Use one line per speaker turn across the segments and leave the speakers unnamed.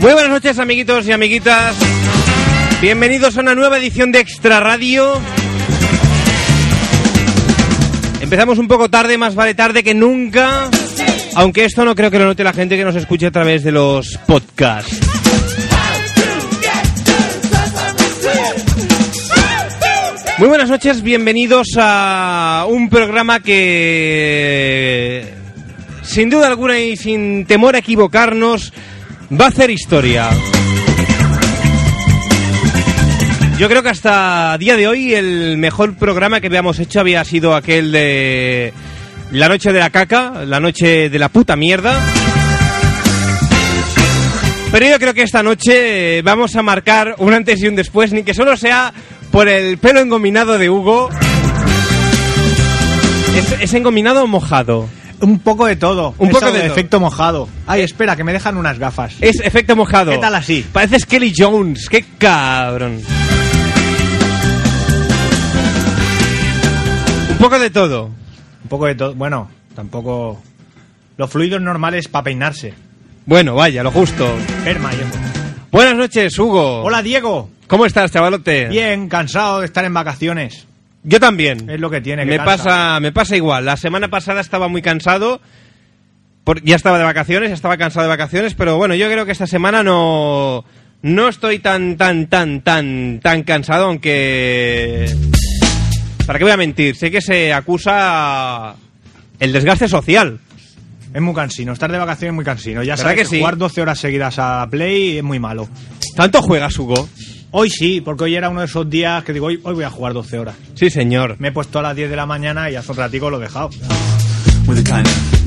Muy buenas noches, amiguitos y amiguitas. Bienvenidos a una nueva edición de Extra Radio. Empezamos un poco tarde, más vale tarde que nunca. Aunque esto no creo que lo note la gente que nos escuche a través de los podcasts. Muy buenas noches, bienvenidos a un programa que sin duda alguna y sin temor a equivocarnos va a hacer historia. Yo creo que hasta día de hoy el mejor programa que habíamos hecho había sido aquel de La noche de la caca, la noche de la puta mierda. Pero yo creo que esta noche eh, vamos a marcar un antes y un después, ni que solo sea por el pelo engominado de Hugo. ¿Es, es engominado o mojado?
Un poco de todo.
Un
Es
poco
algo
de todo.
efecto mojado. Ay, espera, que me dejan unas gafas.
Es efecto mojado.
¿Qué tal así?
Pareces Kelly Jones, qué cabrón. Un poco de todo.
Un poco de todo. Bueno, tampoco. Los fluidos normales para peinarse.
Bueno, vaya, lo justo.
Perma, yo.
Buenas noches, Hugo.
Hola, Diego.
¿Cómo estás, chavalote?
Bien, cansado de estar en vacaciones.
Yo también.
Es lo que tiene, que
me
cansa.
pasa, me pasa igual. La semana pasada estaba muy cansado. por- ya estaba de vacaciones, ya estaba cansado de vacaciones, pero bueno, yo creo que esta semana no no estoy tan tan tan tan tan cansado, aunque para qué voy a mentir, sé que se acusa el desgaste social.
Es muy cansino. Estar de vacaciones es muy cansino. Ya
¿Verdad
sabes
que
que,
sí?
jugar 12 horas seguidas a Play es muy malo.
¿Tanto juegas, Hugo?
Hoy sí, porque hoy era uno de esos días que digo, hoy, hoy voy a jugar 12 horas.
Sí, señor.
Me he puesto a las 10 de la mañana y hace un ratico lo he dejado.
Pues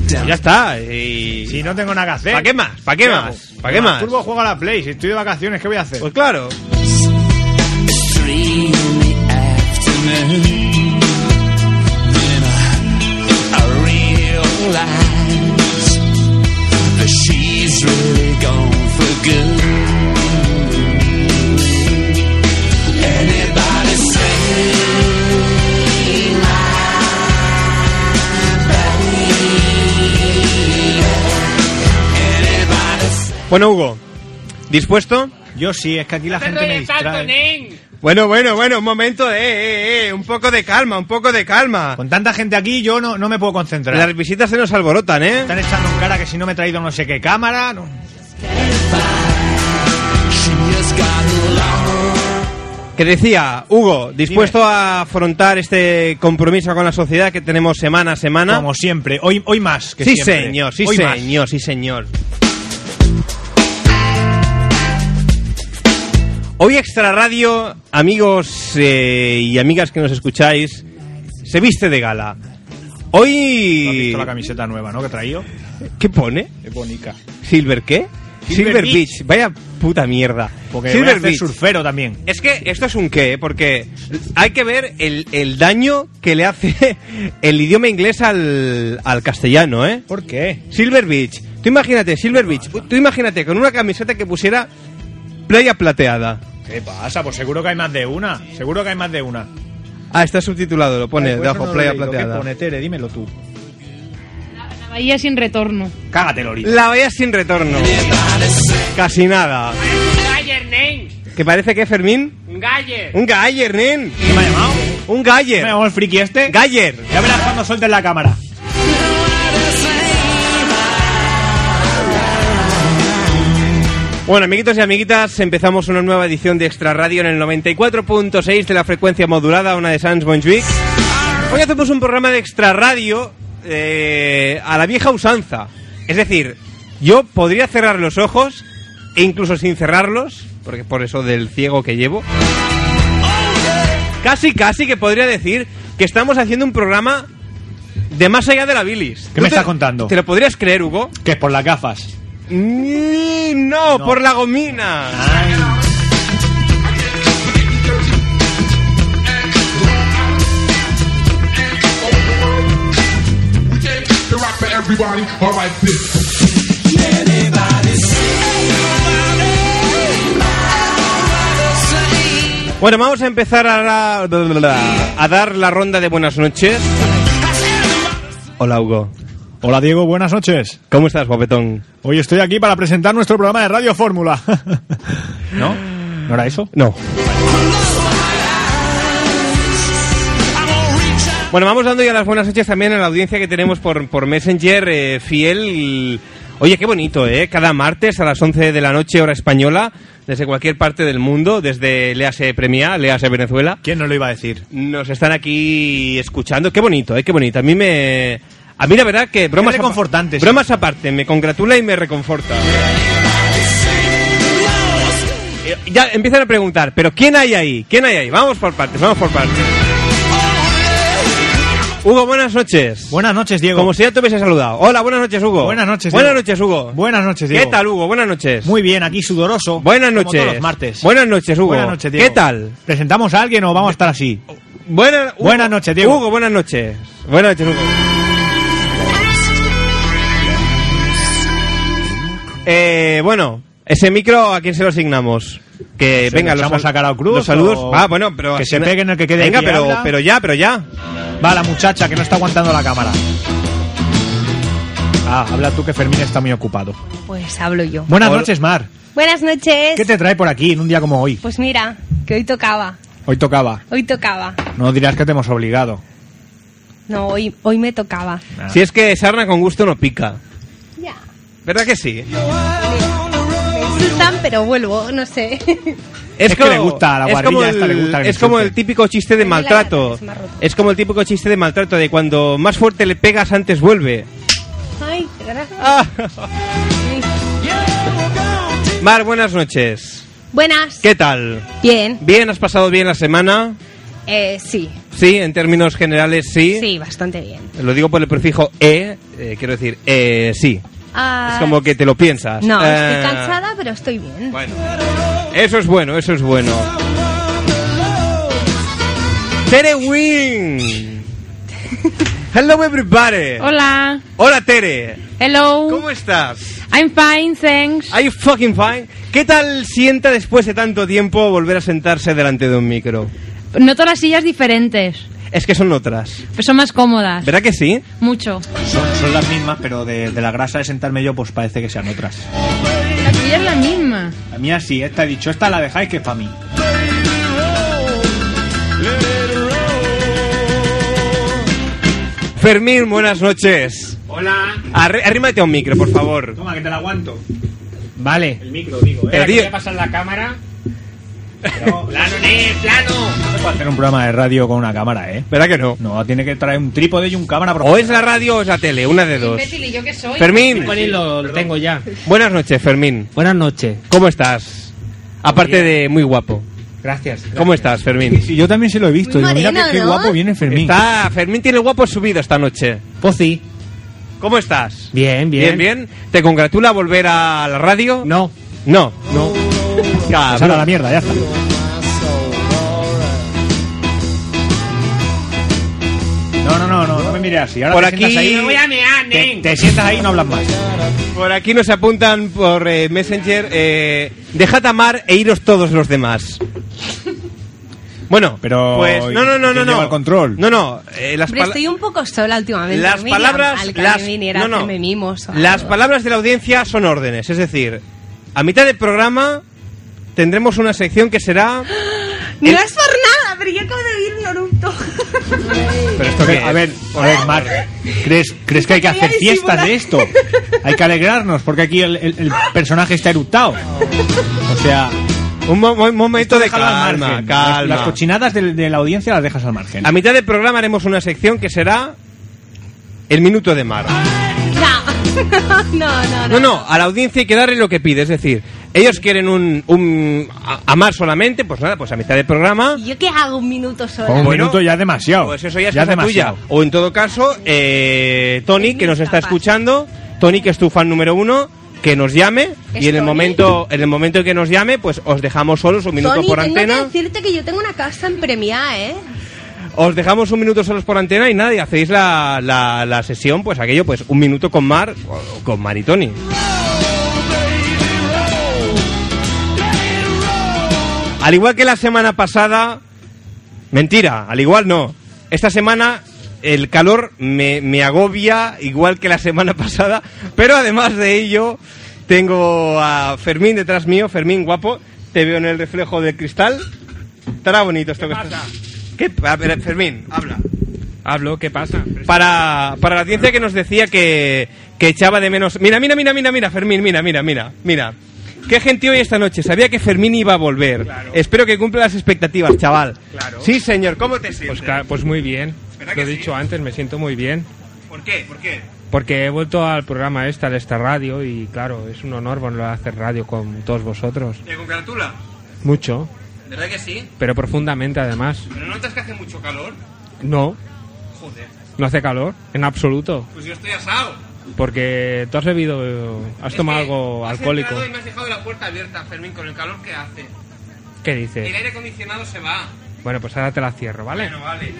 Ya está. Y...
Si no tengo nada que hacer. pues,
¿Para qué más? ¿Para qué más? ¿Para qué más?
Turbo juega a la Play. Si estoy de vacaciones, ¿qué voy a hacer?
Pues claro.
three in the afternoon. Then I, I realize that she's really gone for good. Anybody say
Bueno, Hugo. ¿Dispuesto?
Yo sí, es que aquí la gente me distrae.
Bueno, bueno, bueno, un momento, eh, eh, eh, un poco de calma, un poco de calma.
Con tanta gente aquí yo no, no me puedo concentrar.
Las visitas se nos alborotan, ¿eh?
Están echando en cara que si no me he traído no sé qué cámara. no.
she has gotten lost?
Que decía, Hugo, dispuesto a afrontar este compromiso con la sociedad que tenemos semana a semana.
Como siempre, hoy, hoy más que
sí,
siempre.
señor, sí,
hoy más.
señor, sí, señor. Hoy Extra Radio, amigos eh, y amigas que nos escucháis, se viste de gala.
¿No has
Hoy...
visto la camiseta nueva, ¿no? Que he traído.
¿Qué pone?
Es bonita.
¿Silver qué? Silver,
Silver
Beach.
Beach.
Vaya puta mierda.
Porque voy a
Silver
hacer
Beach.
surfero también.
Es que esto es un qué, porque hay que ver el, el daño que le hace el idioma inglés al, al castellano, ¿eh?
¿Por qué?
Silver Beach. Tú imagínate, Silver Beach. Tú imagínate con una camiseta que pusiera playa plateada.
¿Qué pasa? Pues seguro que hay más de una. Seguro que hay más de una.
Ah, está subtitulado, lo pone
Ay, pues eso
debajo,
no lo
playa
he leído. ¿Qué
plateada.
pone, Tere? Dímelo tú.
La bahía sin retorno.
Cágate, Loli.
La bahía sin retorno. Casi nada.
Galler, nen.
Que parece que Fermín...
Un Galler.
Un Galler, nen.
¿Qué me ha llamado?
Un
¿Me ha
Galler.
llamado el friki este?
Galler.
Ya verás cuando sueltes la cámara.
Bueno, amiguitos y amiguitas, empezamos una nueva edición de Extra Radio en el 94.6 de la frecuencia modulada, una de Sans Montjuic. Hoy hacemos un programa de Extra Radio eh, a la vieja usanza. Es decir, yo podría cerrar los ojos, e incluso sin cerrarlos, porque por eso del ciego que llevo, casi casi que podría decir que estamos haciendo un programa de más allá de la bilis.
¿Qué
¿Tú te-
me estás contando?
¿Te lo podrías creer, Hugo?
Que es por las gafas.
Ni- No,
No.
por la gomina.
the rock for everybody. All right, bitch.
Bueno, vamos a empezar ahora a dar la ronda de buenas noches. Hola, Hugo.
Hola Diego, buenas noches.
¿Cómo estás, guapetón?
Hoy estoy aquí para presentar nuestro programa de Radio Fórmula. ¿No? ¿No era eso?
No. Bueno, vamos dando ya las buenas noches también a la audiencia que tenemos por, por Messenger eh, fiel. Oye, qué bonito, ¿eh? Cada martes a las 11 de la noche, hora española, desde cualquier parte del mundo, desde Lease Premia, Lease Venezuela,
¿Quién no lo iba a decir?
nos están aquí escuchando. Qué bonito, ¿eh? Qué bonito. A mí me... A mí la verdad que bromas, apa-
reconfortante, sí.
bromas aparte, me congratula y me reconforta. Eh, Ya empiezan a preguntar, pero ¿quién hay ahí? ¿Quién hay ahí? Vamos por partes, vamos por partes. Hugo, buenas noches.
Buenas noches, Diego.
Como si ya te hubiese saludado. Hola, buenas noches, Hugo.
Buenas noches,
Buenas
Diego.
noches, Hugo.
Buenas noches,
¿Qué
Diego.
tal, Hugo? Buenas noches.
Muy bien, aquí sudoroso.
Buenas
como
noches.
todos los martes.
Buenas noches, Hugo.
Buenas noches, Diego.
¿Qué tal?
¿Presentamos a alguien o vamos a estar así?
Buena- Hugo-
Buenas noches, Diego.
Hugo, buenas noches. Buenas noches, Hugo. Eh, bueno, ese micro, ¿a quién se lo asignamos? Que
¿Se
Eh, venga,
lo
los
echamos
sal-
a Carao Cruz
Los saludos.
o-
Ah, bueno, pero.
que
así
se
na-
peguen el que quede
Venga,
aquí,
pero,
habla.
pero ya, pero ya.
Va la muchacha que no está aguantando la cámara. Ah, habla tú que Fermín está muy ocupado.
Pues hablo yo.
Buenas
Hola.
noches, Mar.
Buenas noches.
¿Qué te trae por aquí en un día como hoy?
Pues mira, que hoy tocaba.
Hoy tocaba.
Hoy tocaba.
No dirás que te hemos obligado.
No, hoy, hoy me tocaba.
Ah.
Si es que sarna con gusto no pica.
Ya.
¿Verdad que sí?
Me insultan, pero vuelvo, no sé.
Es que le gusta a la
es como
guardilla
el,
esta, le gusta que
es como
insulte.
el típico chiste de
Es de la
maltrato.
gata, se me ha roto.
Es como el típico chiste de maltrato de cuando más fuerte le pegas antes vuelve.
Ay, gracias.
Ah. Mar, buenas noches.
Buenas.
¿Qué tal?
Bien.
¿Bien? ¿Has pasado bien la semana?
Eh, sí.
Sí, en términos generales sí.
Sí, bastante bien.
Lo digo por el prefijo E, eh, quiero decir, eh, sí.
Ah,
Es como que te lo piensas.
No, estoy
Eh,
cansada, pero estoy bien.
Bueno, eso es bueno, eso es bueno. Tere Wing. Hello everybody.
Hola.
Hola, Tere.
Hello.
¿Cómo estás?
I'm fine, thanks.
Are you fucking fine? ¿Qué tal sienta después de tanto tiempo volver a sentarse delante de un micro?
Noto las sillas diferentes.
Es que son otras.
Pero son más cómodas.
¿Verdad que sí?
Mucho.
Son, son las mismas, pero de, de la grasa de sentarme yo, pues parece que sean otras.
La silla es la misma.
La mía sí, esta he dicho, esta la dejáis que es para mí.
Fermín, buenas noches.
Hola.
Arri- arrímate a un micro, por favor.
Toma, que te la aguanto. Vale. El micro, digo. ¿eh?
Pero di-
plano,
Eh,
plano. No se puede hacer un programa de radio con una cámara, ¿eh?
¿Verdad que no?
No, tiene que traer un trípode y un cámara.
O es la radio o es la tele, Eh, una de dos.
¿y yo qué soy?
Fermín,
Con él lo, lo tengo ya.
buenas noches, Fermín.
Buenas noches.
¿Cómo estás? Aparte de muy guapo.
Gracias.
¿Cómo estás, Fermín?
Sí, yo también se lo he visto.
Muy
Digo, mira
moreno,
qué, qué
¿no?
guapo viene Fermín.
Está, Fermín tiene el guapo subido esta noche.
Pozi.
¿Cómo estás?
Bien, bien.
Bien, bien. ¿Te congratula volver a la radio?
No.
No. No.
Pues ahora la mierda, ya está. No, no, no, no, no me mires así. Ahora
Por
te sientas
aquí-
ahí,
Me voy a
mear,
te,
nen.
te sientas ahí y no hablas más.
Por aquí nos apuntan por eh, Messenger. Eh, dejad amar e iros todos los demás. Bueno,
Pero,
pues
¿y
no, no, no,
quién
no, no.
lleva el control?
No, no. eh, las
Hombre,
pala-
estoy un poco sola últimamente.
las
Miriam,
palabras,
al que
las,
me viniera a
no, no.
hacerme mimos o
las
algo.
palabras de la audiencia son órdenes. Es decir, a mitad del programa tendremos una sección que será.
No es por nada, pero yo acabo de vivir un Naruto.
Pero esto qué
A
es?
ver, a ver, Mar, ¿crees, ¿crees que hay que hacer
Quería
fiestas
disimular.
de esto? Hay que alegrarnos porque aquí el, el- el personaje está eructado. O sea,
un mo- mo- momento de
déjalo al
calma,
margen.
calma.
Las cochinadas de, de la audiencia las dejas al margen.
A mitad del programa haremos una sección que será el minuto de mar.
No. no, no,
No, no, a la audiencia hay que darle lo que pide, es decir, ellos quieren un, un a- amar solamente, pues nada, pues a mitad del programa,
¿Y yo qué hago un minuto sola?
Con un
Bueno,
minuto ya es demasiado.
pues eso ya es
ya es
cosa tuya.
demasiado.
O en todo caso, eh, Tony, que nos está
Capaz.
escuchando, Tony, que es tu fan número uno, que nos llame
¿Es
y en el
Tony?
momento en el momento en que nos llame, pues os dejamos solos un minuto
Tony,
por
tengo
antena,
que decirte que yo tengo una casa en Premia, ¿eh?
os dejamos un minuto solos por antena y nada, y hacéis la, la, la sesión, pues aquello, pues un minuto con Mar, o con Mar y Tony. Al igual que la semana pasada. Mentira, al igual no. Esta semana el calor me, me agobia, igual que la semana pasada, pero además de ello, tengo a Fermín detrás mío, Fermín guapo, te veo en el reflejo del cristal. Estará bonito esto que está. ¿Qué? A ver, Fermín, habla.
Hablo, ¿qué pasa?
Para, para la audiencia que nos decía que, que echaba de menos. Mira, mira, mira, mira, mira, Fermín, mira, mira, mira, mira. Qué gente hoy esta noche. Sabía que Fermín iba a volver. Espero que cumpla las expectativas, chaval.
Claro.
Sí, señor. ¿Cómo te sientes?
Pues, claro, pues muy bien.
¿Verdad
Lo he
que sí?
dicho antes, me siento muy bien.
¿Por qué? ¿Por qué?
Porque he vuelto al programa esta, de esta radio, y claro, es un honor volver a hacer radio con todos vosotros.
¿Te congratula?
Mucho,
¿Verdad que sí?
pero profundamente además.
¿Pero notas que hace mucho calor?
No,
Joder.
no hace calor, en absoluto.
Pues yo estoy asado.
Porque tú has bebido, has tomado algo alcohólico.
me has dejado la puerta abierta, Fermín, con el calor que hace.
¿Qué dices?
aire acondicionado se va.
Bueno, pues ahora te la cierro, ¿vale?
vale.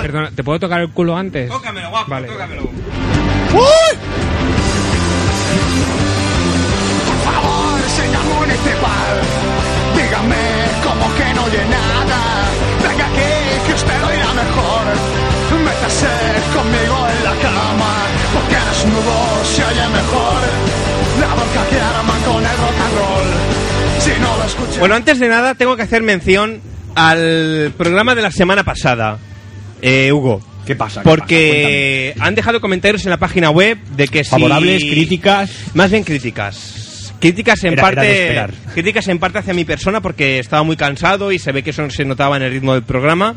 Perdona, ¿te puedo tocar el culo antes?
Tócamelo, guapo,
Vale.
tócamelo.
Por favor, señor municipal, dígame como que no oye nada. Venga aquí, que usted lo irá mejor. Métase conmigo en la cama, porque desnudo se oye mejor. La boca que arman con el rock and roll. Si no lo escucha.
Bueno, antes de nada, tengo que hacer mención al programa de la semana pasada, eh, Hugo.
¿Qué pasa? ¿Qué
Porque han dejado comentarios en la página web de que si-
pasa? Cuéntame. Favorables, críticas.
Más bien críticas. Críticas en
Era- era de
parte
esperar.
críticas en parte hacia mi persona porque estaba muy cansado y se ve que eso se notaba en el ritmo del programa.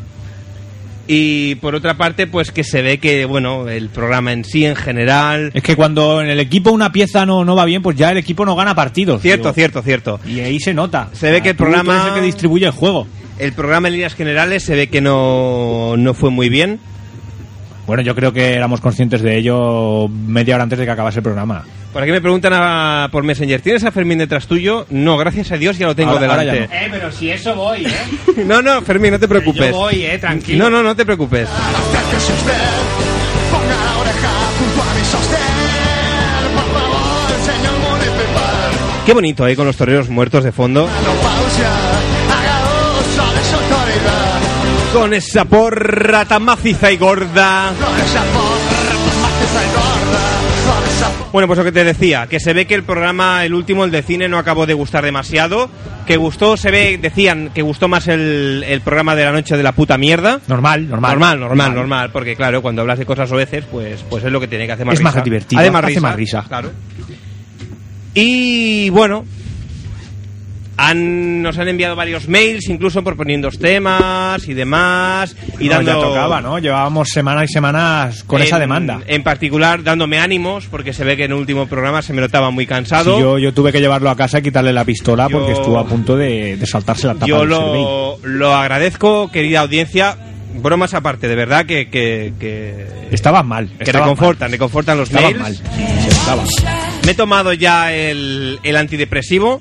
Y por otra parte, pues que se ve que, bueno, el programa en sí, en general...
Es que cuando en el equipo una pieza no, no va bien, pues ya el equipo no gana partidos.
Cierto,
Digo,
cierto, cierto.
Y ahí se nota.
Se ve que el
Tú- tú eres
programa-
el que distribuye el juego.
El programa en líneas generales se ve que no, no fue muy bien.
Bueno, yo creo que éramos conscientes de ello media hora antes de que acabase el programa.
Por aquí me preguntan a- por Messenger, ¿tienes a Fermín detrás tuyo? No, gracias a Dios ya lo tengo
Ahora- ahora
delante.
Eh, pero si eso voy, ¿eh?
no. no, Fermín, no te preocupes.
Yo voy, eh, tranquilo.
No, no, no te preocupes.
Acérquese usted, ponga la oreja junto a mi sostén. Por favor, señor municipal.
Qué bonito ahí con los toreros muertos de fondo.
No pausa, haga uso de su autoridad.
Con esa porra tan maciza y gorda.
Con esa porra tan maciza y gorda, con esa porra
Bueno, pues lo que te decía, que se ve que el programa, el último, el de cine, no acabó de gustar demasiado. Que gustó, se ve, decían que gustó más el, el programa de la noche de la puta mierda.
Normal, normal.
Normal, normal, normal, porque claro, cuando hablas de cosas veces, pues, pues es lo que tiene que hacer más
Es
risa.
más divertido,
Además,
hace más risa.
Claro. Y bueno, han- nos han enviado varios mails, incluso proponiendo temas y demás. Y
No,
dando,
ya tocaba, ¿no? Llevábamos semanas y semanas con
en-
esa demanda.
En particular, dándome ánimos, porque se ve que en el último programa se me notaba muy
Sí,
cansado.
yo, yo tuve que llevarlo a casa y quitarle la pistola
Yo-
porque estuvo a punto de, de saltarse la tapa
Yo
del survey.
lo, lo agradezco, querida audiencia. Bromas aparte, de verdad que. que, que
Estaba mal.
que
estaba
reconfortan,
mal.
reconfortan los
Estaba
mails.
mal. Sí, estaba.
Me he tomado ya el, el antidepresivo.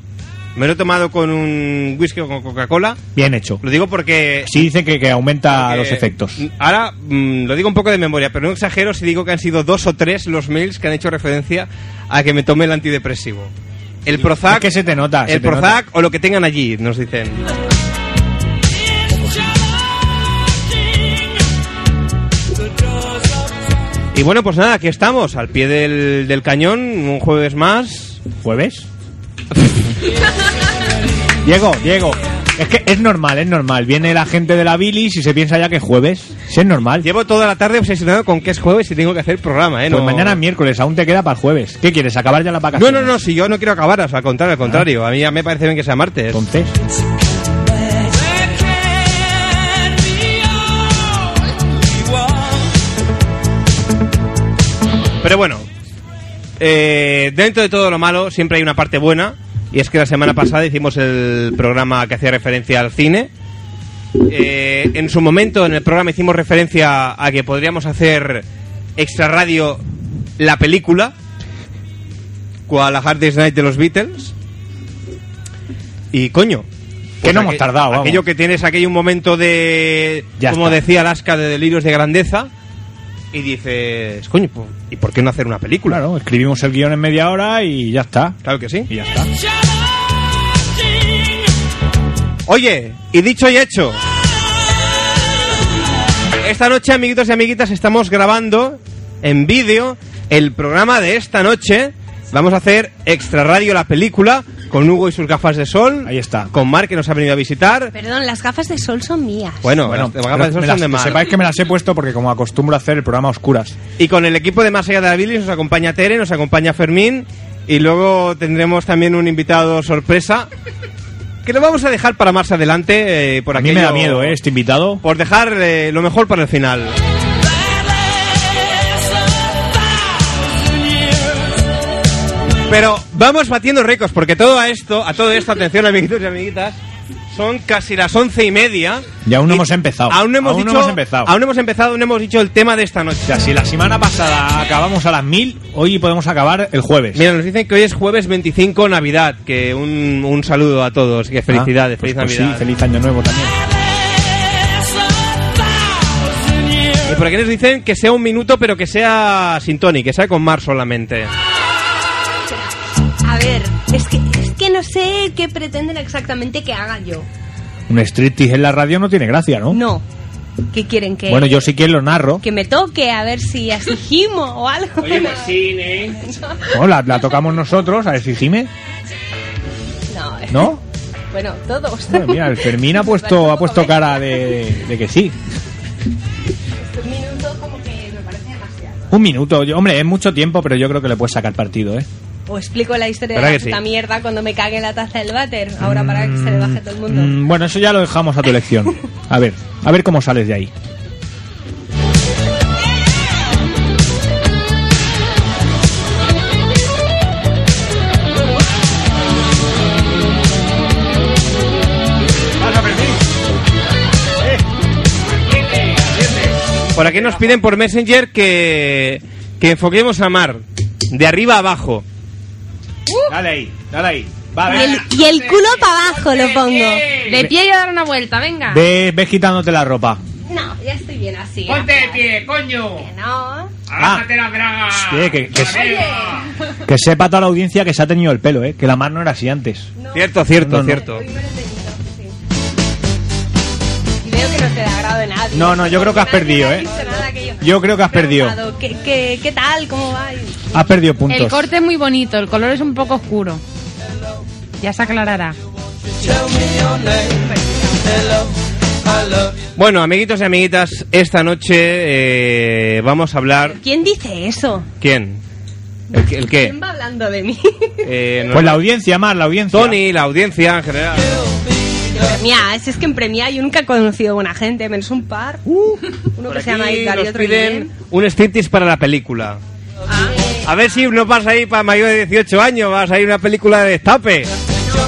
Me lo he tomado con un whisky o con Coca-Cola.
Bien hecho.
Lo digo porque.
Sí dicen que, que aumenta
porque-
los efectos.
Ahora mm, lo digo un poco de memoria, pero no exagero si digo que han sido dos o tres los mails que han hecho referencia a que me tome el antidepresivo. El Prozac.
Es que se te nota,
El
se te
Prozac o lo que tengan allí, nos dicen. Y bueno, pues nada, aquí estamos, al pie del, del cañón, un jueves más.
¿Jueves? Diego, Diego. Es que es normal, es normal. Viene la gente de la bilis y se piensa ya que es jueves. Si es normal.
Llevo toda la tarde obsesionado con que es jueves y tengo que hacer programa, ¿eh?
Pues
No-
mañana es miércoles, aún te queda para el jueves. ¿Qué quieres? ¿Acabar ya la
No,
vacaciones?
no, no, si yo no quiero acabar, o sea, al contrario, al contrario. A mí ya me parece bien que sea martes.
Entonces.
Pero bueno, eh, dentro de todo lo malo siempre hay una parte buena. Y es que la semana pasada hicimos el programa que hacía referencia al cine. Eh, en su momento, en el programa, hicimos referencia a que podríamos hacer extra radio la película, cual a Hard Day's Night de los Beatles. Y coño. pues
Que no hemos tardado, vamos.
Aquello que tienes, aquello un momento de.
Ya
como
está.
decía Alaska, de delirios de grandeza. Y dices, coño, po- ¿y por qué no hacer una película?
Claro, escribimos el guión en media hora y ya está.
Claro que sí.
Y ya está.
Oye, y dicho y hecho. esta noche, amiguitos y amiguitas, estamos grabando en vídeo el programa de esta noche. Vamos a hacer Extra Radio la película con Hugo y sus gafas de sol.
Ahí está.
Con Mar que nos ha venido a visitar.
Perdón, las gafas de sol son mías.
Bueno,
Bueno,
las gafas de sol son
me las-
de Mar.
sepáis que me las he puesto porque como acostumbro a hacer el programa a oscuras.
Y con el equipo de Más Allá de la Bilis nos acompaña Tere, nos acompaña Fermín y luego tendremos también un invitado sorpresa que lo vamos a dejar para más adelante. eh, por
A mí me da
aquello-
miedo, ¿eh? Este invitado.
Por dejar eh, lo mejor para el final. Pero vamos batiendo récords porque todo a esto, a todo esto, atención amiguitos y amiguitas, son casi las once y media.
Y aún no hemos empezado.
Aún no hemos,
Aún no
dicho-
hemos empezado.
Aún no hemos empezado, no hemos dicho el tema de esta noche.
O sea, si la semana pasada acabamos a las 1000, hoy podemos acabar el jueves.
Mira, nos dicen que hoy es jueves 25 Navidad, que un, un saludo a todos, que felicidades,
Ah, pues-
feliz
pues
Navidad.
sí, feliz año nuevo también.
Y por aquí nos dicen que sea un minuto, pero que sea sin Tony, que sea con Mar solamente.
A ver, es que, es que no sé qué pretenden exactamente que haga yo.
Un striptease en la radio no tiene gracia, ¿no?
No. eh, ¿Qué quieren que,
Bueno, yo sí que lo narro.
que me toque? A ver si exigimos o algo.
Bueno, la, la tocamos nosotros, a ver si Jime,
No, eh,
¿no?
bueno, todos.
Bueno, mira, el Fermín ha puesto, ha puesto cara de, de que sí.
Un minuto como que me parece demasiado.
Un minuto, yo- hombre, es mucho tiempo, pero yo creo que le puedes sacar partido, ¿eh?
O explico la historia de
¿Verdad
la
que
puta
sí?
mierda cuando me cague en la taza del váter. Ahora para que se le baje todo el mundo.
Mm, bueno, eso ya lo dejamos a tu elección. A ver, a ver cómo sales de ahí.
Por aquí nos piden por Messenger que, que enfoquemos a Mar, de arriba a abajo.
Dale ahí, dale ahí. Va,
Y el, y el culo para abajo lo pongo.
De pie y a dar una vuelta, venga.
Ves, ves quitándote la ropa.
No, ya estoy bien así.
¡Ponte de
gracias.
pie, coño!
Que No.
¡Agárrate las bragas!
Hostia, Ah, que- que-
¡Arriba!
Que sepa toda la audiencia que se ha teñido el pelo, ¿eh? Que la mano era así antes.
Cierto, cierto,
No, no.
cierto.
Veo que no te da agrado de nadie.
No, no, yo creo que has
Nadie me
perdido,
ha
¿eh?
dicho nada que yo-
Yo creo que has perdido.
preguntado, ¿Qué, qué, qué tal? ¿Cómo va? Y-
Has perdido puntos.
El corte es muy bonito, el color es un poco oscuro. Ya se aclarará.
Bueno, amiguitos y amiguitas, esta noche eh, vamos a hablar...
¿Quién dice eso?
¿Quién? ¿El, qué- el qué?
¿Quién va hablando de mí?
Eh, no-
Pues la audiencia, más la audiencia.
Tony, la audiencia en general.
Mira, es, es que en Premia yo nunca he conocido buena gente, menos un par.
Uh.
Uno
Por
que se
aquí
llama Edgar y
nos
otro
piden
Guillem.
un striptease para la película. A ver si no vas a ir para mayor de 18 años, vas a ir a una película de destape.
No,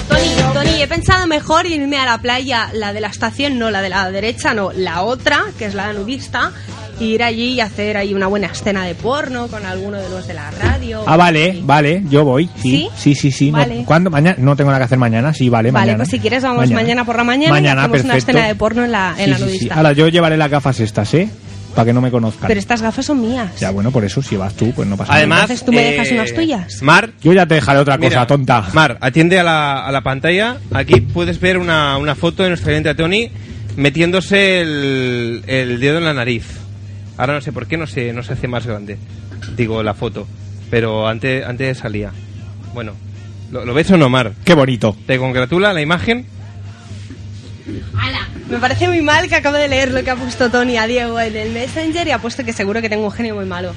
Tony, Tony, he pensado mejor irme a la playa, la de la estación, no la de la derecha, no, la otra, que es la nudista, y ir allí y hacer ahí una buena escena de porno con alguno de los de la radio.
Ah, vale, vale, yo voy. Sí, sí,
¿Sí?
sí. sí, no-
Vale.
¿Cuándo? Mañana. No tengo nada que hacer mañana, sí, vale.
Vale,
mañana.
pues si quieres vamos mañana por la mañana y
Mañana,
hacemos una
perfecto.
escena de porno en la- en
Sí,
la
sí, sí.
nudista.
Ahora yo llevaré las gafas estas, ¿eh? Para que no me conozcan.
Pero estas gafas son mías.
Ya, bueno, por eso si vas tú, pues no pasa nada.
Además, eh,
Entonces, ¿tú me dejas
eh,
unas tuyas?
Mar,
Yo ya te dejaré otra
mira,
cosa, tonta.
Mar, atiende a la, a la pantalla. Aquí puedes ver una, una foto de nuestra cliente Tony metiéndose el, el dedo en la nariz. Ahora no sé por qué no se, no se hace más grande. Digo, la foto. Pero antes, antes salía. Bueno, ¿lo, ¿lo ves o no, Mar?
Qué bonito.
¿Te congratula la imagen?
Me parece muy mal que acabo de leer lo que ha puesto Tony a Diego en el Messenger y ha puesto que seguro que tengo un genio muy malo.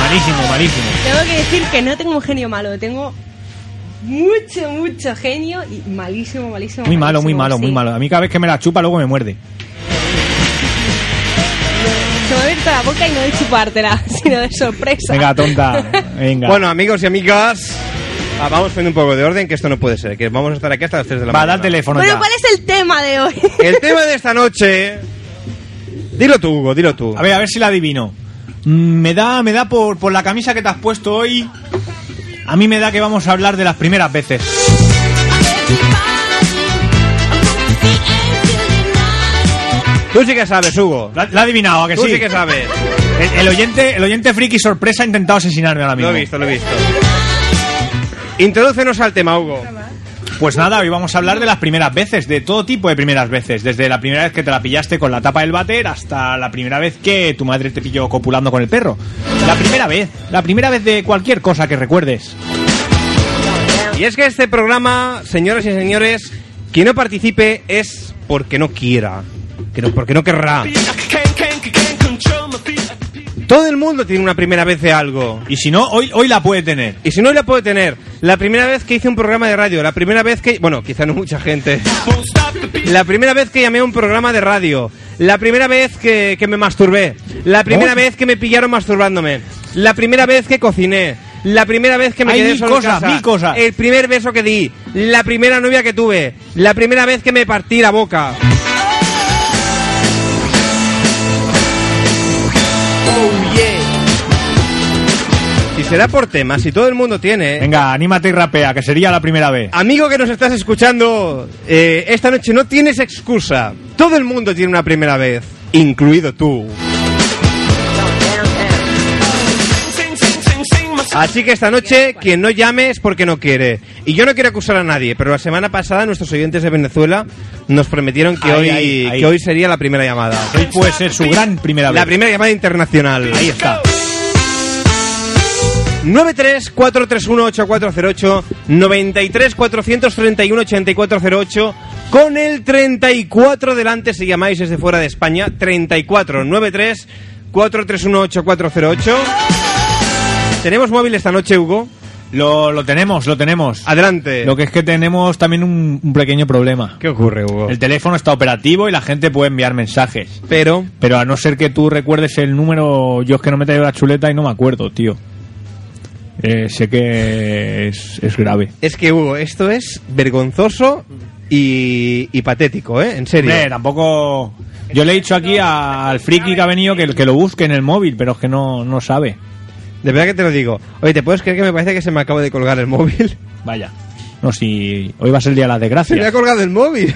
Malísimo, malísimo.
Tengo que decir que no tengo un genio malo, tengo mucho, mucho genio y malísimo, malísimo.
Muy malo, muy
malísimo,
malo,
sí.
muy malo. A mí cada vez que me la chupa, luego me muerde.
Se me ha abierto la boca y no de chupártela, sino de sorpresa.
Venga, tonta. Venga.
Bueno, amigos y amigas, ah, vamos poniendo un poco de orden, que esto no puede ser, que vamos a estar aquí hasta las 3 de la
va, da
mañana.
el teléfono
bueno,
ya.
¿cuál es el tema de hoy?
El tema de esta noche... Dilo tú, Hugo, dilo tú.
A ver, a ver si la adivino. Mm, Me da, me da por, por la camisa que te has puesto hoy. A mí me da que vamos a hablar de las primeras veces.
Tú sí que sabes, Hugo.
La, la he adivinado, ¿a que
Tú
sí?
sí que sabes.
El, el oyente, el oyente friki sorpresa ha intentado asesinarme ahora
Lo
mismo.
he visto, lo he visto. Introdúcenos al tema, Hugo.
Pues nada, hoy vamos a hablar de las primeras veces, de todo tipo de primeras veces, desde la primera vez que te la pillaste con la tapa del váter hasta la primera vez que tu madre te pilló copulando con el perro. La primera vez, la primera vez de cualquier cosa que recuerdes.
Y es que este programa, señoras y señores, quien no participe es porque no quiera, que no- porque no querrá. Todo el mundo tiene una primera vez de algo.
Y si no, hoy, hoy la puede tener.
Y si no la puede tener, la primera vez que hice un programa de radio, la primera vez que, bueno, quizá no mucha gente, la primera vez que llamé a un programa de radio, la primera vez que, que me masturbé, la primera
Oh.
vez que me pillaron masturbándome, la primera vez que cociné, la primera vez que me
Hay
quedé
mil
solo en
cosas,
casa,
mil cosas.
el primer beso que di, la primera novia que tuve, la primera vez que me partí la boca. Si será por temas, si todo el mundo tiene, ¿eh?
Venga, anímate y rapea, que sería la primera vez.
Amigo que nos estás escuchando, eh, esta noche no tienes excusa. Todo el mundo tiene una primera vez, incluido tú. Así que esta noche quien no llame es porque no quiere. Y yo no quiero acusar a nadie, pero la semana pasada nuestros oyentes de Venezuela nos prometieron que,
Ahí,
hoy,
ahí, ahí.
que hoy sería la primera llamada.
Hoy puede ser su gran primera vez.
La primera llamada internacional.
Ahí está.
93-431-8408 93-431-8408 con el 34 delante si llamáis desde fuera de España 34 93 431 8408 Tenemos móvil esta noche, Hugo.
Lo, lo tenemos, lo tenemos.
Adelante.
Lo que es que tenemos también un, un pequeño problema.
¿Qué ocurre, Hugo?
El teléfono está operativo y la gente puede enviar mensajes.
Pero
Pero a no ser que tú recuerdes el número, yo es que no me he traído la chuleta y no me acuerdo, tío. Eh, sé que es, es grave.
es que, Hugo, esto es vergonzoso y, y patético, ¿eh? En serio.
Hombre, tampoco... Yo le he dicho aquí a- al friki que ha venido que, que lo busque en el móvil, pero es que no, no sabe.
De verdad que te lo digo. Oye, ¿te puedes creer que me parece que se me acaba de colgar el móvil?
Vaya. No, si hoy va a ser el día de las
Se me ha
desgracias.
colgado el móvil.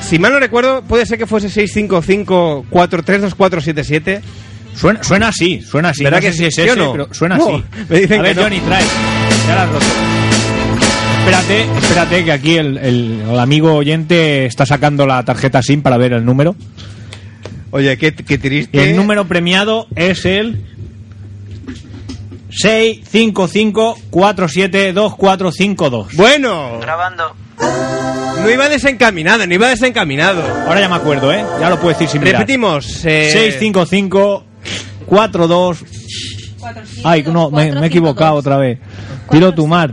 Si mal no recuerdo, puede ser que fuese 655-432477.
Suena, suena así, suena así.
¿Verdad
No sé
que
si
sí?
es
¿Sí
ese,
o no?
pero suena
No,
así.
me dicen
a ver,
que no.
Johnny, trae. Ya la has roto. Espérate, espérate, que aquí el, el- el amigo oyente está sacando la tarjeta SIM para ver el número.
Oye, qué, qué
Y
triste.
el número premiado es el 655472452.
Bueno,
Grabando.
no iba desencaminado, no iba desencaminado.
Ahora ya me acuerdo, ¿eh? Ya lo puedo decir sin mirar.
Repetimos. eh,
655 42 Ay, no, me, me he equivocado otra vez. Tiro tu mar.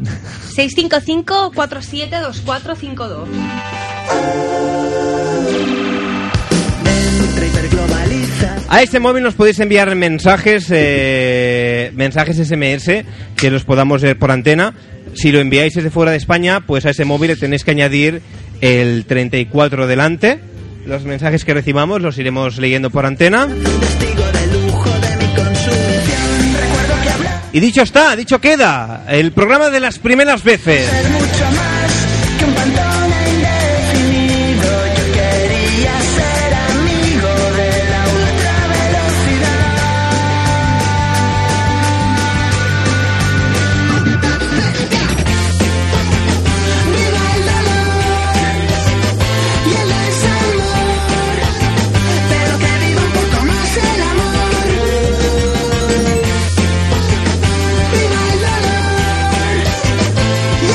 655 47 2452
A este móvil nos podéis enviar mensajes, eh, mensajes SMS, que los podamos ver por antena. Si lo enviáis desde fuera de España, pues a ese móvil le tenéis que añadir el 34 delante. Los mensajes que recibamos los iremos leyendo por antena. Y dicho está, dicho queda, el programa de las primeras veces.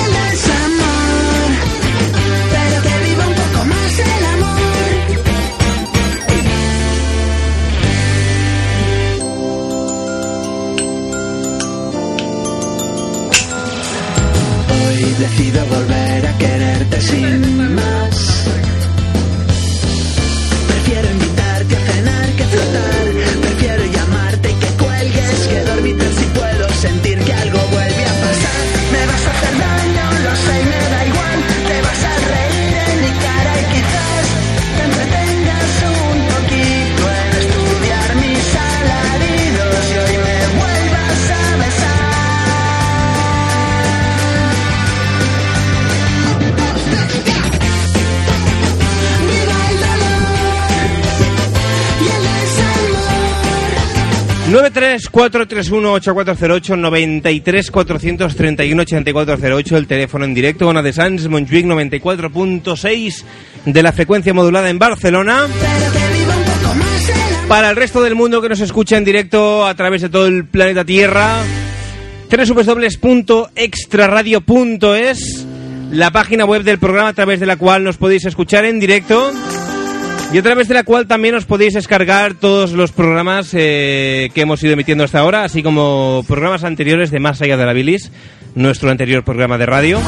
Viva el dolor y el
934318408-93431-8408, el teléfono en directo, Ona de Sans, Montjuic 94.6 de la frecuencia modulada en Barcelona. Para el resto del mundo que nos escucha en directo a través de todo el planeta Tierra, www.extraradio.es, la página web del programa a través de la cual nos podéis escuchar en directo y a través de la cual también os podéis descargar todos los programas eh, que hemos ido emitiendo hasta ahora, así como programas anteriores de Más allá de la bilis, nuestro anterior programa de radio.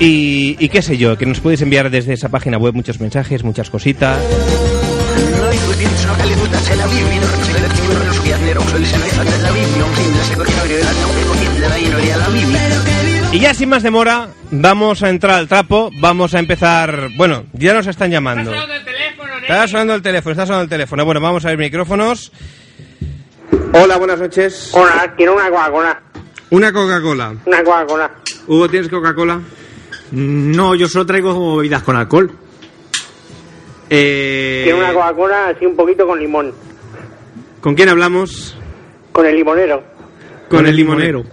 Y, y qué sé yo, que nos podéis enviar desde esa página web muchos mensajes, muchas cositas. Y ya sin más demora, vamos a entrar al trapo, vamos a empezar... Bueno, ya nos están llamando. Está sonando el teléfono, está sonando el teléfono. Bueno, vamos a ver micrófonos. Hola, buenas noches.
Hola, quiero una Coca-Cola.
Una Coca-Cola.
Una Coca-Cola.
Hugo, ¿tienes Coca-Cola?
No, yo solo traigo bebidas con alcohol.
Eh,
Quiero una Coca-Cola así un poquito con limón.
¿Con quién hablamos?
Con el limonero.
Con el limonero.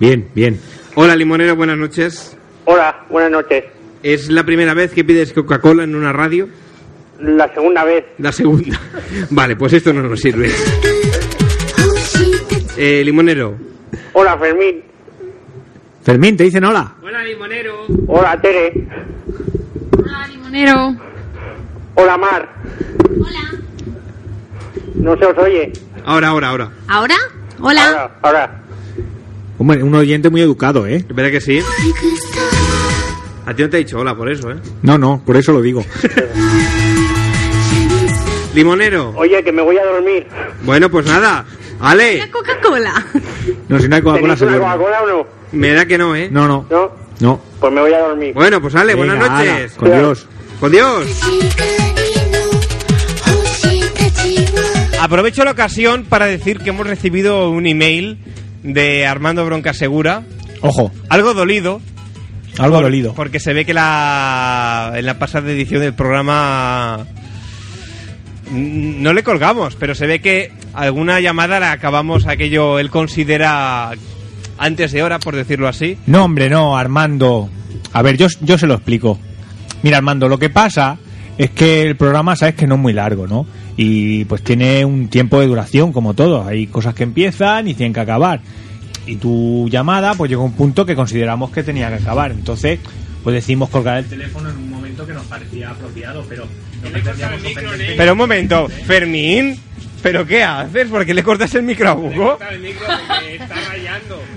Bien, bien.
Hola, limonero, buenas noches.
Hola, buenas noches.
¿Es la primera vez que pides Coca-Cola en una radio?
La segunda vez.
La segunda. Vale, pues esto no nos sirve. Eh, limonero.
Hola, Fermín.
Fermín, te dicen hola.
Hola, Tere.
Hola, limonero.
Hola, Mar.
Hola.
No se os oye.
Ahora, ahora, ahora.
¿Ahora? Hola.
Ahora, ahora.
Hombre, un oyente muy educado, ¿eh?
¿Verdad que sí? A ti no te he dicho hola por eso, ¿eh?
No, no, por eso lo digo.
Limonero.
Oye, que me voy a dormir.
Bueno, pues nada. Ale,
Una Coca-Cola.
No, si no hay Coca-Cola
¿Tenéis
se
una
duerme.
Coca-Cola o no?
me da que no, ¿eh?
No, no,
¿No?
no.
Pues me voy a dormir.
Bueno, pues Ale, buenas
Venga, ala,
noches.
Con Dios.
Con Dios. Aprovecho la ocasión para decir que hemos recibido un email de Armando Bronca Segura,
Ojo,
algo dolido,
algo dolido.
porque se ve que la en la pasada edición del programa mm, no le colgamos, pero se ve que alguna llamada la acabamos aquello él considera antes de hora, por decirlo así.
No, hombre, no, Armando. A ver, yo, yo se lo explico. Mira, Armando, lo que pasa es que el programa, sabes que no es muy largo, ¿no? Y pues tiene un tiempo de duración, como todo. Hay cosas que empiezan y tienen que acabar. Y tu llamada, pues llegó a un punto que consideramos que tenía que acabar. Entonces, pues decimos colgar el teléfono en un momento que nos parecía apropiado, pero no pretendíamos ofender.
Pero un momento, Fermín, ¿pero qué haces? ¿Por qué le cortas el micro a Hugo?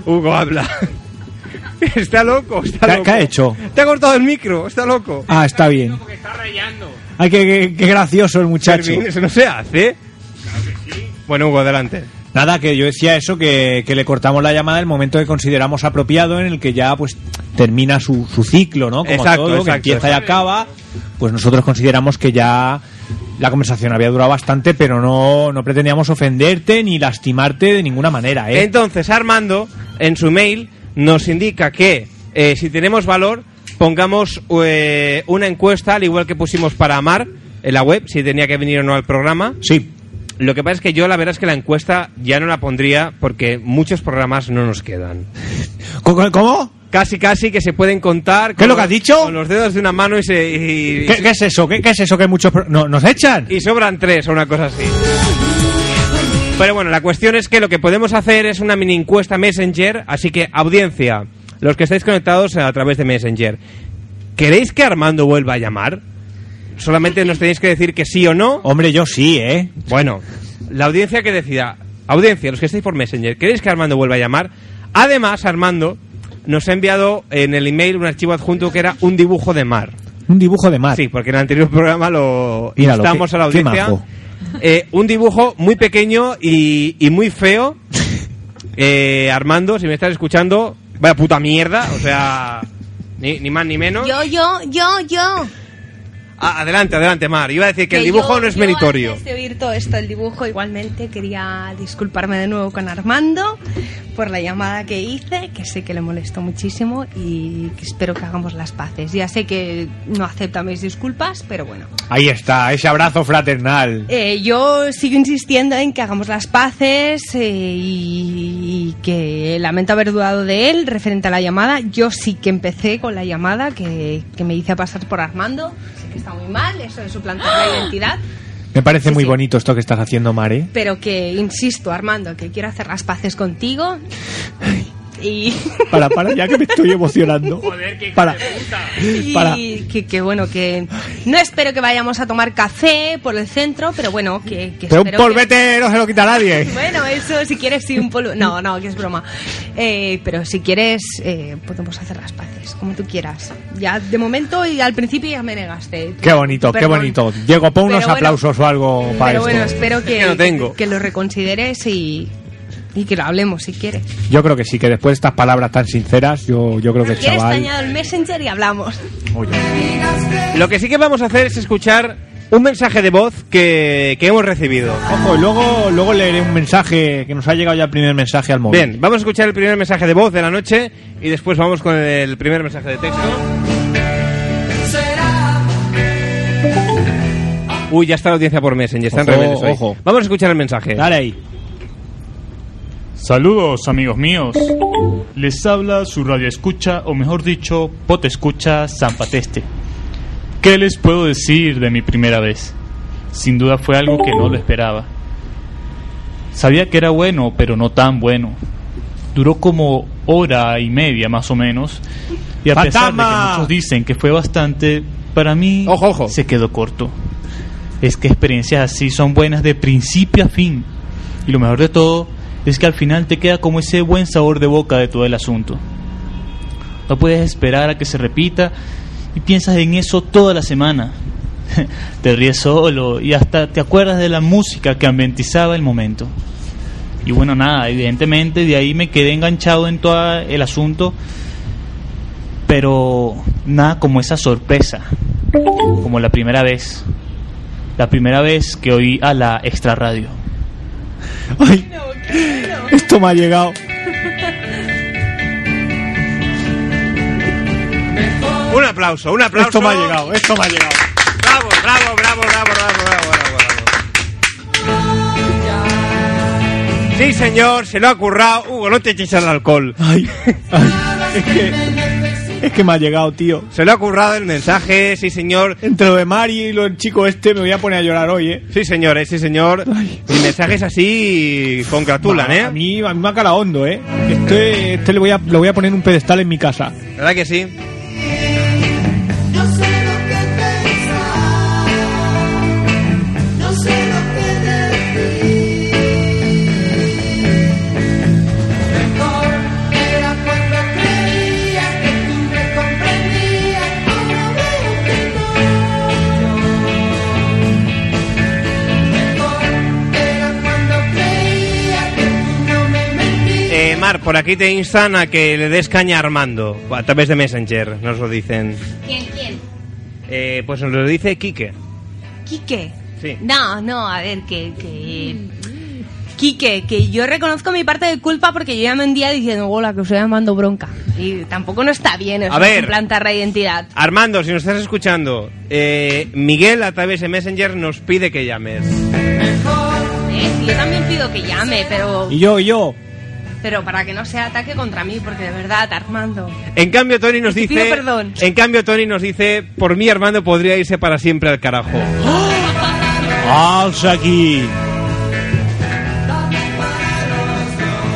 Hugo habla. Está loco, está
¿Qué-
loco.
qué ha hecho?
Te ha cortado el micro, está loco.
Ah, está bien. Ay, qué, qué- qué gracioso el muchacho.
Fermín, eso no se hace. Bueno, Hugo, adelante.
Nada, que yo decía eso, Eh, que, que le cortamos la llamada en el momento que consideramos apropiado, en el que ya pues termina su, su ciclo, ¿no? Como
Exacto,
todo, que
exacto,
empieza y
exacto.
acaba, pues nosotros consideramos que ya la conversación había durado bastante, pero no, no pretendíamos ofenderte ni lastimarte de ninguna manera, ¿eh?
Entonces, Armando, en su mail, nos indica que eh, si tenemos valor, pongamos eh, una encuesta, al igual que pusimos para Amar en la web, si tenía que venir o no al programa.
Sí,
Lo que pasa es que yo la verdad es que la encuesta ya no la pondría porque muchos programas no nos quedan.
¿Cómo- ¿Cómo?
Casi, casi que se pueden contar.
¿Qué
con
es lo que has
los-
dicho?
Con los dedos de una mano y se. y-
¿Qué, qué es eso? ¿Qué, qué es eso que muchos... pro- no- ¿Nos echan?
y sobran tres o una cosa así. Pero bueno, la cuestión es que lo que podemos hacer es una mini encuesta Messenger, así que audiencia, los que estáis conectados a través de Messenger, ¿queréis que Armando vuelva a llamar? Solamente nos tenéis que decir que sí o no.
Hombre, yo sí, ¿eh?
Bueno, la audiencia que decida. Audiencia, los que estáis por Messenger, ¿queréis que Armando vuelva a llamar? Además, Armando nos ha enviado en el email un archivo adjunto que era un dibujo de mar.
Un dibujo de mar.
Sí, porque en el anterior programa lo
Míralo,
instamos
qué-
a la
qué
audiencia.
majo.
Eh, un dibujo muy pequeño y, y muy feo. Eh, Armando, si me estás escuchando, vaya puta mierda. O sea, ni, ni más ni menos.
Yo, yo, yo, yo.
Ah, adelante, adelante, Mar. Iba a decir que el
Que
dibujo
yo-
no es
yo
meritorio.
Antes de oír todo esto, el dibujo, igualmente quería disculparme de nuevo con Armando por la llamada que hice, que sé que le molestó muchísimo y que espero que hagamos las paces. Ya sé que no acepta mis disculpas, pero bueno.
Ahí está, ese abrazo fraternal.
Eh, yo sigo insistiendo en que hagamos las paces eh, y, y que lamento haber dudado de él referente a la llamada. Yo sí que empecé con la llamada que, que me hice pasar por Armando. Sé que está muy mal, eso de suplantar la identidad.
Me parece
sí,
muy
sí.
bonito esto que estás haciendo, Mare.
Pero que, insisto, Armando, que quiero hacer las paces contigo. Y,
Para, para, ya que me estoy emocionando. para.
y
Para.
que, que, bueno, que no espero que vayamos a tomar café por el centro, pero bueno, que, que
Pero un
espero que-
polvete no se lo quita nadie.
Bueno, eso si quieres sí un polvo. No, no, que es broma. Eh, pero si quieres eh, podemos hacer las paces, como tú quieras. Ya de momento y al principio ya me negaste.
Qué bonito, qué
Perdón.
bonito. Diego,
Pero
pon unos
bueno,
aplausos o algo para
Pero
esto.
bueno, espero que,
que no tengo.
que lo reconsideres y, y que lo hablemos si quieres.
Yo creo que sí, que después de estas palabras tan sinceras, yo, yo
Pues,
creo que el
quieres te
chaval.
añado el Messenger y hablamos.
Oye.
Lo que sí que vamos a hacer es escuchar un mensaje de voz que, que hemos recibido.
Ojo, Oh, y luego, luego leeré un mensaje que nos ha llegado ya el primer mensaje al móvil.
Bien, vamos a escuchar el primer mensaje de voz de la noche y después vamos con el primer mensaje de texto. Uy, ya está la audiencia por Messenger, están
Ojo,
rebeldes hoy.
ojo.
Vamos a escuchar el mensaje.
Dale ahí.
Saludos amigos míos. Les habla su radio escucha, o mejor dicho, pot escucha Zampateste. ¿Qué les puedo decir de mi primera vez? Sin duda fue algo que no lo esperaba. Sabía que era bueno, pero no tan bueno. Duró como hora y media más o menos. Y a pesar de
¡Fantasma!
que muchos dicen que fue bastante, para mí
Ojo, ojo.
se quedó corto. Es que experiencias así son buenas de principio a fin. Y lo mejor de todo es que al final te queda como ese buen sabor de boca de todo el asunto. No puedes esperar a que se repita y piensas en eso toda la semana. te ríes solo y hasta te acuerdas de la música que ambientizaba el momento. Y bueno, nada, evidentemente de ahí me quedé enganchado en todo el asunto, pero nada como esa sorpresa, como la primera vez, la primera vez que oí a la extra radio.
Ay, esto me ha llegado.
Un aplauso, un aplauso.
Esto me ha llegado, esto me ha llegado.
Bravo, bravo, bravo, bravo, bravo, bravo, bravo, bravo. Sí, señor, se lo ha currado. Hugo, no te eches el alcohol.
Ay, ay, es que. Es que me ha llegado, tío.
Se lo ha currado el mensaje, sí, señor.
Entre lo de Mari y lo del chico este me voy a poner a llorar hoy, eh.
Sí, señor, eh, sí, señor. Si mensajes así, congratulan,
A
¿eh?
mí, a mí me ha calado hondo, eh. Este, este le voy a, lo voy a poner en un pedestal en mi casa.
¿Verdad que sí? Eh, Mar, por aquí te instan a que le des caña a Armando, a través de Messenger, nos lo dicen.
¿Quién, quién?
Eh, pues nos lo dice Quique.
Quique.
Sí.
No, no, a ver, que... que... Quique, que yo reconozco mi parte de culpa porque yo ya me hundía diciendo, hola, que os estoy llamando bronca. Y tampoco no está bien eso,
A ver.
plantar la identidad.
Armando, si nos estás escuchando, eh, Miguel a través de Messenger nos pide que llames.
Eh, Yo también pido que llame, pero,
Y yo, y yo.
pero para que no sea ataque contra mí, porque de verdad, Armando.
En cambio, Tony nos
Te
dice.
pido perdón.
En cambio, Tony nos dice: Por mí, Armando podría irse para siempre al carajo.
¡Alza aquí!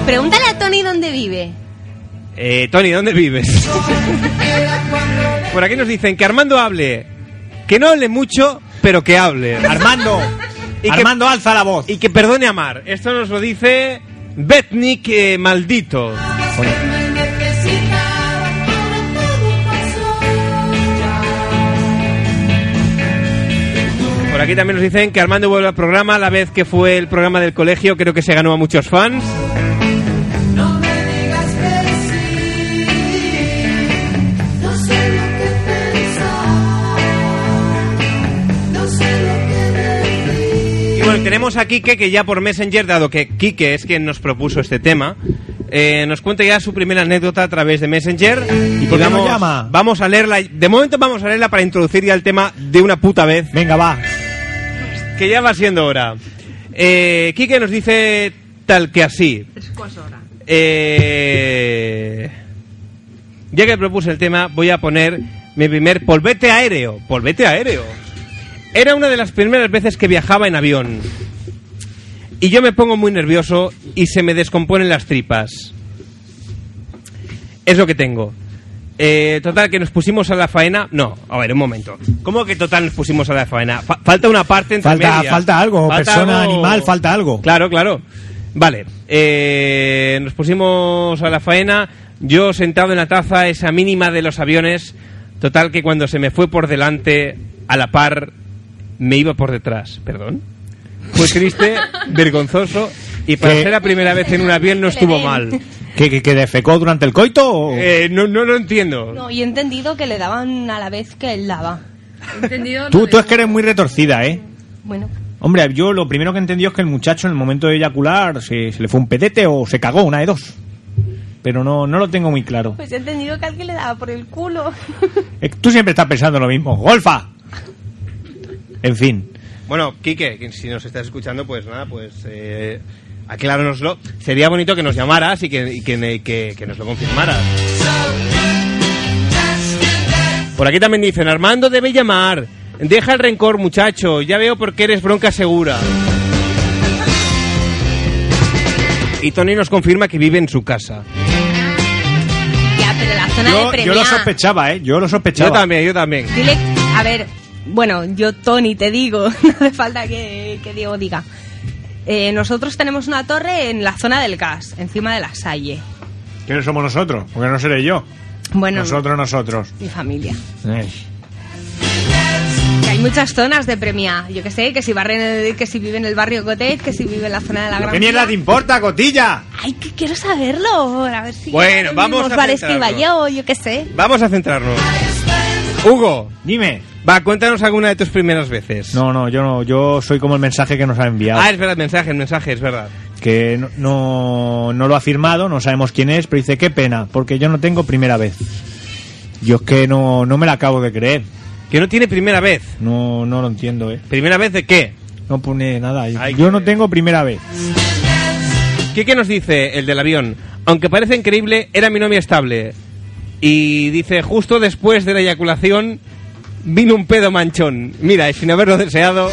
Pregúntale a Tony dónde vive.
Eh, Tony, ¿dónde vives? Por aquí nos dicen que Armando hable. Que no hable mucho, pero que hable.
Armando.
Y que-
Armando, alza la voz.
Y que perdone a Mar. Esto nos lo dice Betnik eh, Maldito. Por aquí también nos dicen que Armando vuelve al programa la vez que fue el programa del colegio. Creo que se ganó a muchos fans. tenemos a Quique, que ya por Messenger, dado que Quique es quien nos propuso este tema, eh, nos cuenta ya su primera anécdota a través de Messenger. ¿Y
por qué
vamos,
no llama?
Vamos a leerla. De momento vamos a leerla para introducir ya el tema de una puta vez.
Venga, va.
Que ya va siendo hora. Eh, Quique nos dice tal que así. Eh, ya que propuse el tema, voy a poner mi primer polvete aéreo. Polvete aéreo. Era una de las primeras veces que viajaba en avión. Y yo me pongo muy nervioso y se me descomponen las tripas. Es lo que tengo. Eh, total, que nos pusimos a la faena. No, a ver, un momento. ¿Cómo que total nos pusimos a la faena? Fa- falta una parte entre
Falta,
medias.
falta algo,
Falta
persona,
algo-
animal, falta algo.
Claro, claro. Vale, eh, nos pusimos a la faena, yo sentado en la taza, esa mínima de los aviones, total que cuando se me fue por delante, a la par, me iba por detrás, perdón. Fue triste, vergonzoso, y para
Eh,
ser la primera vez en un avión no estuvo mal.
¿Que, que, que defecó durante el coito? o-
Eh, no, no lo entiendo.
No, y he entendido que le daban a la vez que él daba.
Entendido.
tú, tú es que eres muy retorcida, ¿eh?
Bueno,
Hombre, yo lo primero que entendí es que el muchacho en el momento de eyacular se, se le fue un pedete o se cagó, una de dos. Pero no, no lo tengo muy claro.
pues he entendido que alguien le daba por el culo.
Eh, Tú siempre estás pensando lo mismo. ¡Golfa! En fin.
Bueno, Quique, que si nos estás escuchando, pues nada, pues eh, acláranoslo. Sería bonito que nos llamaras y que, y que- que- que nos lo confirmaras. Por aquí también dicen, Armando debe llamar. Deja el rencor, muchacho. Ya veo por qué eres bronca segura. Y Tony nos confirma que vive en su casa.
Ya, pero la zona de
Yo, yo
premia.
lo sospechaba, ¿eh? Yo lo sospechaba.
Yo también, yo también.
Dile, a ver, bueno, yo Tony te digo, no hace falta que, que Diego diga. Eh, nosotros tenemos una torre en la zona del gas, encima de la Salle.
¿Quiénes somos nosotros? Porque no seré yo.
Bueno,
Nosotros, nosotros.
mi familia.
Eh.
Que hay muchas zonas de premia. Yo que sé, que si, barren el- que si vive en el barrio Cotet, que si vive en la zona de la Gran
¿Qué mierda
Vía.
te importa, cotilla?
Ay, que quiero saberlo. A ver si.
Bueno, vamos
Los
a
bares que iba
centrarnos.
yo, yo qué sé.
Vamos a centrarnos. Hugo,
Dime.
va, cuéntanos alguna de tus primeras veces.
No, no, yo no. Yo soy como el mensaje que nos ha enviado.
Ah, es verdad, mensaje, el mensaje, es verdad.
que no, no, no lo ha firmado, no sabemos quién es, pero dice, qué pena, porque yo no tengo primera vez. Yo es que no, no me la acabo de creer,
Que no tiene primera vez.
no, no lo entiendo, ¿eh?
¿Primera vez de qué?
No pone nada ahí.
Ay,
yo
qué-
no tengo primera vez.
Quique nos dice, el del avión, aunque parece increíble, era mi novia estable. Y dice, justo después de la eyaculación, vino un pedo manchón. Mira, y sin haberlo deseado...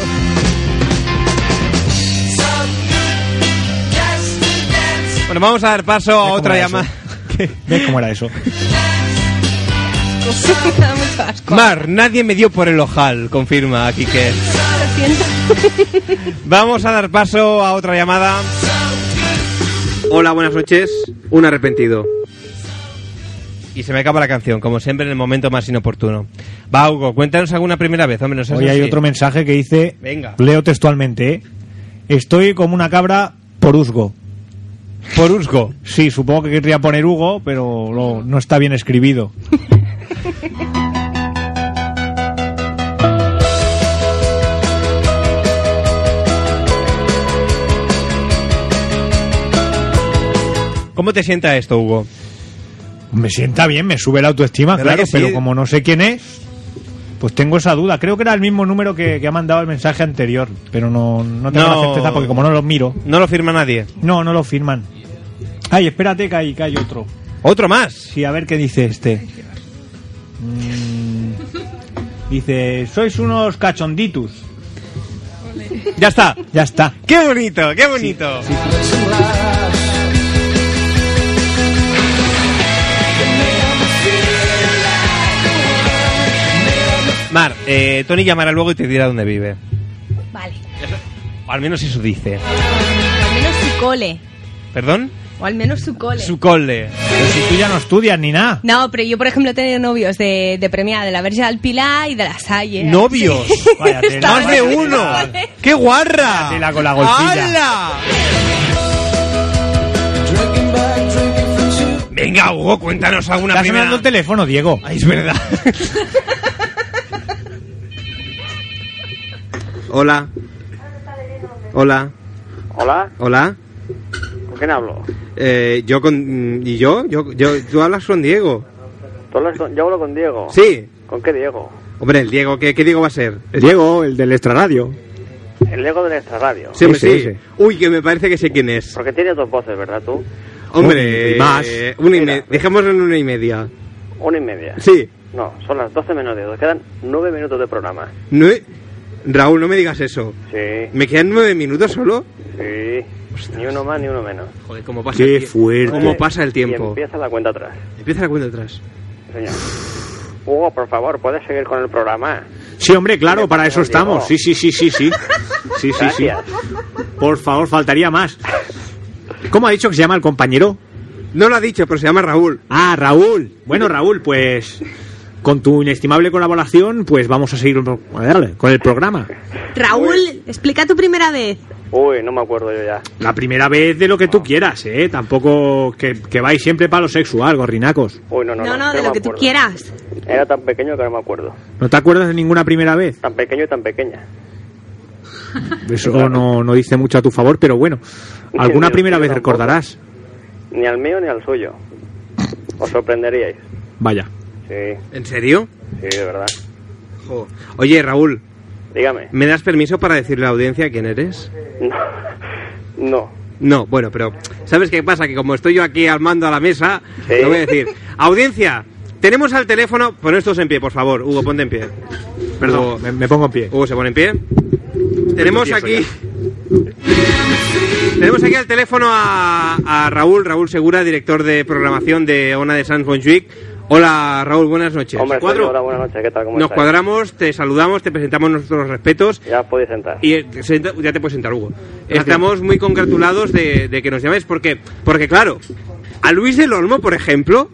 Bueno, vamos a dar paso a
cómo
otra
era
llamada.
¿Ves cómo era eso?
Me da mucho asco.
Mar, nadie me dio por el ojal, confirma Quique.
Lo siento.
Vamos a dar paso a otra llamada. Hola, Ah, buenas noches. Un arrepentido. Y se me acaba la canción, como siempre, en el momento más inoportuno. Va, Hugo, cuéntanos alguna primera vez, hombre, no seas
Hoy hay
así.
otro mensaje que dice,
Venga.
leo textualmente, ¿eh? Estoy como una cabra por Usgo.
Por Usgo.
Sí, supongo que querría poner Hugo, pero lo- no está bien escribido.
¿Cómo te sienta esto, Hugo?
Me sienta bien, me sube la autoestima,
¿Verdad
claro,
que sí?
pero como no sé quién es, pues tengo esa duda. Creo que era el mismo número que, que ha mandado el mensaje anterior, pero no, no tengo
No.
la certeza porque como no los miro,
No lo firma nadie.
no, no lo firman. Ay, espérate que hay, que hay otro.
¿Otro más?
Sí, a ver qué dice este. Mm, dice, sois unos cachonditus.
Ya está.
Ya está.
¡Qué bonito, qué bonito! Mar, eh, Tony llamará luego y te dirá dónde vive.
Vale.
O al menos eso dice.
O al menos su cole.
¿Perdón?
O al menos su cole.
Su cole.
Pero si tú ya no estudias ni nada.
No, pero yo, por ejemplo, he tenido novios de, de premia de la Verge del Pilar y de la Salle.
¡Novios!
Vaya tela,
¡Más de
vaya tela.
uno! ¡Qué guarra!
Tela con la golfilla.
¡Hala! Venga, Hugo, cuéntanos alguna
Está sonando
primera...
el teléfono, Diego.
Ay, es verdad. Hola. Hola,
Hola,
hola.
¿con quién hablo?
Eh, yo con... ¿Y yo? yo? yo- Tú hablas con Diego.
¿Tú hablas con- Yo hablo con Diego.
Sí.
¿Con qué Diego?
Hombre, el Diego, ¿qué, qué Diego va a ser?
Diego, el del extraradio.
El Diego de nuestra radio.
Sí, hombre,
Ese,
sí.
ese.
Uy, que me parece que sé quién es.
Porque tiene dos voces, ¿verdad tú?
Hombre,
Y más.
eh, una y me- dejémoslo en una y media.
Una y media.
Sí.
No, son las 12 menos 10. Quedan 9 minutos de programa.
No he- Raúl, no me digas eso.
Sí,
¿Me quedan nueve minutos solo?
sí. Ni uno más, ni uno menos.
Joder, ¿cómo pasa
Qué
el tie-
fuerte.
¿Cómo pasa el
Y
tiempo?
empieza la cuenta atrás.
Empieza la cuenta atrás.
Señor. Hugo, por favor, ¿puedes seguir con el programa?
Sí, hombre, claro, para eso estamos. Sí, sí, sí, sí, sí. Sí, sí, sí.
Gracias.
Por favor, faltaría más. ¿Cómo ha dicho que se llama el compañero?
No lo ha dicho, pero se llama Raúl.
Ah, Raúl. Bueno, Raúl, pues con tu inestimable colaboración, pues vamos a seguir con el programa.
Raúl, explica tu primera vez.
Uy, no me acuerdo yo ya.
La primera vez de lo que tú quieras, ¿eh? Tampoco que, que vais siempre para lo sexual, gorrinacos.
Uy, no, no,
No,
no.
no, de
me
lo que tú
acuerdo.
quieras.
Era tan pequeño que no me acuerdo.
¿No te acuerdas de ninguna primera vez?
Tan pequeño y tan pequeña.
Eso no, no dice mucho a tu favor, pero bueno. Alguna
Sí,
primera
yo
vez
tampoco.
recordarás.
Ni al mío ni al suyo. Os sorprenderíais.
Vaya.
Sí,
¿En serio?
sí, de verdad.
Jo. Oye, Raúl,
Dígame.
¿me das permiso para decirle a la audiencia quién eres?
No. No.
No, bueno, pero ¿sabes qué pasa? Que como estoy yo aquí al mando a la mesa,
Sí.
lo voy a decir. Audiencia, tenemos al teléfono... Pon estos en pie, por favor. Hugo, ponte en pie.
Perdón,
Hugo-
me, me pongo en pie.
Hugo se pone en pie. Tenemos
Yo
aquí.
empiezo
Tenemos aquí al teléfono a, a Raúl, Raúl Segura, director de programación de ONA de Sans Montjuic. Hola Raúl, buenas noches.
Hombre, soy
Cuadro-
yo. Hola, buenas noches. ¿Qué tal? ¿Cómo
Nos
estáis?
cuadramos, te saludamos, te presentamos nuestros respetos
Ya os podéis sentar.
y eh, senta- ya te puedes sentar, Hugo. Estamos muy congratulados de, de que nos llames porque, porque claro, a Luis del Olmo, por ejemplo,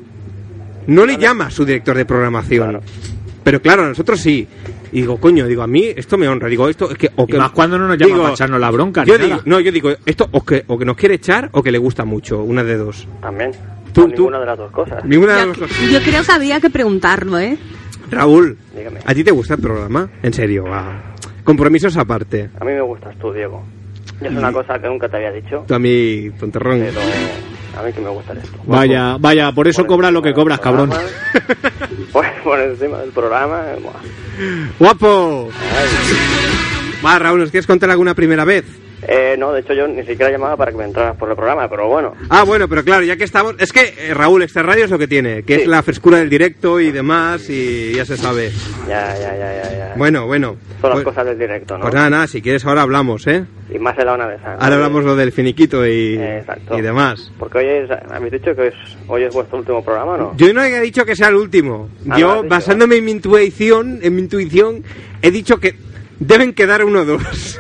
no le llama su director de programación.
Claro.
Pero claro, a nosotros sí. Y digo, coño, digo, a mí esto me honra. Digo, esto es que... O
Y
que-
más cuando no nos llama
digo,
para echarnos la bronca. ni
Yo
nada.
digo, no, yo digo, esto o que, o que nos quiere echar o que le gusta mucho, una de dos.
También.
Tú-
Tú,
tú.
Ninguna de las dos cosas.
Ninguna de
Ya
las
que-
dos.
yo creo que había que preguntarlo, ¿eh?
Raúl,
Dígame.
¿a ti te gusta el programa? En serio, va. Compromisos aparte.
A mí me gustas tú, Diego. Y es una cosa que nunca te había dicho,
Tú a mí, tonterrón.
pero a mí que me gusta esto.
Vaya, vaya, por eso cobras lo que cobras, cabrón.
Por, pues, por encima del programa. buah.
¡Guapo! Va, Raúl, ¿nos quieres contar alguna primera vez?
Eh, no, de hecho yo ni siquiera llamaba para que me entraras por el programa, pero bueno.
Ah, bueno, pero claro, ya que estamos... Es que, eh, Raúl, esta radio es lo que tiene, que
Sí.
es la frescura del directo y demás, y ya se sabe.
Ya, ya, ya, ya. ya.
Bueno, bueno.
Son las
Pues-
cosas del directo, ¿no?
Pues nada, nada, si quieres ahora hablamos, ¿eh?
y más en la una de San.
Ahora hablamos lo del finiquito y,
Eh, exacto.
y demás.
Porque hoy es, habéis dicho que es- hoy es vuestro último programa, ¿no?
Yo no he dicho que sea el último.
Ah, lo has
Yo,
dicho,
basándome en mi intuición, en mi intuición, he dicho que deben quedar uno o dos.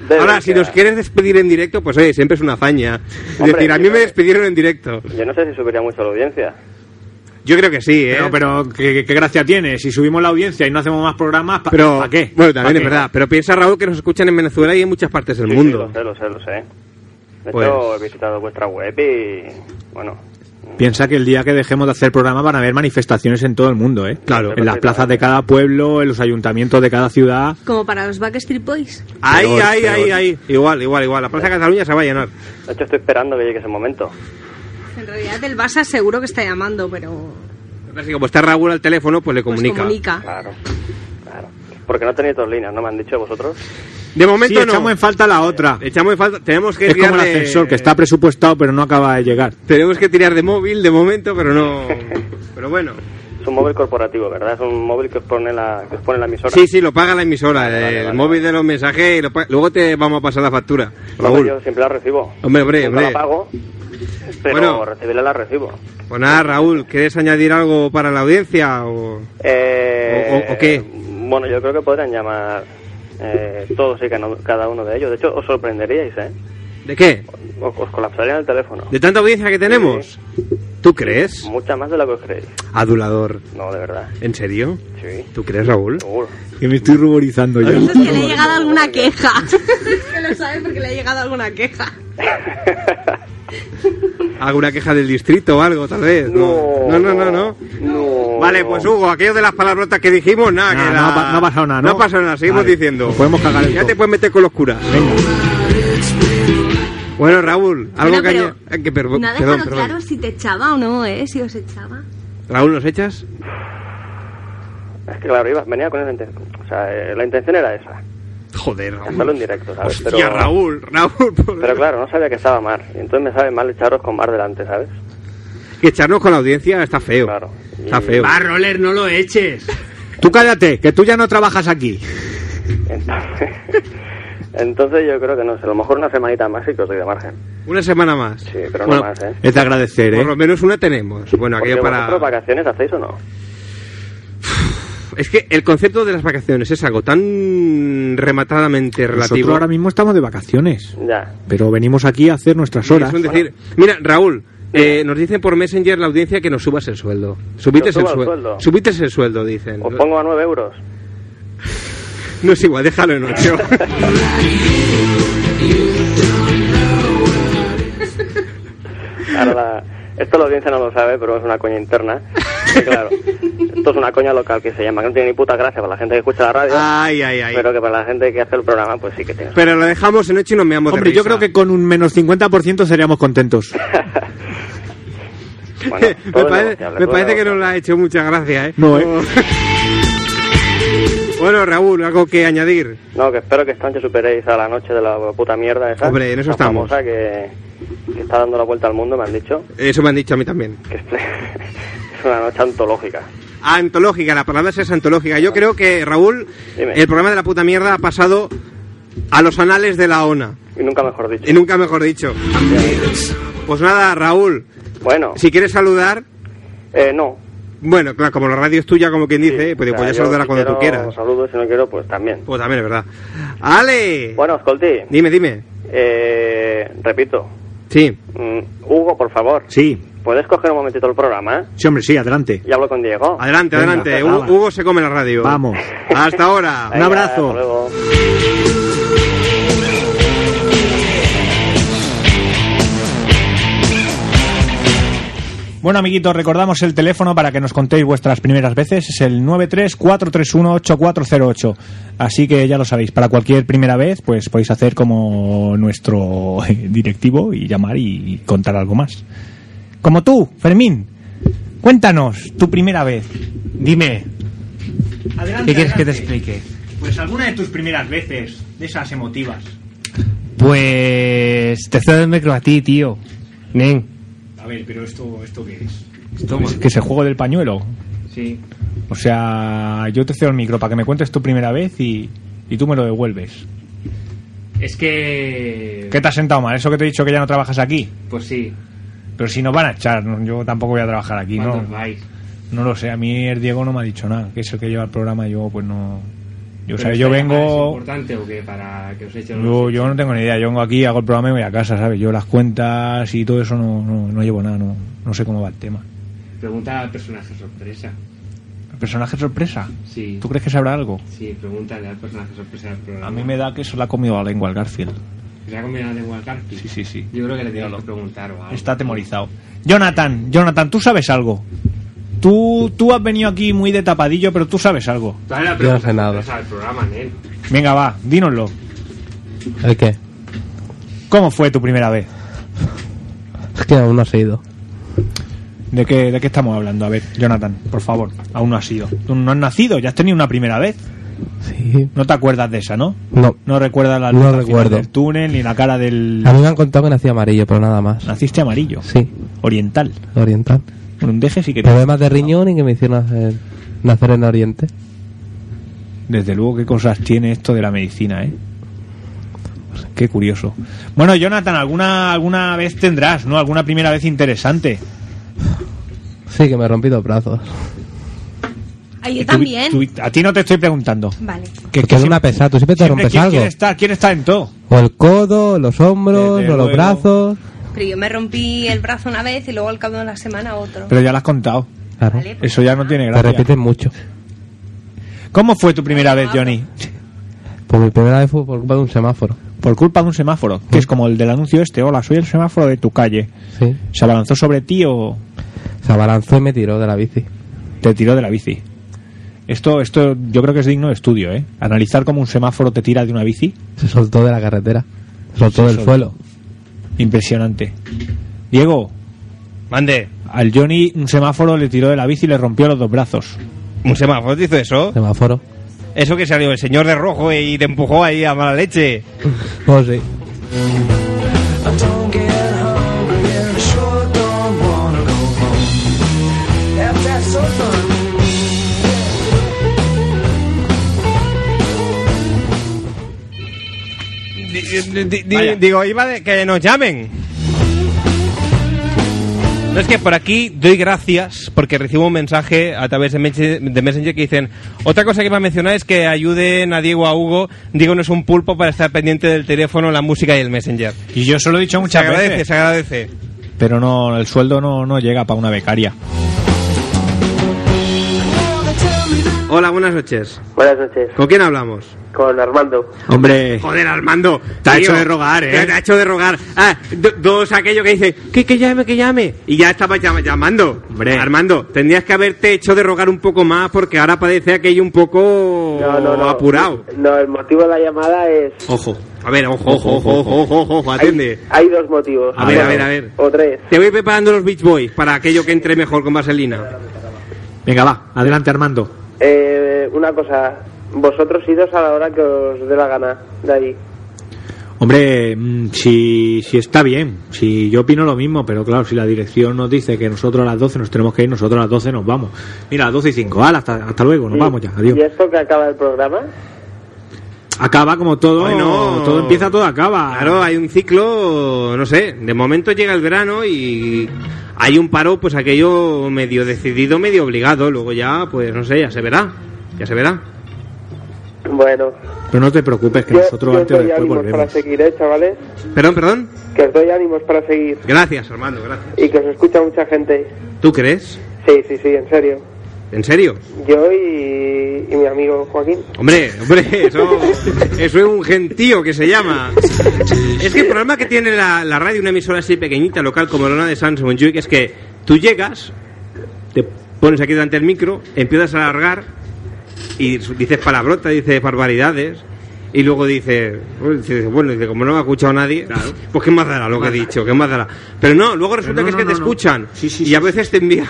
Desde
Ahora,
que-
si nos quieres despedir en directo, pues oye, siempre es una hazaña. Es
Hombre,
decir, a
sí,
mí me
oye.
despidieron en directo.
Yo no sé si subiría mucho la audiencia.
Yo creo que sí, ¿eh?
Pero, pero ¿qué, qué gracia tiene. Si subimos la audiencia y no hacemos más programas, ¿para
Pero-
qué?
Bueno,
¿Pa
también
qué?
es verdad. Pero piensa, Raúl, que nos escuchan en Venezuela y en muchas partes del
Sí, sí,
mundo.
lo sé, lo sé, lo sé. De
Pues-
hecho, he visitado vuestra web y. Bueno.
Piensa que el día que dejemos de hacer programa van a haber manifestaciones en todo el mundo, ¿eh?
Claro.
En las plazas de cada pueblo, en los ayuntamientos de cada ciudad.
Como para los Backstreet Boys.
ahí,
Peor,
ahí,
peor.
ahí, ahí. Igual, igual, igual. La Plaza de Cataluña se va a llenar.
De hecho, estoy esperando que llegue ese momento.
En realidad el Barça seguro que está llamando, pero
Así que como está Raúl al teléfono, pues le
pues
comunica.
comunica.
Claro. Claro. Porque no tenéis dos líneas, ¿no me han dicho vosotros?
De
Sí,
momento no.
echamos en falta la otra.
Echamos en falta. Tenemos que
Es como el
tirar de-
ascensor, que está presupuestado pero no acaba de llegar.
Tenemos que tirar de móvil de momento, pero no. Pero bueno.
Es un móvil corporativo, ¿verdad? Es un móvil que os pone la, que os pone la emisora.
Sí, sí, lo paga la emisora.
Vale, vale,
el
vale.
móvil de los mensajes. y lo pa- Luego te vamos a pasar la factura.
No,
Raúl.
yo siempre la recibo.
Hombre, hombre,
Nunca
hombre.
la pago, pero
Bueno.
recibirla la recibo.
Pues nada, Raúl, ¿quieres añadir algo para la audiencia? O...
Eh,
¿O- o- o qué?
Bueno, yo creo que podrían llamar eh, todos y cano- cada uno de ellos. De hecho, os sorprenderíais, ¿eh?
¿De qué?
Os, os colapsarían el teléfono.
¿De tanta audiencia que tenemos? ¿Tú crees?
Mucha más de la que os creéis.
Adulador.
No, de verdad.
¿En serio?
Sí,
¿Tú crees, Raúl?
seguro.
Que me estoy ruborizando ya.
Eso es que le ha llegado alguna queja. Es que lo sabe porque le ha llegado alguna queja.
¿Alguna queja del distrito o algo, tal vez? No, no, no, no. no. vale, pues Hugo, aquello de las palabrotas que dijimos, nada,
Nah,
que
no
la-
ha pa- no ha pasado nada, Ah, ¿no?
No ha pasado nada, seguimos
Vale,
diciendo.
nos podemos cagar el
Ya
todo.
te puedes meter con los curas. Bueno, Raúl, algo
Bueno,
que
pero
aña- eh, que per-
No ha dejado
perdón, perdón.
claro si te echaba o no, ¿eh? Si os echaba.
Raúl, ¿nos echas?
Es que claro, iba, venía con esa intención. O sea, eh, la intención era esa.
Joder,
Raúl. Hacerlo en directo, ¿sabes?
Hostia, Raúl, Raúl.
Pero claro, no sabía que estaba Mar. Y entonces me sabe mal echaros con Mar delante, ¿sabes?
Que echarnos con la audiencia está feo. Está feo.
Va, Roller, no lo eches.
Tú cállate, que tú ya no trabajas aquí.
Entonces, entonces yo creo que no sé. A lo mejor una semanita más y que os doy de margen.
Una semana más.
Sí, pero
Bueno,
no más, ¿eh?
Es de agradecer, ¿eh? Por lo menos una tenemos. Bueno,
Porque
aquello
vosotros
para...
vacaciones hacéis o no?
Es que el concepto de las vacaciones es algo tan rematadamente
Nosotros
relativo.
ahora mismo estamos de vacaciones,
Ya.
pero venimos aquí a hacer nuestras horas.
Es un decir... Mira, Raúl, eh, nos dicen por Messenger la audiencia que nos subas el sueldo. Subites
¿Que
el
os suba el
sueldo.
sueldo?
Subites el sueldo, dicen.
Os pongo a 9 euros.
No es igual, déjalo en ocho.
Ahora la- esto la audiencia no lo sabe, pero es una coña interna. Que claro, esto es una coña local que se llama, que no tiene ni puta gracia para la gente que escucha la radio.
Ay, ay, ay.
Pero que para la gente que hace el programa, pues sí que tiene.
Pero lo dejamos en ocho y nos meamos de
Hombre, yo
risa.
creo que con un menos 50% seríamos contentos.
Bueno, todo
Eh, me
es
parece,
negociable,
me
todo es
parece que
negociable.
nos la ha hecho mucha gracia, ¿eh?
No, ¿eh?
bueno, Raúl, algo que añadir.
No, que espero que esta noche superéis a la noche de la puta mierda esa.
Hombre, en eso
La
estamos.
famosa que, que está dando la vuelta al mundo, me han dicho.
Eso me han dicho a mí también.
Que este- es una noche antológica.
Antológica, la palabra es antológica. Yo creo que, Raúl,
Dime.
el programa de la puta mierda ha pasado a los anales de la ONA.
Y nunca mejor dicho.
Y nunca mejor dicho. Pues nada, Raúl.
Bueno.
Si quieres saludar.
Eh, no.
Bueno, claro, como la radio es tuya, como quien dice, pues,
O sea,
pues ya
yo
saludarás
si
cuando tú
quiero,
quieras.
saludo, si no quiero, pues también.
Pues también es verdad. ¡Ale!
Bueno, Escolti,
Dime, dime.
eh, repito,
Sí.
mm, Hugo, por favor,
Sí.
¿puedes coger un momentito el programa? eh?
Sí, hombre, sí, adelante.
Y hablo con Diego. pues
Adelante,
Venga,
adelante.
nada.
Hu- Hugo se come la radio.
Vamos.
Hasta ahora.
Un abrazo.
hasta luego.
Bueno, amiguitos, recordamos el teléfono para que nos contéis vuestras primeras veces. Es el 934318408. Así que ya lo sabéis, para cualquier primera vez, pues podéis hacer como nuestro directivo y llamar y contar algo más. Como tú, Fermín, cuéntanos tu primera vez.
Dime, ¿qué quieres que te explique?
Pues alguna de tus primeras veces, de esas emotivas.
Pues te cedo el micro a ti, tío. Nen.
A ver, pero esto, esto qué es.
Toma.
que se juego del pañuelo.
Sí.
O sea, yo te cedo el micro para que me cuentes tu primera vez y, y tú me lo devuelves.
Es que...
¿Qué te has sentado mal? Eso que te he dicho que ya no trabajas aquí.
Pues sí.
Pero si nos van a echar, no, yo tampoco voy a trabajar aquí,
¿Cuándo
¿no?
os vais?
No lo sé, a mí el Diego no me ha dicho nada, que es el que lleva el programa, yo pues no... Yo, o
Pero
sea,
esta
yo
llamada ¿Es
vengo...
importante o qué? Para que os echen los-
Yo, yo no tengo ni idea, yo vengo aquí, hago el programa y me voy a casa, ¿sabes? Yo las cuentas y todo eso no, no, no llevo nada, no, no sé cómo va el tema.
Pregunta al personaje sorpresa.
¿El personaje sorpresa?
Sí.
¿Tú crees que sabrá algo?
Sí, pregúntale al personaje sorpresa del programa.
A mí me da que eso le ha comido la lengua al Garfield.
¿Se ha comido la lengua al Garfield?
Sí, sí, sí.
Yo creo que le tengo que preguntar o algo.
Está atemorizado. Jonathan, Jonathan, tú sabes algo. Tú, tú has venido aquí muy de tapadillo, pero tú sabes algo.
Dale
Yo no
la
sé
pregunta
nada.
sorpresa al programa, nen.
Venga, va, dínoslo.
¿El qué?
¿Cómo fue tu primera vez?
Es que aún no has ido.
¿De qué, ¿De qué estamos hablando? A ver, Jonathan, por favor, aún no has ido. Tú no has nacido, ya has tenido una primera vez.
Sí.
No te acuerdas de esa, ¿no?
No.
No recuerdas la
No
luz al final
recuerdo.
del túnel ni la cara del...
A mí me han contado que nací amarillo, pero nada más.
Naciste amarillo.
Sí.
Oriental.
Oriental.
Con un deje sí que...
Problemas de riñón y que me hicieron hacer- nacer en Oriente.
Desde luego, qué cosas tiene esto de la medicina, ¿eh? Qué curioso. Bueno, Jonathan, alguna alguna vez tendrás, ¿no? Alguna primera vez interesante.
Sí, que me he rompido brazos.
Ay, yo
Tú-
también.
tú- a ti no te estoy preguntando.
Vale.
Que,
Porque
que
es una
siempre-
pesada, tú siempre te
siempre
rompes
quieres-
algo.
quieres estar, quieres estar en todo.
O el codo, o los hombros,
Desde
o los
luego.
brazos.
Pero yo me rompí el brazo una vez y luego al cabo de una semana otro.
Pero ya lo has contado.
Claro.
Eso ya no tiene
Te
gracia.
repiten mucho.
¿Cómo fue tu primera vez, Johnny?
Por mi primera vez fue por culpa de un semáforo.
Por culpa de un semáforo, que es como el del anuncio este, hola, soy el semáforo de tu calle.
Sí.
¿Se abalanzó sobre ti o...?
Se abalanzó y me tiró de la bici.
Te tiró de la bici. Esto, esto yo creo que es digno de estudio, ¿eh? Analizar cómo un semáforo te tira de una bici.
Se soltó de la carretera. Se soltó del
soltó.
suelo.
Impresionante. Diego.
Mande.
Al Johnny un semáforo le tiró de la bici y le rompió los dos brazos.
¿Un semáforo te hizo eso?
Semáforo.
Eso que salió el señor de rojo y te empujó ahí a mala leche.
Oh, sí.
Di- di- Digo, iba de que nos llamen. No es que por aquí doy gracias porque recibo un mensaje a través de, Messe- de Messenger que dicen otra cosa que va a mencionar es que ayuden a Diego a Hugo. Diego no es un pulpo para estar pendiente del teléfono, la música y el Messenger.
Y yo se lo he dicho muchas
se agradece,
veces.
se agradece.
Pero no, el sueldo no, no llega para una becaria.
Hola, buenas noches.
Buenas noches.
¿Con quién hablamos?
Con Armando.
Hombre.
Joder, Armando.
Te ha
tío,
hecho de rogar, ¿eh?
Te ha hecho de rogar. Ah, do- dos aquellos que dicen, que, que llame, que llame. Y ya estaba llam- llamando. Hombre. Armando, tendrías que haberte hecho de rogar un poco más porque ahora padece aquello un poco apurado.
No, el motivo de la llamada es...
Ojo. A ver, ojo, ojo, ojo, ojo, ojo, ojo, atiende.
Hay, hay dos motivos.
A ver, a ver, a ver.
O tres.
Te voy preparando los Beach Boys para aquello que entre mejor con vaselina.
Venga, va, adelante Armando.
Eh, una cosa, vosotros idos a la hora que os dé la gana de allí.
Hombre, mm, si, si está bien, si yo opino lo mismo, pero claro, si la dirección nos dice que nosotros a las 12 nos tenemos que ir, nosotros a las 12 nos vamos. Mira, a las 12 y 5, ala, hasta, hasta luego, nos
Y-
vamos ya, adiós.
¿Y esto que acaba el programa?
Acaba como todo,
Bueno.
todo empieza, todo acaba.
Claro, hay un ciclo, no sé, de momento llega el verano y hay un paro, pues aquello medio decidido, medio obligado, luego ya, pues no sé, ya se verá, ya se verá.
Bueno,
Pero no te preocupes, que
yo,
nosotros
yo os
antes o
doy
después
ánimos para
volvemos.
seguir, ¿eh, chavales?
Perdón, perdón.
Que os doy ánimos para seguir
Gracias, Armando, gracias.
y que os escucha mucha gente.
¿Tú crees?
Sí, sí, sí, en serio.
¿En serio?
Yo y, y mi amigo Joaquín.
Hombre, hombre, eso, eso es un gentío que se llama. Es que el problema que tiene la, la radio, una emisora así pequeñita, local como Lona de Sans Montjuic, es que tú llegas, te pones aquí delante del micro, empiezas a alargar y su- dices palabrotas, dices barbaridades. Y luego dice, pues, dice, bueno, dice, como no me ha escuchado nadie, pues qué más dará lo que he dicho, qué más dará. Pero no, luego resulta
no,
que es
no,
que te
no, no.
escuchan. y a veces te envían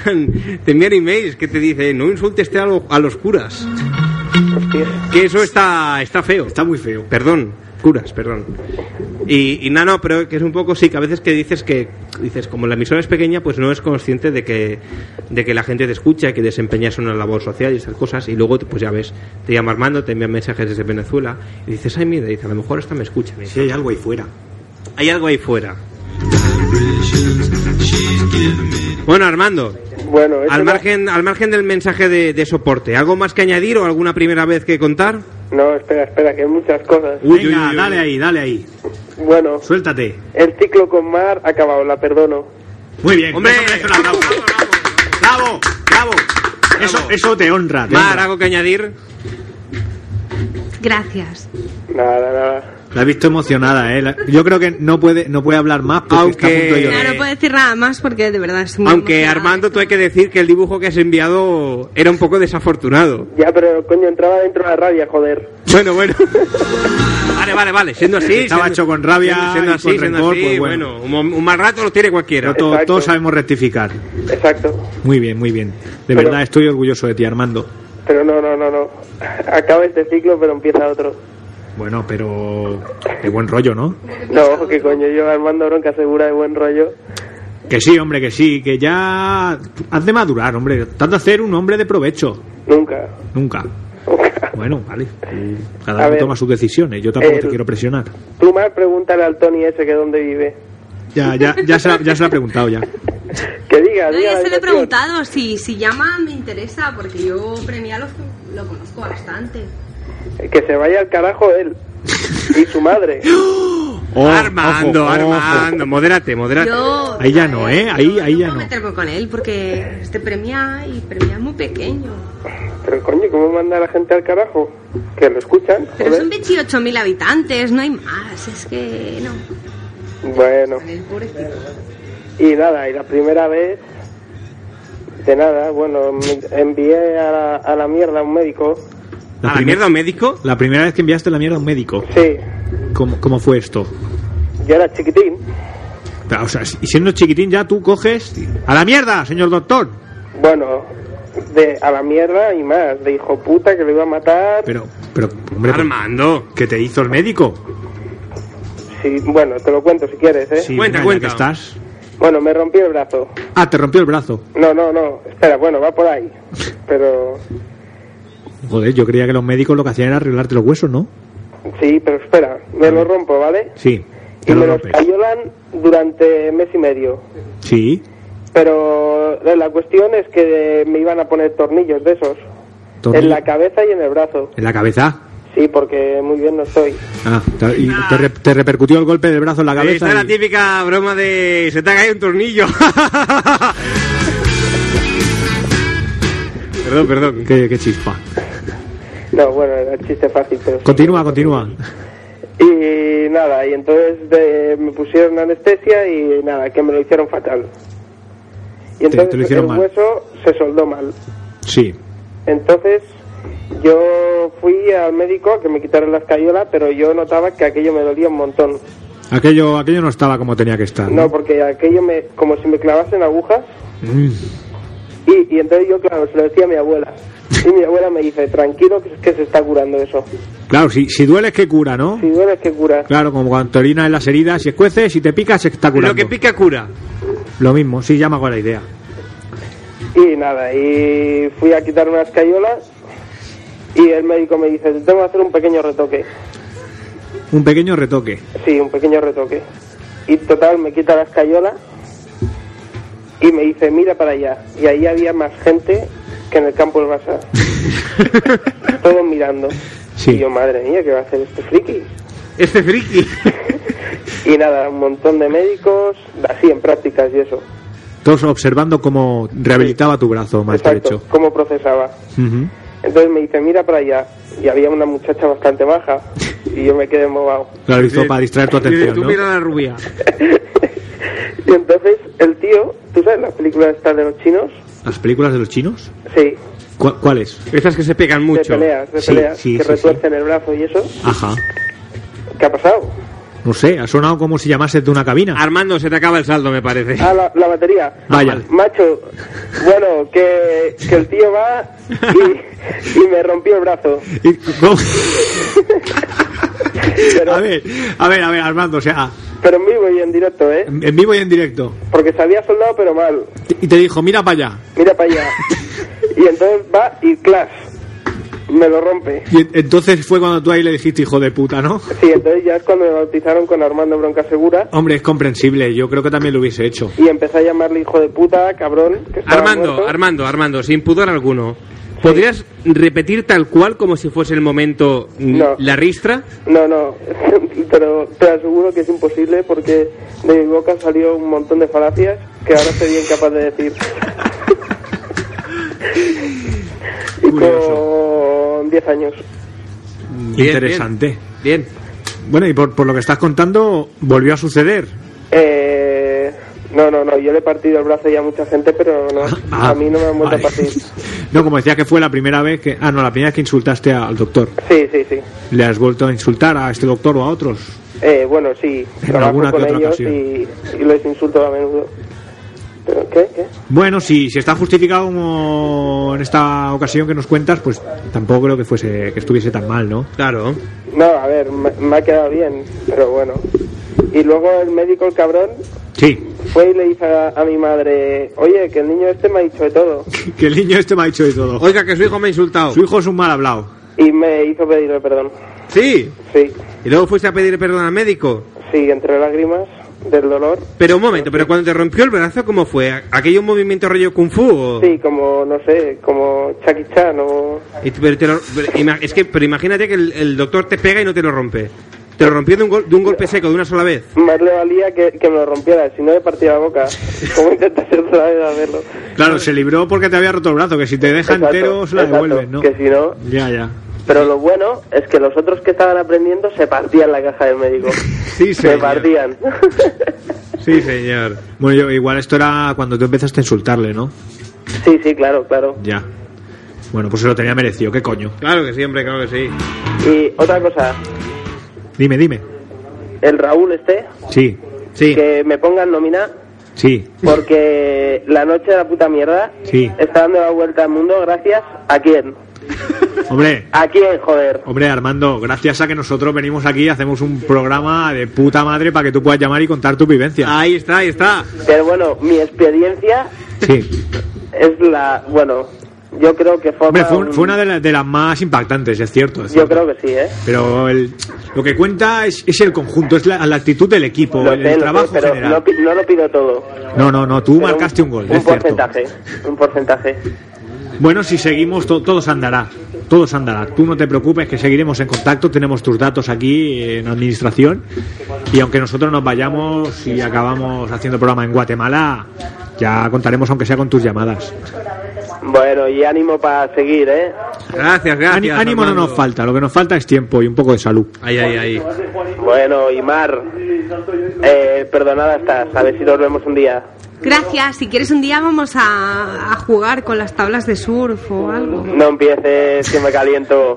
te envían emails que te dicen, no insultes a, lo- a los curas. Que eso está, está feo. Está muy feo. Perdón, curas, perdón. Y, y no, no, pero que es un poco, sí, que a veces que dices que, dices, como la emisora es pequeña, pues no es consciente de que, de que la gente te escucha, que desempeñas una labor social y esas cosas, y luego, pues ya ves, te llama Armando, te envían mensajes desde Venezuela, y dices, ay, mira, dice, a lo mejor esta me escucha. Sí, hay algo ahí fuera. Hay algo ahí fuera. Bueno, Armando,
Bueno, eso
al
no-
margen, al margen del mensaje de, de soporte, ¿algo más que añadir o alguna primera vez que contar?
No, espera, espera, que hay muchas cosas.
Venga, dale ahí, dale ahí.
Bueno,
Suéltate.
el ciclo con Mar ha acabado, la perdono.
Muy bien. Hombre, bravo, bravo. Eso, eso te honra. te
Mar,
honra.
¿algo que añadir?
Gracias.
Nada, nada.
La he visto emocionada, ¿eh? La- Yo creo que no puede, no puede hablar más porque está a punto de llorar.
pues-
Claro, Eh, no puedo decir nada más porque de verdad es muy
Aunque Armando, tú hay que decir que el dibujo que has enviado era un poco desafortunado.
Ya, pero coño, entraba dentro de la rabia, joder.
Bueno, bueno. Vale, vale, vale. Siendo así.
Estaba
siendo-
hecho con rabia
siendo-
y
Siendo así,
con
siendo
rencor,
así,
pues bueno.
bueno. un, un mal rato lo tiene cualquiera.
Pero to- todos sabemos rectificar.
Exacto.
Muy bien, muy bien. De verdad, estoy orgulloso de ti, Armando.
Pero no, no, no, no. Acaba este ciclo, pero empieza otro.
Bueno, pero de buen rollo, ¿no?
No, que coño, yo Armando Bronca segura de buen rollo.
Que sí, hombre, que sí, que ya has de madurar, hombre. Has de hacer un hombre de provecho.
Nunca.
Nunca. Bueno, vale.
A
Cada uno
ver.
toma sus decisiones. Yo tampoco te
El-
quiero presionar.
Tú, Mar, pregúntale al Tony ese que dónde vive.
Ya, ya, ya se, la- ya se lo ha preguntado ya.
Que diga,
No,
diga.
ya
la
se le he
dirección.
preguntado si, si llama me interesa porque yo premia lo, lo conozco bastante.
Que se vaya al carajo él. Y su madre.
Armando,
Oh, ojo,
Armando, modérate, modérate.
Yo-
Ahí ya no, ¿eh? Ahí, ahí ya
No
no.
meterme con él porque este premia y premia muy pequeño.
Pero coño, ¿cómo manda la gente al carajo? Que lo escuchan.
Pero
joder.
son 28.000 habitantes, no hay más. Es que no.
Bueno,
El pobrecito.
y nada, y la primera vez, de nada, bueno, me envié a la, a la mierda a un médico.
¿La, mierda un médico? La primera vez que enviaste la mierda a un médico.
Sí,
¿Cómo, cómo fue esto?
yo era chiquitín.
Pero, o sea, si- siendo chiquitín ya tú coges... ¡A la mierda, señor doctor!
Bueno, de a la mierda y más, de hijo puta que lo iba a matar.
Pero, pero, hombre... Armando. ¿Qué te hizo el médico?
Sí, bueno, te lo cuento si quieres, ¿eh?
Sí, venga, ya que estás.
Bueno, me rompí el brazo.
Ah, te rompió el brazo.
No, no, no, espera, bueno, va por ahí. Pero,
Joder, yo creía que los médicos lo que hacían era arreglarte los huesos, ¿no?
sí, pero espera, me lo rompo, ¿vale?
Sí.
Y me los cayolan durante mes y medio.
Sí.
Pero la cuestión es que me iban a poner tornillos de esos.
Tornillo-
En la cabeza y en el brazo.
¿En la cabeza?
Sí, porque muy bien no estoy.
Ah, te, y te re- te repercutió el golpe del brazo en la
Ahí está
cabeza.
la
y-
típica broma de se te ha caído un tornillo.
Perdón, perdón. Qué, qué chispa.
No, bueno, era un chiste fácil, pero...
Continúa, continúa.
Y nada, y entonces de- me pusieron anestesia y nada, que me lo hicieron fatal. Y
Te- te lo
entonces
hicieron
el
mal.
hueso se soldó mal.
Sí.
Entonces yo fui al médico a que me quitaran la escayola, pero yo notaba que aquello me dolía un montón.
Aquello, aquello no estaba como tenía que estar.
No, porque aquello me, como si me clavasen agujas.
Mm.
Y, y entonces yo, claro, se lo decía a mi abuela. Y mi abuela me dice, tranquilo, que, es que se está curando eso.
Claro, si, si duele es que cura, ¿no?
Si duele, es que cura.
Claro, como cuando te orinas en las heridas, si escueces, si te picas, se está curando.
Lo que pica cura.
Lo mismo, sí, llama con la idea.
Y nada, y fui a quitar unas cayolas y el médico me dice, te tengo que hacer un pequeño retoque.
Un pequeño retoque.
Sí, un pequeño retoque. Y total, me quita las cayolas y me dice, mira para allá. Y ahí había más gente que en el campo del Barça. Todos mirando. Y yo, madre mía, ¿qué va a hacer este friki?
Este friki.
Y nada, un montón de médicos, así en prácticas y eso.
Todos observando cómo rehabilitaba tu brazo más
Exacto,
derecho.
cómo procesaba.
Ujú.
Entonces me dice, mira para allá. Y había una muchacha bastante baja. Y yo me quedé embobado.
Claro, lo hizo para distraer tu atención,
tú
¿no?
mira la rubia.
Y entonces el tío, ¿tú sabes las películas estas de los chinos?
¿Las películas de los chinos?
Sí,
¿Cu- ¿Cuáles? Esas que se pegan
de peleas, de
sí,
peleas,
sí,
que
sí, sí. Ah.
retuercen el brazo y eso.
Ajá.
¿Qué ha pasado?
No sé, ha sonado como si llamases de una cabina.
Armando, se te acaba el saldo, me parece. Ah,
Ah, la, la batería.
Vaya.
Macho, bueno, que, que el tío va y, y me rompió el brazo.
A ver, a ver, a ver, Armando, o sea, ah.
Pero en vivo y en directo, ¿eh?
en en vivo y en directo.
Porque se había soldado pero mal.
Y te dijo, mira para allá.
Mira para allá. Y entonces va y clash. Me lo rompe.
Y en- entonces fue cuando tú ahí le dijiste, hijo de puta, ¿no?
Sí, entonces ya es cuando me bautizaron con Armando Bronca Segura.
Hombre, es comprensible, yo creo que también lo hubiese hecho.
Y empecé a llamarle hijo de puta, cabrón. Que estaba
Armando,
muerto.
Armando, Armando, sin pudor alguno. ¿Podrías repetir tal cual como si fuese el momento mm,
No.
la ristra?
No, no, pero te aseguro que es imposible porque de mi boca salió un montón de falacias que ahora sería incapaz de decir. y con 10 años.
Interesante.
Bien.
Bueno, y por, por lo que estás contando, volvió a suceder.
Eh, no, no, no, yo le he partido el brazo ya a mucha gente, pero no,
Ah,
a mí no me han vuelto a partir.
No, como decía que fue la primera vez que... Ah, no, la primera vez que insultaste al doctor.
Sí, sí, sí.
¿Le has vuelto a insultar a este doctor o a otros?
Eh, bueno, sí,
En
trabajo
alguna que
con
otra
ellos
ocasión.
y, y les insulto a menudo. ¿Pero qué? ¿Qué?
Bueno, si, si está justificado como en esta ocasión que nos cuentas, pues tampoco creo que fuese que estuviese tan mal, ¿no?
Claro.
No, a ver, me, me ha quedado bien, pero bueno. Y luego el médico, el cabrón,
Sí,
fue y le dice a, a mi madre, oye, que el niño este me ha dicho de todo.
que el niño este me ha dicho de todo.
Oiga, que su hijo me ha insultado.
Su hijo es un mal hablado.
Y me hizo pedirle perdón.
Sí.
Sí,
Y luego fuiste a pedir perdón al médico.
sí, entre lágrimas del dolor.
Pero un momento, pero cuando te rompió el brazo, ¿cómo fue? ¿Aquello un movimiento rollo kung fu? o-
Sí, como, no sé, como Chucky Chan o...
Y- pero te lo- pero ima- es que, pero imagínate que el, el doctor te pega y no te lo rompe. ¿Te lo rompió de un, gol- de un golpe seco, de una sola vez?
Más le valía que, que me lo rompiera, si no le partía la boca. ¿Cómo intentas otra vez hacerlo?
Claro, se libró porque te había roto el brazo, que si te deja
Exacto,
entero se la
exacto,
devuelven, ¿no?
Que si no...
Ya, ya.
Pero lo bueno es que los otros que estaban aprendiendo se partían la caja del médico.
Sí,
se
señor.
partían.
Sí, señor. Bueno, yo, igual esto era cuando tú empezaste a insultarle, ¿no?
Sí, sí, claro, claro.
Ya. Bueno, pues se lo tenía merecido, ¿qué coño?
Claro que sí, hombre, claro que sí.
Y otra cosa,
Dime, dime.
el Raúl este,
Sí,
que me pongan nómina
sí,
porque la noche de la puta mierda
sí.
está dando la vuelta al mundo gracias a quién.
Hombre,
¿A quién, joder?
hombre, Armando, gracias a que nosotros venimos aquí y hacemos un programa de puta madre para que tú puedas llamar y contar tu vivencia.
Ahí está, ahí está.
Pero bueno, mi experiencia
Sí.
es la... Bueno, yo creo que forma
Hombre, fue, un-
un-
fue una de, la- de las más impactantes, es cierto. es
Yo
cierto.
creo que sí, ¿eh?
Pero el- lo que cuenta es, es el conjunto, es la, la actitud del equipo,
Lo
el,
sé,
el
lo sé,
trabajo
pero no,
general.
pi- no lo pido todo.
No, no, no, tú
Pero
marcaste un gol,
Un
es cierto.
porcentaje, un porcentaje.
Bueno, si seguimos, to- todos andará. Todos andará. Tú no te preocupes, que seguiremos en contacto. Tenemos tus datos aquí eh, en administración. Y aunque nosotros nos vayamos y acabamos haciendo programa en Guatemala, ya contaremos, aunque sea con tus llamadas.
Bueno, y ánimo para seguir, ¿eh?
Gracias,
Ani- Ánimo no nos falta, lo que nos falta es tiempo y un poco de salud.
Ahí, ahí, ahí.
Bueno, Imar, eh, perdonada estás, a ver si nos vemos un día.
Gracias, si quieres un día vamos a, a jugar con las tablas de surf o algo.
No empieces, que me caliento,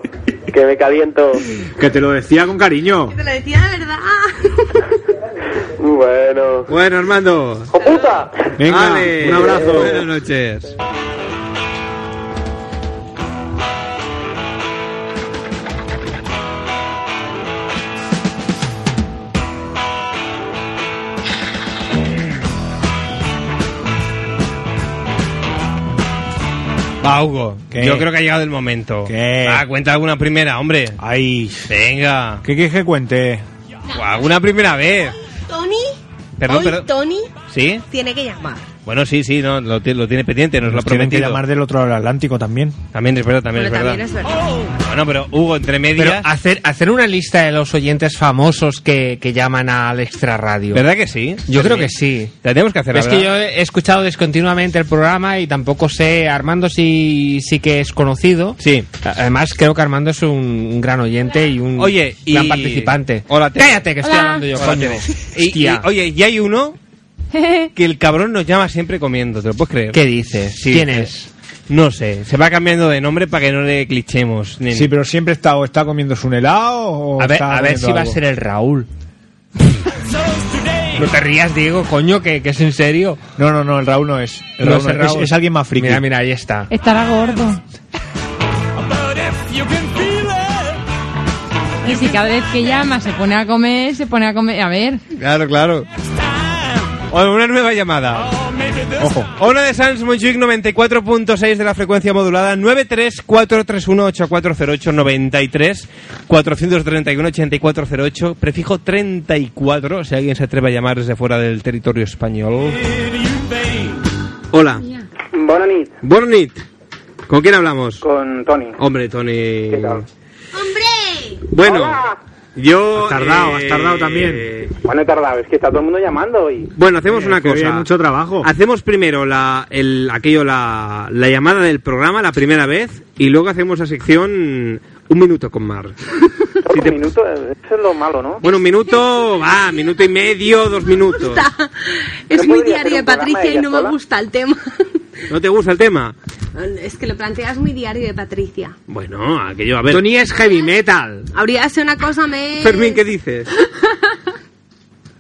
que me caliento.
Que te lo decía con cariño.
Te lo decía de verdad.
Bueno.
Bueno, Armando.
Ah,
puta!
Venga, un abrazo.
Buenas noches. Va, Hugo.
¿Qué?
Yo creo que ha llegado el momento.
¿Qué?
Va, cuenta alguna primera, hombre.
Ay.
Venga.
¿Qué quieres que cuente?
Alguna primera vez.
Tony,
Perdón,
hoy
perdón.
Tony
¿Sí?
tiene que llamar.
Bueno, sí, sí, no, lo, ti- lo tiene pendiente, nos, lo ha
Tienen que
prometido.
llamar del otro lado del Atlántico también.
También es verdad, también
Pero
es verdad.
también es verdad.
Bueno, pero Hugo, entre
Pero ah,
medias.
hacer, hacer una lista de los oyentes famosos que, que llaman al extra radio.
¿Verdad que sí?
Yo creo que sí.
Tenemos que hacer
Es que yo he escuchado descontinuamente el programa y tampoco sé, Armando sí, sí que es conocido.
Sí.
Además, creo que Armando es un gran oyente y un
Oye, y-
gran participante.
Hola, Tere.
Cállate, que estoy
Hola.
hablando yo,
Hola,
coño.
Tere. Y, y,
Hostia.
oye, y hay uno que el cabrón nos llama siempre comiendo, ¿te lo puedes creer?
¿Qué dices?
Sí.
¿Quién es?
No sé, se va cambiando de nombre para que no le clichemos. nene.
Sí, pero siempre está o está comiendo un helado o
A ver,
está
a
comiendo
ver si va a
algo.
ser el Raúl. No te rías, Diego, coño, que, que es en serio.
No, no, no, el Raúl no es. El
No
Raúl
es
no
el
es,
Raúl.
es alguien más friki.
Mira, mira, ahí está.
Estará gordo. Y si cada vez que llama se pone a comer, se pone a comer. A ver.
Claro, claro. O una nueva llamada. Ojo. Una de Sans Montjuic 94.6 de la frecuencia modulada 934318408 93-431-8408 prefijo 34 si alguien se atreve a llamar desde fuera del territorio español. Hola.
Buenas noches
Bornit. ¿Con quién hablamos?
con Tony.
Hombre, Tony.
¡Hombre!
Bueno, yo... eh,
Has tardado, has tardado
también.
Bueno, he tardado, es que está todo el mundo llamando y...
Bueno, hacemos
Eh,
una
que
cosa.
había mucho trabajo.
Hacemos primero la, el, aquello, la, la llamada del programa, la primera vez, y luego hacemos la sección Un Minuto con Mar.
Todo un minuto, eso es lo malo, ¿no?
Bueno, un minuto, va, minuto y medio, dos minutos.
Es
Yo
muy
podría hacer
diario de
un programa de
Patricia y
ella
no me
sola.
gusta el tema.
¿No te gusta el tema?
Es que lo planteas muy diario de Patricia.
Bueno, aquello, a ver.
Tony es heavy metal.
Habría de ser una cosa me...
Fermín, ¿qué dices?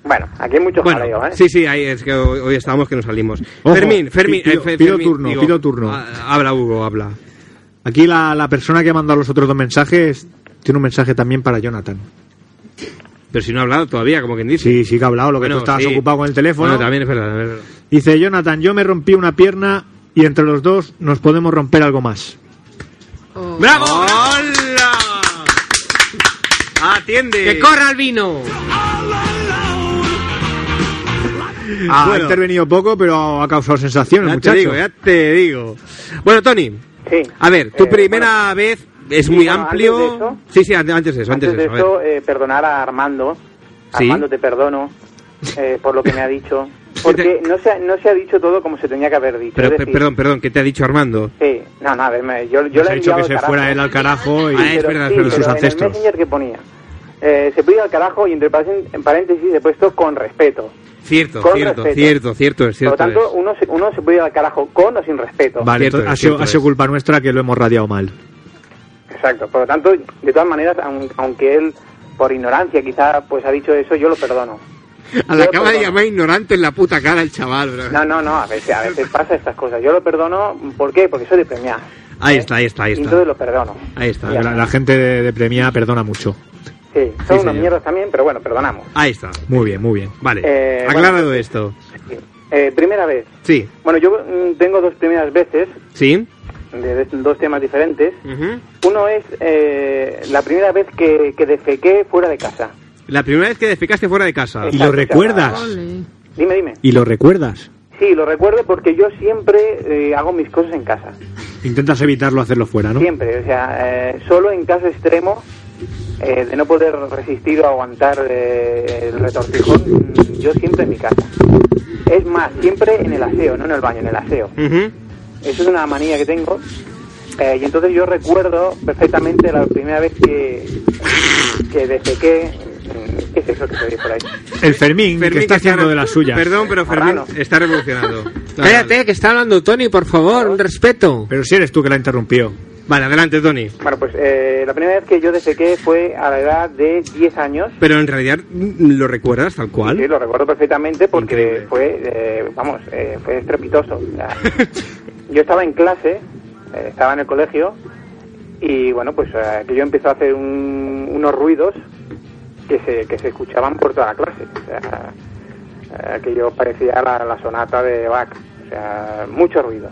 Bueno, aquí hay mucho
Bueno,
jaleo, ¿eh?
sí, sí, ahí es que hoy, hoy estábamos que nos salimos.
Ojo,
Fermín, Fermín,
pido-
eh, Fe-
pido
Fermín,
turno, pido turno.
ah, Habla, Hugo, habla.
Aquí la, la persona que ha mandado los otros dos mensajes tiene un mensaje también para Jonathan.
Pero si no ha hablado todavía, como quien dice.
Sí, sí que ha hablado, lo que
Bueno,
tú estabas
sí.
ocupado con el teléfono.
Bueno, también es verdad, también es verdad.
Dice Jonathan, yo me rompí una pierna y entre los dos nos podemos romper algo más.
¡Bravo! ¡Hola! ¡Atiende!
¡Que corra el vino!
Ah,
Bueno.
Ha intervenido poco, pero ha causado sensaciones,
Ya te
muchachos.
digo, ya te digo. Bueno, Tony,
Sí.
a ver, tu
Eh,
primera vez es
Sí,
muy
bueno,
amplio.
antes de eso-
sí, sí, an- antes de eso, antes,
Antes de
eso. a ver.
eso, eh, perdonar a Armando.
Sí.
Armando, te perdono eh, por lo que me ha dicho. Porque no se, ha, no se ha dicho todo como se tenía que haber dicho.
Pero,
es
pe-
decir,
perdón, perdón, ¿qué te ha dicho Armando?
Sí, no, no, a ver, me- yo, yo
Nos
le
ha
he
dicho
enviado
que
al
se
carajo.
fuera él al carajo y- Ah, es
Pero
verdad,
sí,
pero sus
pero en el
ancestros.
Messenger que ponía. eh, se puede ir al carajo y entre paren- en paréntesis he puesto con respeto.
Cierto,
Con
cierto,
respeto.
cierto, cierto, es
Por lo
cierto.
tanto,
es.
uno se, uno se puede ir al carajo con o sin respeto.
Vale, entonces ha, sido, ha sido culpa nuestra que lo hemos radiado mal.
Exacto, por lo tanto, de todas maneras, aun- aunque él por ignorancia quizá pues ha dicho eso, yo lo perdono.
A
Yo
la
lo
acaba de
perdono.
llamar ignorante en la puta cara el chaval, bro.
No, no, no, a veces, a veces pasa estas cosas. Yo lo perdono, ¿por qué? Porque soy de premiar. Eh.
Ahí está, ahí está, ahí
Y
está.
entonces lo perdono.
Ahí está.
La, la gente de, de Premia perdona mucho.
Sí, son unos mierdas también, pero bueno, perdonamos.
Ahí está. Muy bien, muy bien. Vale.
Eh,
Aclarado esto.
Eh, primera vez.
Sí,
Bueno, yo mm, tengo dos primeras veces
sí.
de, de- dos temas diferentes. Uno es eh, la primera vez que, que defequé fuera de casa.
La primera vez que defecaste fuera de casa.
¿Y lo recuerdas?
Dime, dime.
¿Y lo recuerdas?
Sí, lo recuerdo porque yo siempre eh, hago mis cosas en casa.
Intentas evitarlo hacerlo fuera, ¿no?
Siempre, o sea, eh, solo en caso extremo eh, de no poder resistir o aguantar eh, el retortijón, mm, yo siempre en mi casa. Es más, siempre en el aseo, no en el baño, en el aseo. Eso es una manía que tengo. Eh, y entonces yo recuerdo perfectamente la primera vez que, que defequé. mm, ¿Qué es eso que se oye por ahí?
El Fermín, que está haciendo de las suyas.
Perdón, pero Fermín
Marrano.
está revolucionado.
Espérate, que está hablando Tony, por favor, un respeto.
Pero si eres tú que la interrumpió.
Vale, adelante, Tony.
Bueno, pues eh, la primera vez que yo defequé fue a la edad de 10 años.
Pero en realidad mm, lo recuerdas tal cual.
Sí, lo recuerdo perfectamente porque fue, eh, vamos, eh, fue estrepitoso. O sea, yo estaba en clase, eh, estaba en el colegio y bueno, pues eh, que yo empecé a hacer un- unos ruidos que se, que se escuchaban por toda la clase. O sea, eh, que yo parecía la, la sonata de Bach. O sea, mucho ruido.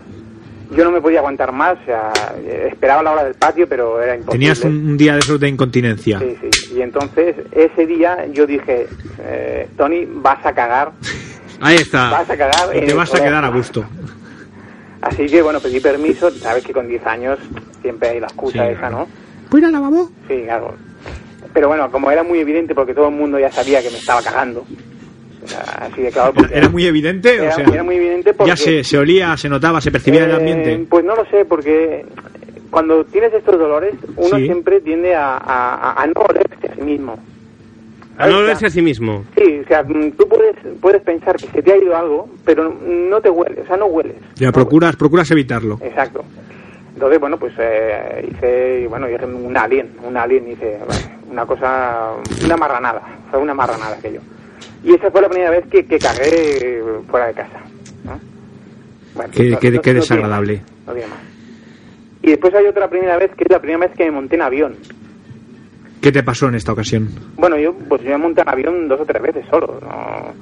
Yo no me podía aguantar más, o sea, eh, esperaba la hora del patio, pero era imposible.
Tenías un, un día de esos de incontinencia.
Sí, sí. Y entonces ese día yo dije, eh, Tony, vas a cagar,
Ahí está.
vas a cagar. eh,
Y
en
te
el
vas a
colegio".
quedar a gusto.
Así que bueno, pedí permiso, sabes que con 10 años siempre hay la excusa
Sí,
esa, ¿no?
¿Pues ir al lavabo?
Sí, claro. Pero bueno, como era muy evidente porque todo el mundo ya sabía que me estaba cagando. o sea, Así de claro. porque-
Era muy evidente, o
era-
sea,
era muy evidente porque...
ya se, se olía, se notaba, se percibía en el
Eh,
ambiente.
Pues no lo sé, porque cuando tienes estos dolores, uno
Sí.
siempre tiende a, a- a- a no olerse a sí mismo.
A Ah, no verse a sí mismo.
Sí, o sea, mm, tú puedes, puedes pensar que se te ha ido algo, pero no te huele, o sea, no hueles.
Ya procuras, procuras evitarlo.
Exacto. Entonces, bueno, pues eh, hice, bueno, hice un alien, un alien, hice bueno, una cosa, una marranada, fue una marranada aquello. Y esa fue la primera vez que, que cagué fuera de casa. ¿no? Bueno,
Qué,
no- no-
qué- qué
no tiene-
desagradable.
no tiene más. Y después hay otra primera vez que es la primera vez que me monté en avión.
¿Qué te pasó en esta ocasión?
Bueno, yo pues yo me monté en avión dos o tres veces solo. ¿no?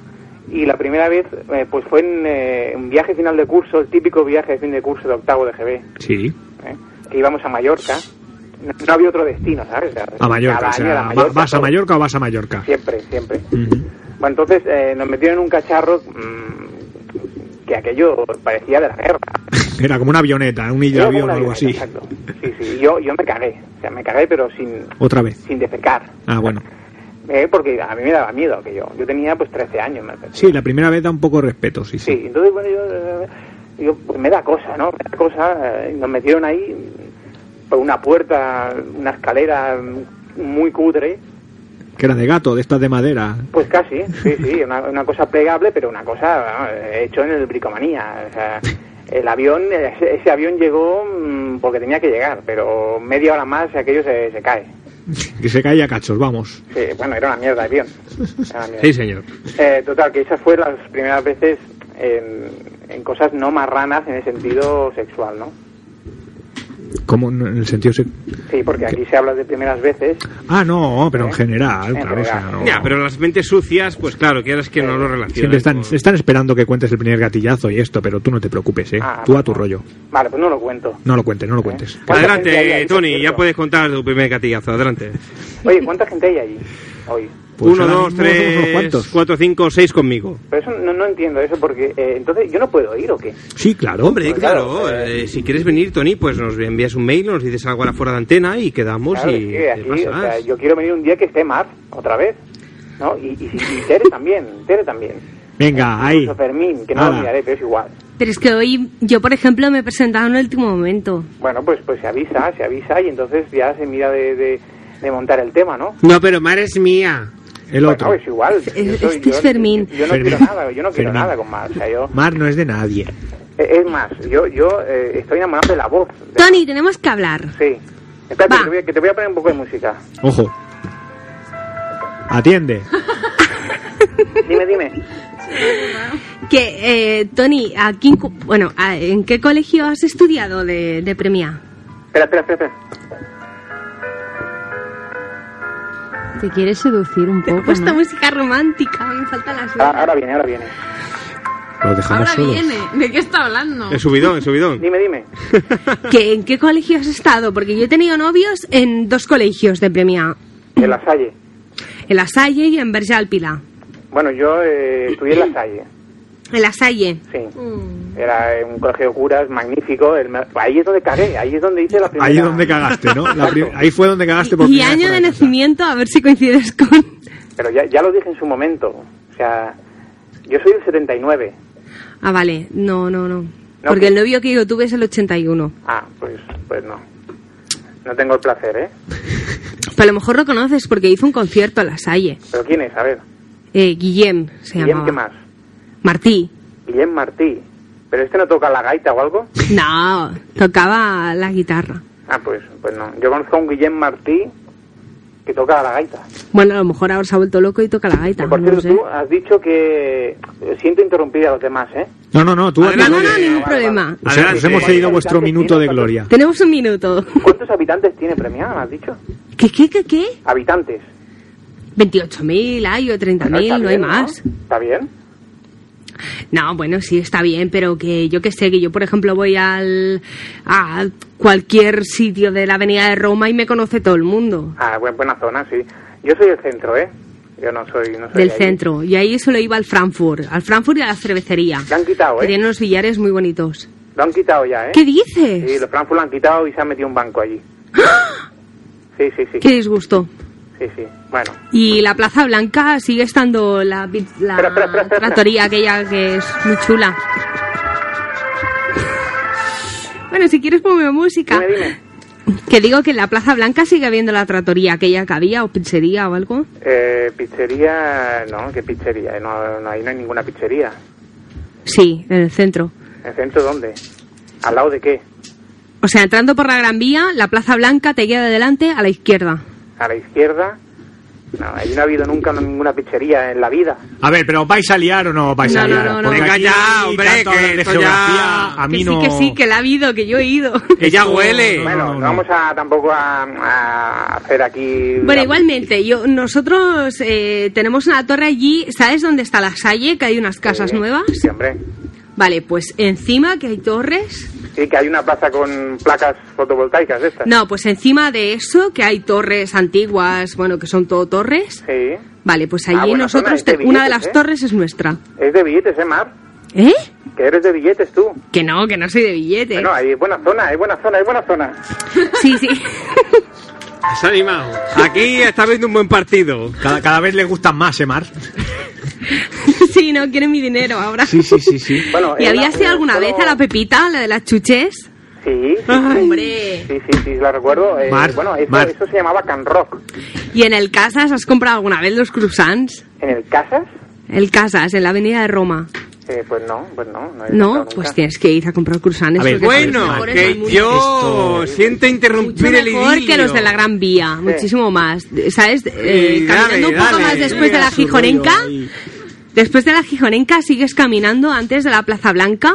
Y la primera vez eh, pues fue en eh, un viaje final de curso, el típico viaje de fin de curso de octavo de GB,
Sí.
que íbamos a Mallorca. No, no había otro destino, ¿sabes? O sea,
A Mallorca.
cada
O
año era
sea,
Mallorca,
¿va- ¿Vas a
todo.
Mallorca o vas a Mallorca?
Siempre, siempre. Bueno, entonces eh, nos metieron en un cacharro mm, que aquello parecía de la guerra.
Era como una avioneta, un
Era como
hidroavión o
una
algo así.
avioneta, Sí, sí, y yo, yo me cagué. O sea, me cagué, pero sin,
Otra vez.
sin defecar.
Ah, bueno.
Eh, porque a mí me daba miedo que yo. Yo tenía pues 13 años. Me parece.
Sí, la primera vez da un poco de respeto, sí, sí.
Sí, entonces, bueno, yo, eh, yo, pues me da cosa, ¿no? Me da cosa. eh, Nos metieron ahí mm, por una puerta, una escalera mm, muy cutre.
Que era de gato, de estas de madera.
Pues casi, sí, sí, una, una cosa plegable, pero una cosa ¿no? hecho en el bricomanía. O sea, el avión, ese, ese avión llegó mm, porque tenía que llegar, pero media hora más y aquello se, se cae.
Que se caía a cachos, vamos.
Sí, bueno, era una mierda de avión. Era una mierda.
Sí, señor.
Eh, total, que esas fueron las primeras veces en, en cosas no marranas en el sentido sexual, ¿no?
Como en el sentido... se-
Sí, porque aquí se habla de primeras veces.
Ah, no, pero en general,
¿Eh? En
claro, o sea,
general.
no.
Ya, pero las mentes sucias, pues claro, quieres que no lo relacionen.
Siempre están, están esperando que cuentes el primer gatillazo y esto, pero tú no te preocupes, ¿eh?
Ah,
tú a tu rollo.
Vale, ¿Eh? pues no lo cuento.
No lo cuentes, no lo cuentes.
Adelante, Tony, ya puedes contar tu primer gatillazo. Adelante.
Oye, ¿cuánta gente hay allí? hoy.
Pues
Uno,
ahora
dos,
mismo somos unos
tres,
cuantos.
cuatro, cinco, seis conmigo.
Pero eso no, no entiendo eso porque eh, entonces yo no puedo ir o qué.
Sí, claro. Hombre,
Pues
claro.
claro,
eh, si quieres venir, Tony, pues nos envías un mail, nos dices algo a la fuera de antena y quedamos
Pues
Claro, es
y...
que
te
aquí, o
pasas.
sea, yo quiero venir un día que esté Mar otra vez, ¿no? Y, y, y Tere también, Tere también.
Venga, ahí.
Incluso Fermín, que no
Ala.
lo miraré, pero es igual.
Pero es que hoy yo, por ejemplo, me he presentado en el último momento.
Bueno, pues pues se avisa, se avisa y entonces ya se mira de, de, de montar el tema, ¿no?
No, pero Mar es mía.
El
Bueno, es igual. Yo soy-
este
yo-
es Fermín.
Yo no quiero
Fermín.
nada, yo no quiero
Fermín.
nada con Mar. O sea, yo,
Mar no es de nadie.
eh, es más, yo, yo eh, estoy enamorado de la voz.
Tony, tenemos que hablar.
Sí. Espérate, que te, voy a, que te voy a poner un poco de música.
Ojo. Atiende.
Dime, dime.
Que, eh, Tony, ¿a quién co- bueno, a- ¿en qué colegio has estudiado de, de premia?
Espera, espera, espera. espera.
Te quieres seducir un poco.
He puesto
¿no?
música romántica, me falta la suerte.
Ah, ahora viene, ahora viene.
Lo dejamos solo.
¿de qué está hablando?
subidón, el subidón.
Dime, dime.
¿Que, ¿En qué colegio has estado? Porque yo he tenido novios en dos colegios de premia,
En La Salle.
en La Salle y en Verge del Pilar.
Bueno, yo eh, estudié en La Salle.
En La Salle.
Sí. Era eh, un colegio de curas magnífico. el me- ahí es donde cagué, ahí es donde hice la primera.
Ahí es donde cagaste, ¿no? La pri- ahí fue donde cagaste por
Y
primera vez
año
por
de
ahí.
nacimiento, a ver si coincides con...
Pero ya, ya lo dije en su momento. O sea, yo soy del 79.
Ah, vale, no, no, no.
No,
Porque
que-
el novio que yo tuve es el 81.
Ah, pues, pues no. No tengo el placer, ¿eh?
Pero a lo mejor lo conoces porque hizo un concierto en La Salle.
¿Pero quién es? A ver.
Eh, Guillem se
Guillem,
llamaba.
¿qué más?
Martí.
Guillem Martí. ¿Pero este no toca la gaita o algo?
No, tocaba la guitarra.
Ah, pues, pues no. Yo conozco a un Guillem Martí que toca la gaita.
Bueno, a lo mejor ahora se ha vuelto loco y toca la gaita.
Por
Ah, no
cierto,
lo sé.
tú has dicho que... eh, Siento interrumpir a los demás, ¿eh?
No, no, no, tú
No, no, no, ningún problema.
Os- os hemos cedido vuestro minuto de gloria.
Tenemos un minuto.
¿Cuántos habitantes tiene Premia, me has dicho?
¿Qué, qué, qué, qué?
Habitantes.
28.000 hay o 30.000, no hay más.
¿Está bien?
No, bueno, sí, está bien, pero que yo que sé, que yo, por ejemplo, voy al, a cualquier sitio de la avenida de Roma y me conoce todo el mundo.
Ah, buen- buena zona, sí. Yo soy del centro, ¿eh? Yo no soy... No soy
Del
de ahí.
centro. Y ahí solo iba al Frankfurt. Al Frankfurt y a la cervecería.
Lo han quitado,
Que
¿eh?
tienen unos billares muy bonitos.
Lo han quitado ya, ¿eh?
¿Qué dices?
Sí, los Frankfurt lo han quitado y se ha metido un banco allí. Sí, sí, sí.
Qué disgusto.
Sí, sí. Bueno,
Y la Plaza Blanca sigue estando la, pi- la trattoria aquella que es muy chula. Bueno, si quieres ponme música. Que digo que en la Plaza Blanca sigue habiendo la trattoria aquella que había, o pizzería o algo.
eh, pizzería... No, ¿qué pizzería? Eh, No, no, ahí no hay ninguna pizzería.
Sí, en el centro.
¿El centro dónde? ¿Al lado de qué?
O sea, entrando por la Gran Vía, la Plaza Blanca te queda delante a la izquierda.
¿A la izquierda? No, ahí no ha habido nunca ninguna pizzería en la vida.
A ver, pero ¿os vais a liar o no os vais a
No, no,
liar?
no, no.
Porque
Venga
aquí
ya,
tanto
hombre,
hablar
que
de
esto
geografía, a
que
mí
sí,
no...
que sí, que la ha habido, que yo he ido.
Esto- Bueno, no, vamos a tampoco a, a hacer aquí...
Bueno, igualmente, yo, nosotros eh, tenemos una torre allí, ¿sabes dónde está la Salle? Que hay unas casas nuevas.
Sí, hombre.
Vale, pues encima que hay torres.
Sí, que hay una plaza con placas fotovoltaicas de estas.
No, pues encima de eso que hay torres antiguas, bueno, que son todo torres.
Sí.
Vale, pues
Ah,
allí
buena zona,
nosotros,
es de
te- una de
billetes,
las
¿eh?
torres es nuestra.
Es de billetes, ¿eh, Mar?
¿Eh?
Que eres de billetes tú.
Que no, que no soy de billetes.
Bueno, hay buena zona, hay buena zona, hay buena zona.
Sí, sí.
Se ha animado.
Aquí está viendo un buen partido. Cada, cada vez le gustan más, ¿eh, Mar?
sí, no, quieren mi dinero ahora.
Sí, sí, sí, sí.
Bueno,
¿Y
en la-
habías ido alguna
solo-
vez a la Pepita, la de las chuches?
Sí.
Ah, Hombre.
Sí, sí, sí, la recuerdo. Eh,
Mar,
bueno, eso,
Mar.
eso se llamaba Can Rock.
¿Y en el Casas has comprado alguna vez los croissants?
¿En el Casas?
El Casas, en la avenida de Roma.
Eh, pues no, pues no. No, he
No,
comprado
pues
nunca.
tienes que ir a comprar croissants. porque son los
bueno,
mejores del
que
mundo.
yo siento interrumpir el idilio.
Mejor que los de la Gran Vía, muchísimo más. ¿Sabes? Eh,
Sí, dale,
caminando un poco
dale.
más después de la
Mira su
Gijonenca.
rollo ahí.
Después de la Gijonenca sigues caminando antes de la Plaza Blanca.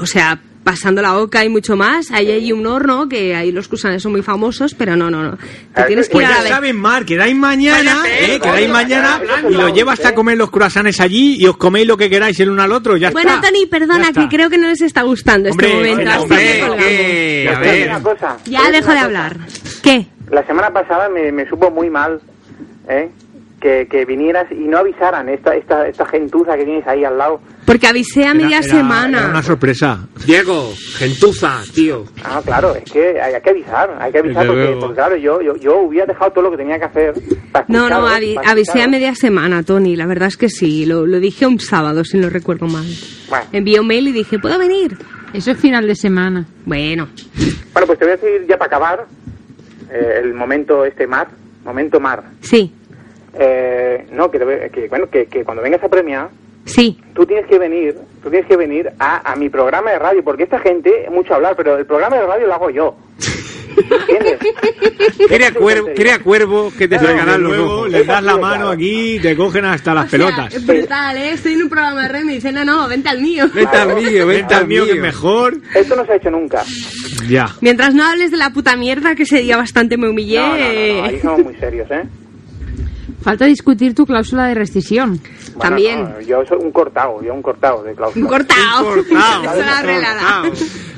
O sea, pasando la Oca y mucho más. Ahí hay un horno que ahí los croissants son muy famosos, pero no, no, no. Te tienes que ir
Pues
a
ya
la
saben, Mar, quedáis mañana,
Cállate,
eh, quedáis
coño,
mañana
hablando,
y lo llevas
Eh.
a comer los croissants allí y os coméis lo que queráis el uno al otro, ya
Bueno,
está.
Tony, perdona, que creo que no les está gustando
Hombre,
este momento. Hasta que colgamos.
Eh,
Pues
a
te digo
ver.
una cosa.
Ya dejo de hablar. ¿Qué?
La semana pasada me, me supo muy mal ¿eh? Que, que vinieras y no avisaran esta, esta, esta gentuza que tienes ahí al lado.
Porque avisé a media semana.
Era una sorpresa.
Diego, gentuza, tío.
Ah, claro, es que hay, hay que avisar, hay que avisar
Desde
porque,
luego.
porque, claro, yo, yo, yo hubiera dejado todo lo que tenía que hacer. para
No, no,
escucharos,
avi-
para
avisé a
escucharos.
media semana, Tony. La verdad es que sí. Lo, lo dije un sábado, si no recuerdo mal.
Bueno.
Envié un mail y dije, ¿puedo venir? Eso es final de semana. Bueno.
Bueno, pues te voy a decir ya para acabar eh, el momento este mar, momento mar.
Sí,
Eh, no, que, te voy- que, bueno, que, que cuando vengas a premiar,
sí.
tú tienes que venir, tú tienes que venir a, a mi programa de radio, porque esta gente, mucho hablar, pero el programa de radio lo hago yo.
Crea cuervo, crea cuervo que te sacarán los ojos.
Le das la mano aquí y te cogen hasta las pelotas.
Es brutal, ¿eh? Estoy en un programa de radio y me dicen, no, no, vente al mío.
vente al mío, que es mejor.
Esto no se ha hecho nunca.
Ya.
Mientras no hables de la puta mierda que ese día bastante me humillé.
No, no, no, no, ahí somos muy serios, ¿eh?
Falta discutir tu cláusula de rescisión.
Bueno, no, yo soy un cortado, yo un cortado de Klaus.
Un cortao.
Un cortao.
Eso era arreglada.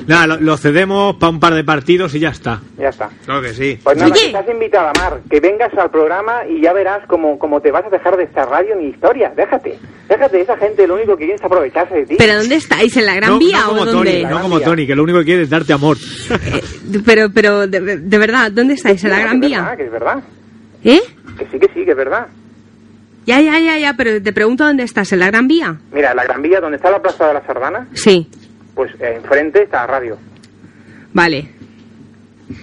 Nada, lo, lo cedemos para un par de partidos y ya está.
Ya está.
Claro que sí.
Pues nada, que estás invitada, Mar, que vengas al programa y ya verás cómo, cómo te vas a dejar de esta radio ni historia. Déjate, déjate, esa gente lo único que quiere es aprovecharse de ti.
¿Pero dónde estáis? ¿En la Gran
No,
Vía
no como
o
Tony,
dónde? Eh,
no como Tony, que lo único que quiere es darte amor.
Pero, pero, de, de verdad, ¿dónde estáis? ¿En la Gran
Ah,
Vía?
que es verdad,
¿Eh?
que sí, que sí, que es verdad.
Ya, ya, ya, ya, pero te pregunto dónde estás, ¿en la Gran Vía?
Mira, la Gran Vía, donde está la Plaza de la Sardana,
Sí,
pues eh, enfrente está la radio.
vale.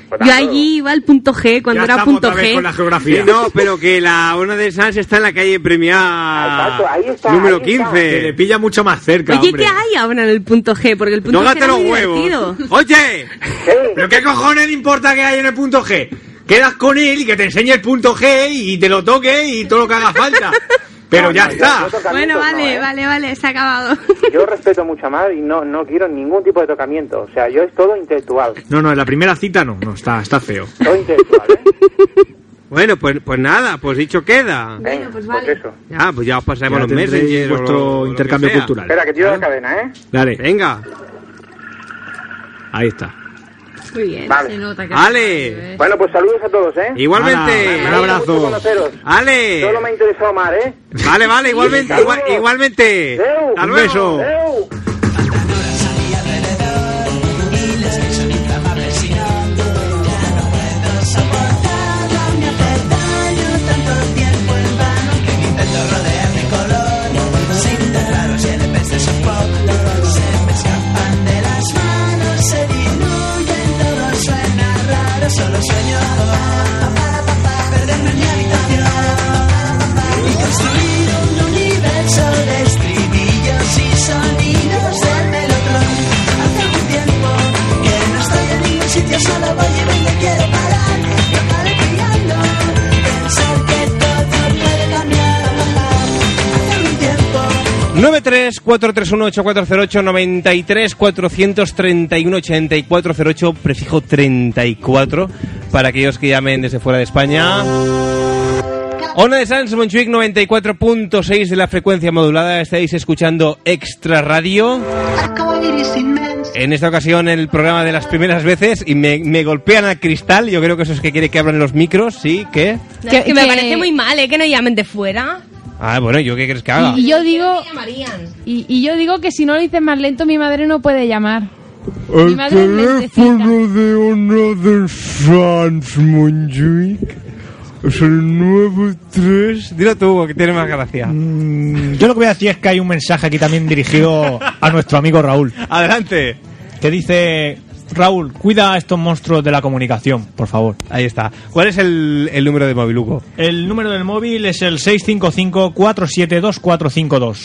Por
Yo
tanto,
allí iba al punto G, cuando era punto G.
geografía.
Sí, no, pero que la una de Sans está en la calle premiada
Exacto, ahí está,
número
ahí está.
15.
Que le pilla mucho más cerca,
Oye,
hombre.
¿qué hay ahora en el punto G? Porque el punto
No
G
gaste
era
los
muy
huevos.
divertido.
Oye,
¿pero qué cojones le importa que hay en el punto G? Quedas con él y que te enseñe el punto G y te lo toque y todo lo que haga falta. Pero
No,
ya
no, yo-
está.
yo tocamientos
Bueno,
no,
vale,
¿eh?
vale, vale, se ha acabado.
Yo respeto mucho a Mar y no, no quiero ningún tipo de tocamiento. O sea, yo es todo intelectual.
No, no, en la primera cita no, no, está, está feo.
Todo intelectual.
Bueno, pues, pues nada, pues dicho queda.
Venga, pues, eso.
Ya, pues ya os pasaremos
Ya
los
tendréis
meses.
vuestro intercambio cultural.
Espera, que tiro la cadena, ¿eh?
Dale.
Venga.
Ahí está.
Muy bien.
Vale.
Ale.
Bueno, pues saludos a todos, ¿eh?
Igualmente.
Nada, me ha gustado conoceros.
Ale.
Solo me ha interesado Mar, ¿eh?
Vale, vale, igualmente.
Saludos.
igual- igualmente.
Adeu.
Hasta luego.
Adeu.
Y las que son inflamables y no Ya no puedo soportarla Me hace daño tanto tiempo en vano Que intento rodear mi color Sin teclados y en vez de soporte Se me escapan de las manos Se diluyen, todo suena raro Solo sueño Perderme en mi habitación Y construir un universo De estribillos y sonidos del melotron Hace un tiempo que no estoy en ningún sitio, solo voy y vengo y quiero parar. No paro pillando, pensar que todo puede cambiar. Hace un tiempo
93 431 8408 93 431 8408 prefijo 34 para aquellos que llamen desde fuera de España. Ona de Sans Montjuic 94.6 de la frecuencia modulada. Estáis escuchando Extra Radio. En esta ocasión el programa de las primeras veces y me, me golpean al cristal. Yo creo que eso es que quiere que abran los micros, ¿sí? ¿Qué?
No, es que me parece muy mal, ¿eh? Que no llamen de fuera.
Ah, bueno, ¿yo qué crees que haga?
Y-
Y yo digo...
Llamarían.
Y, y yo digo que si no lo dices más lento, mi madre no puede llamar. Mi
El
madre es
teléfono de Ona de Sans Montjuic es el 93.
Dilo tú, que tiene más gracia.
Mm, Yo lo que voy a decir es que hay un mensaje aquí también dirigido a nuestro amigo Raúl.
Adelante.
Que dice, Raúl, cuida a estos monstruos de la comunicación, por favor.
Ahí está. ¿Cuál es el, el número de móvil, Hugo?
El número del móvil es el 655-472452.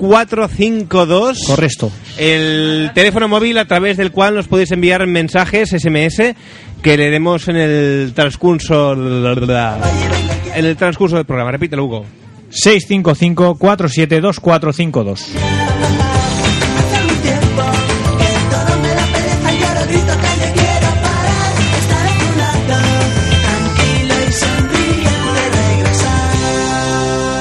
655-472452.
Correcto.
El teléfono móvil a través del cual nos podéis enviar mensajes SMS que leeremos en el transcurso en el transcurso del programa. Repítelo, Hugo.
655-472452.
tranquilo y sonriente regresar.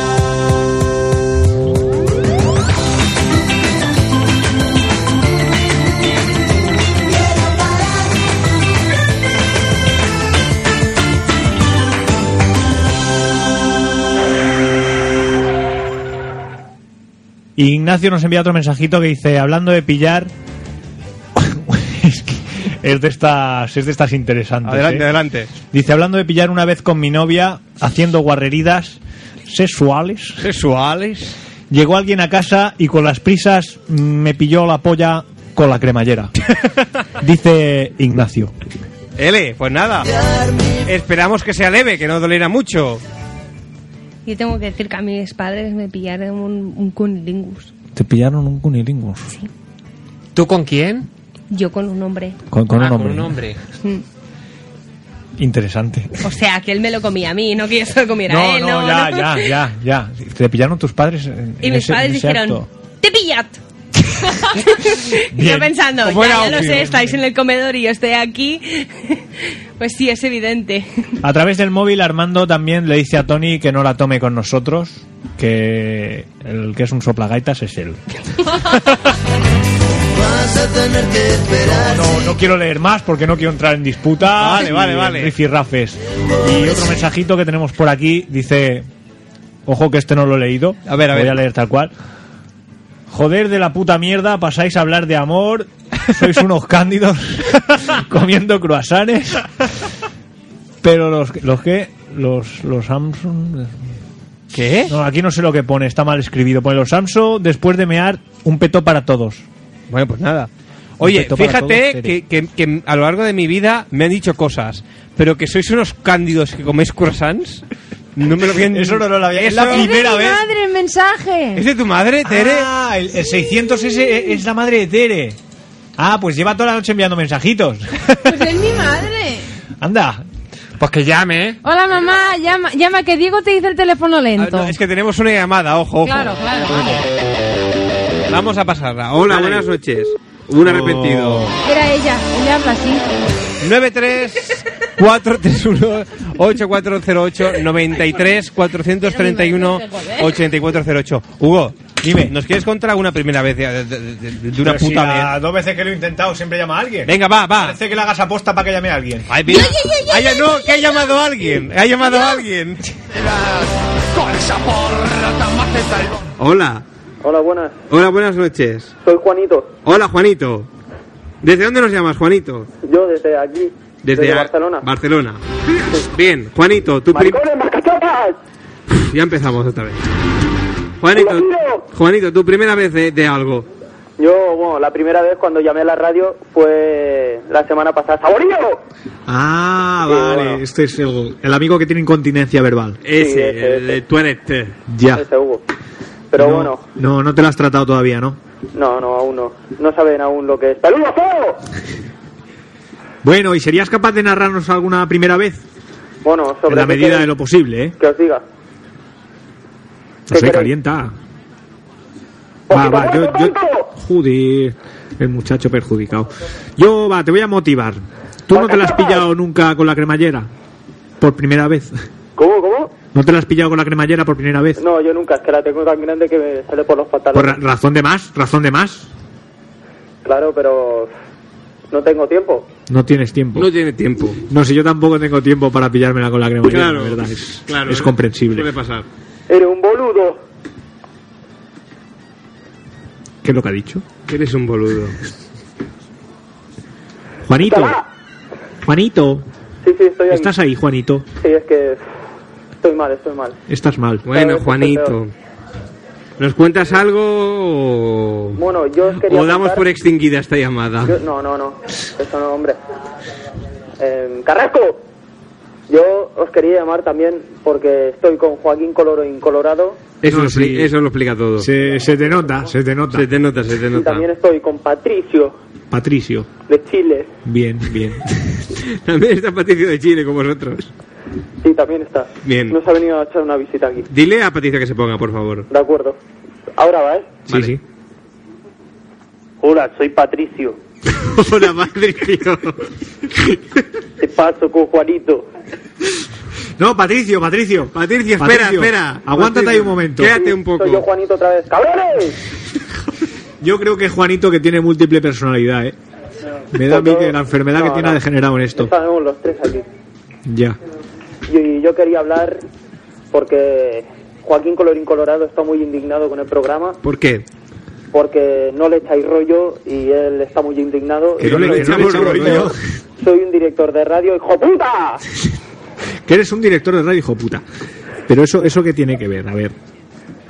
Y Ignacio nos envía otro mensajito que dice, hablando de pillar... es, que es de estas, es de estas interesantes.
Adelante,
¿eh?
adelante.
Dice, hablando de pillar una vez con mi novia, haciendo guarreridas sexuales.
Sexuales.
Llegó alguien a casa y con las prisas mm, me pilló la polla con la cremallera. Dice Ignacio.
L, pues nada. Esperamos que sea leve, que no doliera mucho.
Yo tengo que decir que a mis padres me pillaron un, un cunilingus.
Te pillaron un cunilingus.
¿Tú con quién? Ah,
Yo con un hombre.
Con, con un hombre.
un hombre.
Mm.
Interesante.
O sea, que él me lo comía a mí, no que yo se lo comiera a
no,
él.
no,
No,
ya,
no.
ya, ya, ya. Te pillaron tus padres en,
Y
en
mis
ese-
padres
en ese
dijeron,
acto.
¡te pillat! Y
Bien.
yo pensando,
Como
ya,
era
ya lo
obvio.
sé, estáis en el comedor y yo estoy aquí. pues sí, es evidente.
A través del móvil, Armando también le dice a Tony que no la tome con nosotros, que el que es un soplagaitas es él.
Vas a tener que esperar.
No, Oh, no quiero leer más porque no quiero entrar en disputa.
Vale, vale, vale.
Rifirrafes. Y otro mensajito que tenemos por aquí dice: Ojo que este no lo he leído.
A ver, a
Voy
ver.
a leer tal cual. Joder de la puta mierda, pasáis a hablar de amor. Sois unos cándidos comiendo croissants. Pero los, los que. Los, los Samsung.
¿Qué?
No, aquí no sé lo que pone, está mal escribido. Pone los Samsung después de mear un peto para todos.
Bueno, pues nada. Oye,
Perfecto para todos,
fíjate
Tere.
que, que- que a lo largo de mi vida me han dicho cosas, pero que sois unos cándidos que coméis croissants. No me lo habían
Eso no lo había- es
Eso-
la primera
¡Mi madre, el mensaje!
¿Es de tu madre, Tere?
Ah, el, el 600 es, es la madre de Tere. Ah, pues lleva toda la noche enviando mensajitos.
Pues es mi madre.
Anda.
Pues que llame, ¿eh?
Hola mamá, llama, llama que Diego te dice el teléfono
Ah,
lento.
no, es que tenemos una llamada, ojo, ojo.
Claro, claro.
Vamos a pasarla. Oh.
Hola,
Dale.
buenas noches. Un arrepentido.
Era ella, ella habla así.
93-431-8408-93-431-8408. Hugo, dime, ¿nos quieres contar alguna primera vez de, de- de- de una
Pero si
puta vez?
la- Dos veces que lo he intentado, siempre llama a alguien.
Venga, va, va.
Parece que le hagas aposta para que llame a alguien.
Ay, mira. Ay, ya no, que ha llamado alguien. Ha llamado alguien.
Con esa porra tan maceta y-
Hola.
Hola, buenas.
Hola, buenas noches.
Soy Juanito.
Hola, Juanito. ¿Desde dónde nos llamas, Juanito?
Yo desde aquí.
Desde, a-
Barcelona.
Barcelona. Bien, Juanito, tu prim-
¡Maricones, macachotas!
Ya empezamos otra vez. Juanito, Juanito, tu primera vez de, de algo.
Yo, bueno, la primera vez cuando llamé a la radio fue la semana pasada. ¡Saborío!
Ah, vale. Este es el, el amigo que tiene incontinencia verbal.
Ese, el de Tuanet.
Ya.
Ese Hugo. Pero
No,
bueno,
No, no te lo has tratado todavía, ¿no?
no, no, aún no. No saben aún lo que es. ¡Peludo feo!
Bueno, ¿y serías capaz de narrarnos alguna primera vez?
Bueno, sobre
En la
qué
medida
queréis
de lo posible, ¿eh?
Que os diga.
No se calienta.
Pues
Va, va, yo, yo... Joder, el muchacho perjudicado. Yo, va, te voy a motivar. ¿Tú no te la has pillado nunca con la cremallera? Por primera vez.
¿Cómo, cómo?
¿No te la has pillado con la cremallera por primera vez?
No, yo nunca. Es que la tengo tan grande que me sale por los
Por
pantalones.
ra- razón de más, razón de más.
Claro, pero no tengo tiempo.
No tienes tiempo.
No tiene tiempo.
No, si yo tampoco tengo tiempo para pillármela con la cremallera,
Claro,
la verdad. Es,
claro,
es
¿eh?
comprensible.
Suele pasar.
Eres un boludo.
¿Qué es lo que ha dicho?
Que eres un boludo.
Juanito. Juanito.
Sí, sí, estoy ahí.
¿Estás ahí, Juanito?
Sí, es que estoy mal, estoy mal.
Estás mal.
Bueno, Juanito. ¿Nos cuentas algo o,
Bueno, yo os quería
o damos
contar-
por extinguida esta llamada?
Yo- no, no, no. Eso no, hombre. Eh, ¡Carrasco! Yo os quería llamar también porque estoy con Joaquín Coloro en Colorado
Eso,
No,
lo
sí.
expli- eso lo explica todo.
Se, se te nota, se te nota.
Se te nota, se te
y
nota.
también estoy con Patricio
Patricio.
de Chile.
Bien, bien.
También está Patricio de Chile con vosotros.
Sí, también está.
Bien.
Nos ha venido a echar una visita aquí.
Dile a Patricio que se ponga, por favor.
De acuerdo. Ahora va, ¿eh?
Sí, sí.
Hola, soy Patricio.
Hola, Patricio.
Te paso con Juanito.
No, Patricio, Patricio.
Patricio, espera,
Patricio,
espera.
Aguántate
Patricio,
ahí un momento.
Quédate un poco.
Soy yo, Juanito, otra vez. ¡Cabrones!
Yo creo que Juanito que tiene múltiple personalidad, ¿eh? Me da a mí que la enfermedad que
No,
tiene
no.
ha degenerado en esto.
Sabemos los tres aquí.
Ya.
Y yo quería hablar porque Joaquín Colorín Colorado está muy indignado con el programa
¿Por qué?
porque no le echáis rollo y él está muy indignado.
Que no le
Y yo
echamos
digo,
rollo.
Soy un director de radio, hijo puta.
Que eres un director de radio, hijo puta. Pero eso, eso qué tiene que ver, a ver.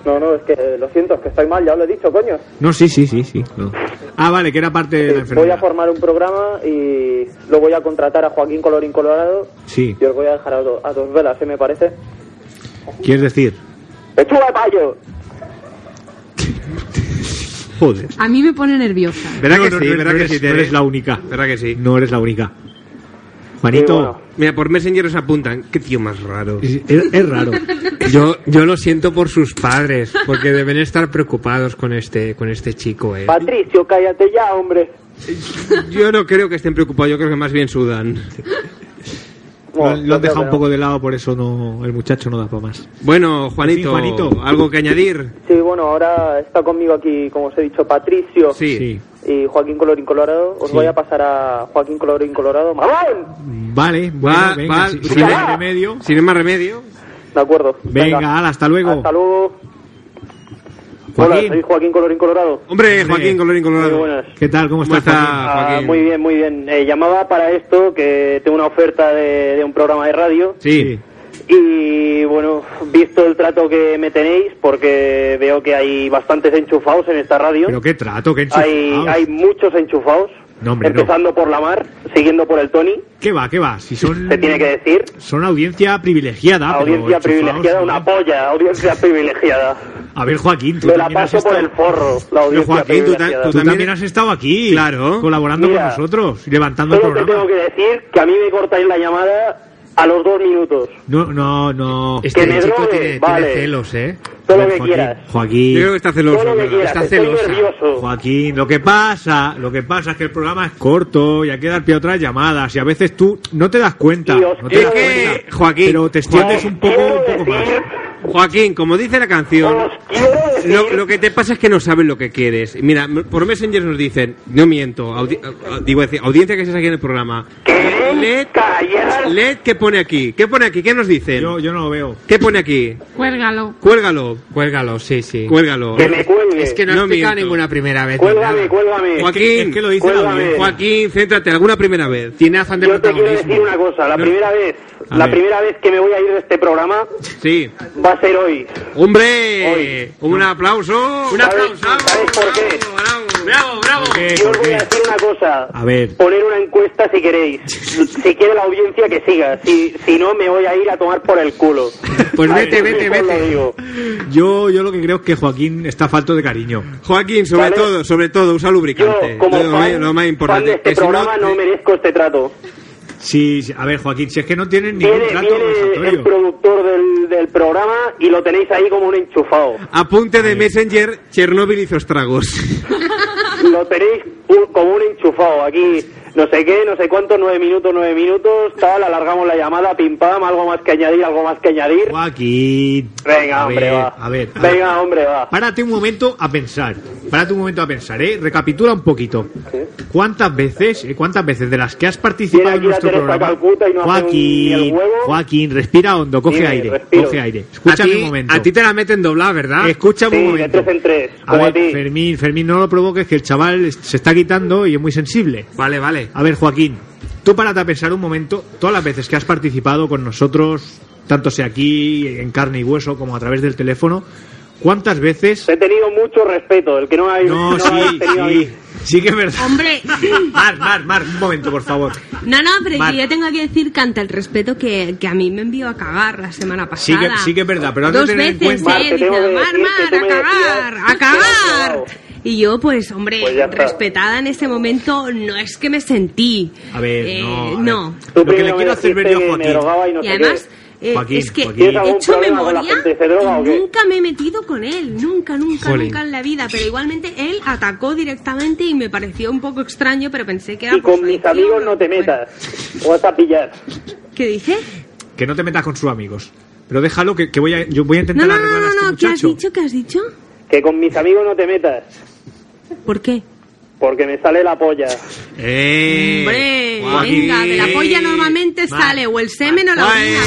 No, no, es que eh, lo siento, es que estoy mal, ya os lo he dicho, coño.
No, sí, sí, sí, sí. no. Ah, vale, que era parte de la
Voy a
enfermedad.
formar un programa y lo voy a contratar a Joaquín Colorín Colorado
Sí.
y os voy a dejar a, do- a dos velas, ¿eh? Me parece.
¿Quieres decir?
¡Pechuga de payo!
Joder.
A mí me pone nerviosa.
Verá que
no,
sí,
no,
verá
no
que
eres-
sí.
no eres
la única.
Verá que sí.
No eres la única. Juanito.
Mira, por Messenger os apuntan. Qué tío más raro.
Es, es raro.
Yo, yo lo siento por sus padres, porque deben estar preocupados con este, con este chico, eh.
Patricio, cállate ya, hombre.
Yo no creo que estén preocupados, yo creo que más bien sudan.
Lo, lo han dejado un poco de lado, por eso no el muchacho no da para más.
Bueno, Juanito,
En fin, Juanito.
¿algo que añadir?
Sí, bueno, ahora está conmigo aquí, como os he dicho, Patricio
Sí.
y Joaquín Colorín Colorado. Os
Sí.
voy a pasar a Joaquín Colorín Colorado. ¡Mamón!
Vale, bueno,
Va-
venga,
va-
si-
sin
si no
más
hay remedio.
Sin más remedio.
De acuerdo.
Venga, ala, hasta luego.
Hasta luego.
Joaquín.
Hola, soy Joaquín Colorín Colorado.
Hombre, Joaquín Colorín Colorado.
Muy buenas.
¿Qué tal? ¿Cómo estás? Joaquín?
Ah, muy bien, muy bien. Eh, llamaba para esto que tengo una oferta de, de un programa de radio
Sí.
y bueno, visto el trato que me tenéis, porque veo que hay bastantes enchufados en esta radio.
Pero qué trato, qué enchufados.
hay, hay muchos enchufados,
No, hombre, no.
empezando por la mar, siguiendo por el Tony,
¿Qué va, qué va? Si son,
se tiene que decir.
son audiencia privilegiada. pero
audiencia
enchufados,
privilegiada, una polla, audiencia privilegiada.
A ver, Joaquín, tú
Me la
también has
paso por el
estado...
forro, la
Pero,
audiencia
Joaquín, tú, ta-
privilegiada.
tú también has estado aquí, claro, colaborando
Mira,
con nosotros, y levantando el
Solo te
programa.
tengo que decir que a mí me cortáis la llamada a los dos minutos.
No, no, no.
Este Que me chico drogue, tiene- tiene vale. celos,
¿eh?
Todo lo que quieras.
Joaquín.
Yo creo que está celoso,
Todo lo que quieras,
está
estoy
celosa.
nervioso.
Joaquín, lo que pasa, lo que pasa es que el programa es corto y hay que dar pie a otras llamadas y a veces tú no te das cuenta. no te
Es
das
que,
cuenta.
Joaquín,
Pero te extiendes un poco, un poco más.
Joaquín, como dice la canción, lo, lo que te pasa es que no sabes lo que quieres. Y Mira, m- por Messenger nos dicen, no miento, audi- a- a- digo, decir, audiencia que se aquí en el programa. LED, LED, ¿qué pone aquí? ¿Qué pone aquí? ¿Qué nos dicen?
Yo, yo no lo veo.
¿Qué pone aquí?
Cuélgalo.
Cuélgalo.
Cuélgalo, sí, sí.
Cuélgalo.
Que me
cuelgue.
Es que no, explica ninguna primera vez.
Cuélgame, cuélgame.
Joaquín,
Cuélgame.
Joaquín, céntrate, alguna primera vez.
Tiene afán
Yo te quiero decir una cosa, la primera vez,
A
la
ver.
primera vez que me voy a ir de este programa
Sí.
va a ser hoy.
¡Hombre! ¡Un aplauso!
¿Sabes- ¿Sabes por qué?
¡Bravo, bravo!
Yo os voy a decir una cosa.
A ver.
Poner una encuesta si queréis. Si quiere la audiencia que siga. Si, si no, me voy a ir a tomar por el culo.
Pues
Así
vete, vete,
os lo
vete.
digo.
Yo, yo lo que creo es que Joaquín está falto de cariño.
Joaquín, sobre
¿Vale?
todo, sobre todo, usa lubricante.
Yo, como
lo,
fan,
lo
fan
más
de
importante.
este
que si no-
programa no, merezco este trato.
Sí, sí, a ver, Joaquín, si es que no tienes ningún
Viene,
trato
viene el
conversatorio.
productor del, del programa y lo tenéis ahí como un enchufado.
Apunte de Messenger, Chernobyl hizo estragos.
Lo tenéis un- como un enchufado. Aquí, no sé qué, no sé cuánto, nueve minutos, nueve minutos, tal, alargamos la llamada, pim pam, algo más que añadir, algo más que añadir.
Joaquín.
Venga,
a
hombre,
ver,
va.
A ver, a ver.
Venga, hombre, va.
Párate un momento a pensar. Párate un momento a pensar, ¿eh? Recapitula un poquito. ¿Cuántas veces, eh, cuántas veces de las que has
Viene
participado
aquí
en nuestro
la Teresa
programa?
Calcuta y no hace ni el
Joaquín,
huevo.
Joaquín, respira hondo, coge
Dime,
aire,
respiro.
coge aire. Escúchame
A ti-
un momento.
a ti te la meten doblada, ¿verdad?
Escúchame
Sí,
un
de
momento.
tres en tres,
A
como a,
ver, eh,
ti.
Fermín, Fermín, no lo provoques que el chaval es- se está quitando y es muy sensible.
Vale, vale.
A ver, Joaquín, tú párate a pensar un momento todas las veces que has participado con nosotros, tanto sea aquí, en carne y hueso, como a través del teléfono, ¿cuántas veces...
He tenido mucho respeto, el que no ha
No,
no
sí,
ha tenido
sí,
ahí.
sí que es verdad.
Hombre,
Mar, Mar, Mar, un momento, por favor.
no, no, pero
Mar.
que yo tengo que decir que ante el respeto que, que a mí me envió a cagar la semana
Sí
pasada.
que, sí que es verdad, pero has de
Dos
tener en
veces,
cuenta...
eh,
tengo
diciendo,
que
Mar,
decir que
Mar,
tú
a
me
cagar,
decías
a
que has
cagar.
cagado.
Y yo, pues, hombre,
Pues ya está.
respetada en ese momento, no es que me sentí.
A ver,
Eh,
no. a
no.
ver.
Tú
Lo que le
primero me
quiero hacer ver yo
dijiste que
a
me drogaba y
Joaquín...
no
y
sé
además, eh,
Joaquín,
es que
Joaquín.
he
¿Tienes algún
hecho
problema con la
memoria
gente? ¿Se droga o
y
qué?
nunca me he metido con él, nunca, nunca,
Jolín.
nunca en la vida. Pero igualmente él atacó directamente y me pareció un poco extraño, pero pensé que era pues,
Y
por
con
su
mis
adicción,
amigos no te
bueno.
metas, o vas a pillar.
¿Qué dice?
Que no te metas con sus amigos. Pero déjalo que, que voy a, yo voy a
No,
intentar
no, no,
arreglar a
no,
este
no, ¿qué has
muchacho.
dicho? ¿Qué has dicho?
Que con mis amigos no te metas,
¿Por qué?
porque me sale la polla.
¡Eh!
Hombre,
Joaquín.
venga, de la polla normalmente
Vale.
sale o el semen o la
Vale.
orina.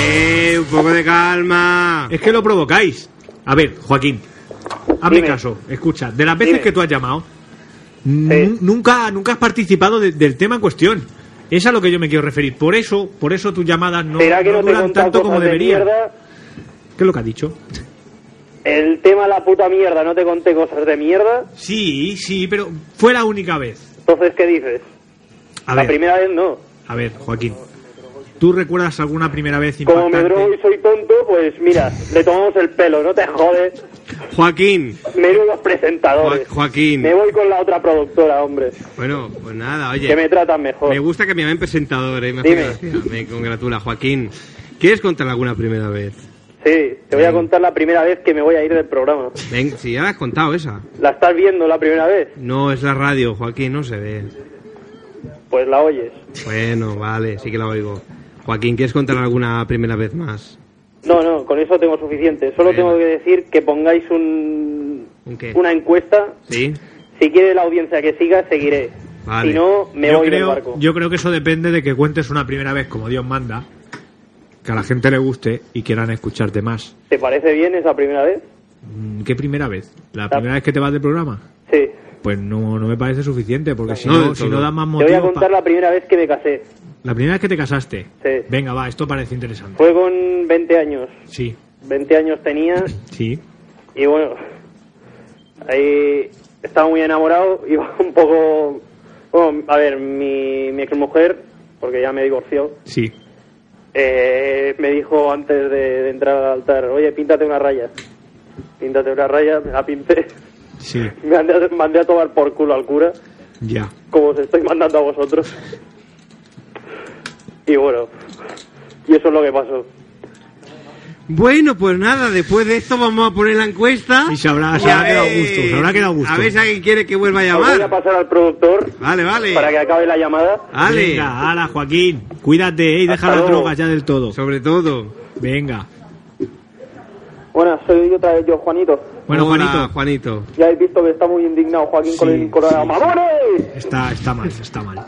Eh, un poco de calma.
Es que lo provocáis. A ver, Joaquín, hazme
Dime.
caso. Escucha, de las veces
Dime.
que tú has llamado, nu- nunca, nunca has participado de- del tema en cuestión. Es a lo que yo me quiero referir. Por eso, por eso tus llamadas no,
¿Será que
no
no te he
duran
contado
tanto como
cosas de
deberían.
mierda?
¿Qué es lo que ha dicho?
El tema la puta mierda, no te conté cosas de mierda.
Sí, sí, pero fue la única vez.
Entonces, ¿qué dices?
A
la
ver.
primera vez no.
A ver, Joaquín, ¿tú recuerdas alguna primera vez
Como me
impactante?
drogo y soy tonto, pues mira, le tomamos el pelo, no te jodes.
Joaquín.
Menudos presentadores.
Joaquín.
Me voy con la otra productora, hombre.
Bueno, pues nada, oye.
Que me tratan mejor.
Me gusta que me llamen presentador, eh, me hace
Dime.
gracia, Me congratula, Joaquín. ¿Quieres contar alguna primera vez?
Sí, te voy a contar la primera vez que me voy a ir del programa.
Ven, si ya la has contado esa.
¿La estás viendo la primera vez?
No, es la radio, Joaquín, no se ve.
Pues la oyes.
Bueno, vale, sí que la oigo. Joaquín, ¿quieres contar alguna primera vez más?
No, no, con eso tengo suficiente. Solo
Bueno.
tengo que decir que pongáis un,
¿Un qué?
una encuesta.
¿Sí?
Si quiere la audiencia que siga, seguiré.
Vale.
Si no, me
yo
voy del
creo,
barco.
Yo creo que eso depende de que cuentes una primera vez como Dios manda, que a la gente le guste y quieran escucharte más.
¿Te parece bien esa primera vez?
Mm, ¿Qué primera vez? ¿La primera vez que te vas del programa?
Sí.
Pues no, no me parece suficiente, porque si
No,
no,
del
si no
todo.
da más
Te voy a
motivos... pa-
contar la primera vez que me casé.
La primera vez que te casaste.
Sí.
Venga, va, esto parece interesante.
Fue con 20 años.
Sí,
20 años tenía
sí.
y bueno, ahí estaba muy enamorado, iba un poco... Bueno, a ver, mi, mi exmujer, porque ya me divorció,
Sí.
eh, me dijo antes de, de entrar al altar, oye, píntate una raya. Píntate una raya, me la pinté.
Sí,
Me mandé a, mandé a tomar por culo al cura,
ya.
como os estoy mandando a vosotros. Y bueno, y eso es lo que pasó.
Bueno, pues nada, después de esto vamos a poner la encuesta.
Y Ah, se habrá, se habrá
a
quedado
ver-
gusto, se habrá quedado gusto.
eh, A ver si alguien quiere que vuelva a
Os Voy a
llamar.
pasar al productor
Vale, vale.
para que acabe la llamada.
Ale.
Venga, ala, Joaquín. Cuídate, eh, y deja
Hasta
las
luego.
drogas ya del todo.
Sobre todo.
Venga.
Buenas, soy otra vez yo, Juanito.
Bueno,
Hola,
Juanito.
Juanito.
Ya habéis visto que está muy indignado Joaquín
Sí,
con el coronado.
sí.
¡Mamones!
Está, está mal, está mal.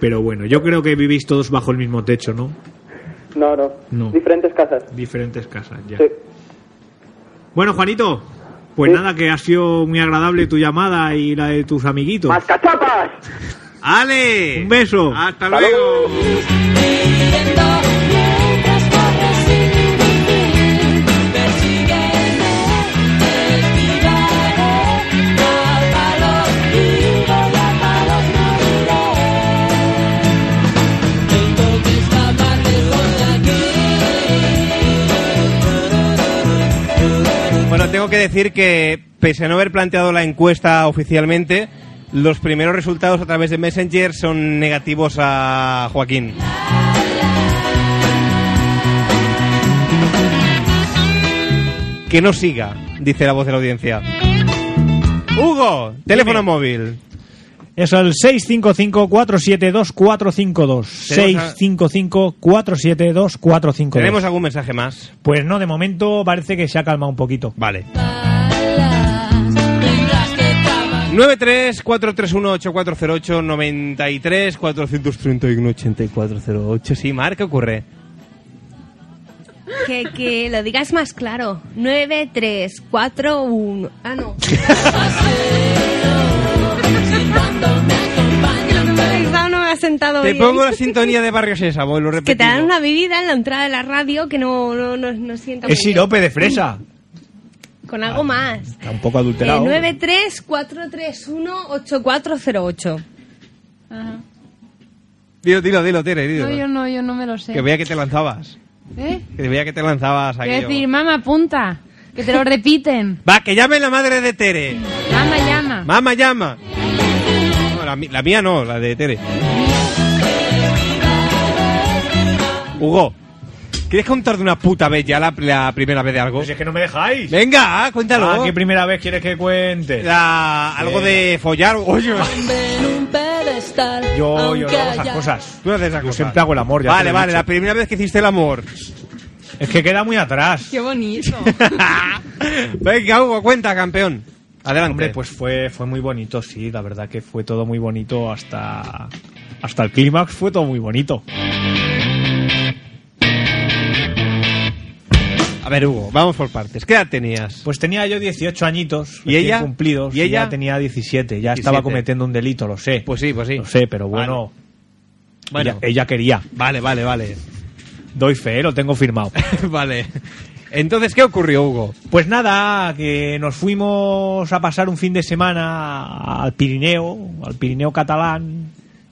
Pero bueno, yo creo que vivís todos bajo el mismo techo, ¿no?
No, no,
No.
Diferentes casas.
Diferentes casas, ya.
Sí.
Bueno, Juanito, pues nada, que ha sido muy agradable tu llamada y la de tus amiguitos.
¡Cachapas!
Ale.
Un beso.
Hasta luego.
Bueno, tengo que decir que, pese a no haber planteado la encuesta oficialmente, los primeros resultados a través de Messenger son negativos a Joaquín. Que no siga, dice la voz de la audiencia. Hugo, teléfono móvil.
Es el 655-472-452.
Tenemos a-
655-472-452.
¿Tenemos algún mensaje más?
Pues no, de momento parece que se ha calmado un poquito.
Vale. 93-431-8408-93-431-8408. Sí, Mar, ¿qué ocurre?
Que, que lo digas más claro. 9, 3, 4, 1. Ah, no. no me ha sentado
Te
bien.
pongo la sintonía de Barrio Sésamo y lo
Que te dan
repetimos.
una bebida en la entrada de la radio que no, no, no, no sienta muy
Es sirope de fresa.
bien. Con algo más.
Está un poco
Eh,
adulterado.
934318408.
Ajá.
Dilo, dilo, dilo, Tere, dilo.
No, yo no, yo no me lo sé.
Que veía que te lanzabas.
¿Eh?
Que veía que te lanzabas
Quiero
aquello.
decir, mamá, apunta. Que te lo repiten.
Va, que llame la madre de Tere.
Mamá, llama.
Mamá llama. No, la, mi- la mía no, la de Tere. Hugo, ¿quieres contar de una puta vez ya la, la primera vez de algo?
Pues es que no me dejáis.
Venga, ah, cuéntalo.
Ah, ¿Qué primera vez quieres que cuente?
La- algo de follar. Oye,
Yo, yo no hago esas cosas.
Tú no haces esas cosas.
siempre hago el amor, ya te
Vale,
lo he
vale,
dicho.
la primera vez que hiciste el amor.
Es que queda muy atrás.
Qué bonito.
Venga, Hugo, cuenta, campeón. Adelante.
Hombre, pues fue, fue muy bonito, sí, la verdad que fue todo muy bonito hasta
hasta el clímax fue todo muy bonito.
A ver, Hugo, vamos por partes. ¿Qué edad tenías?
Pues tenía yo 18 añitos.
¿Y
recién
ella?
Cumplidos.
¿Y ella?
tenía 17. Ya estaba
17.
cometiendo un delito, lo sé.
Pues sí, pues sí.
Lo sé, pero bueno.
Bueno.
Ella, ella quería.
Vale, vale, vale.
Doy fe, ¿eh? lo tengo firmado.
vale. Entonces, ¿qué ocurrió, Hugo?
Pues nada, que nos fuimos a pasar un fin de semana al Pirineo, al Pirineo catalán,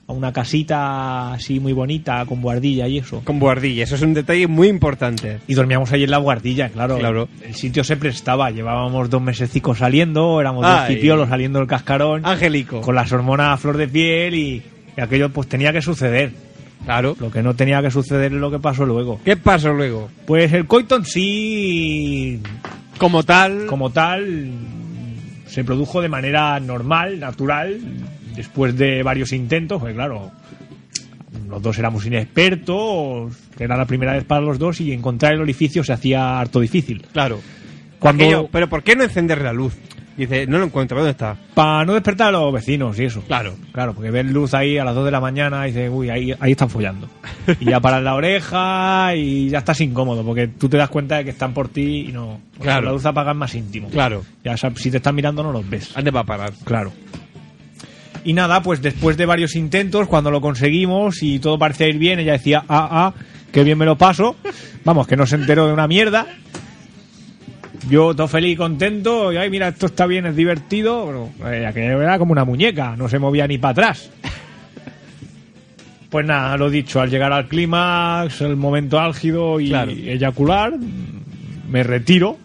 a una casita así muy bonita, con buhardilla y eso.
Con buhardilla, eso es un detalle muy importante.
Y dormíamos ahí en la guardilla, claro.
Claro.
El sitio se prestaba. Llevábamos dos mesecicos saliendo, éramos
Ay.
dos cipiolos saliendo del cascarón. Angélico. Con las hormonas a flor de piel y, y aquello pues tenía que suceder.
Claro.
Lo que no tenía que suceder es lo que pasó luego.
¿Qué pasó luego?
Pues el coito en sí...
Como tal...
Como tal se produjo de manera normal, natural, después de varios intentos, pues claro, los dos éramos inexpertos, era la primera vez para los dos y encontrar el orificio se hacía harto difícil.
Claro.
Cuando-
Aquello, pero ¿por qué no encender la luz? Dice, no lo encuentro, ¿dónde está?
Para no despertar a los vecinos y eso. Claro. Claro, porque ver luz ahí a las 2 de la mañana y dices, uy, ahí, ahí están follando. Y ya paras la oreja y ya estás incómodo, porque tú te das cuenta de que están por ti y no. porque
Claro.
La luz apaga es más íntimo.
Claro.
Ya sab- si te están mirando no los ves.
Antes va a parar.
Claro. Y nada, pues después de varios intentos, cuando lo conseguimos y todo parecía ir bien, ella decía, ah, ah, qué bien me lo paso. Vamos, que no se enteró de una mierda. Yo todo feliz y contento, y ay, mira, esto está bien, es divertido. Bueno, ella que era como una muñeca, no se movía ni para atrás. Pues nada, lo dicho, al llegar al clímax, el momento álgido y eyacular, me retiro.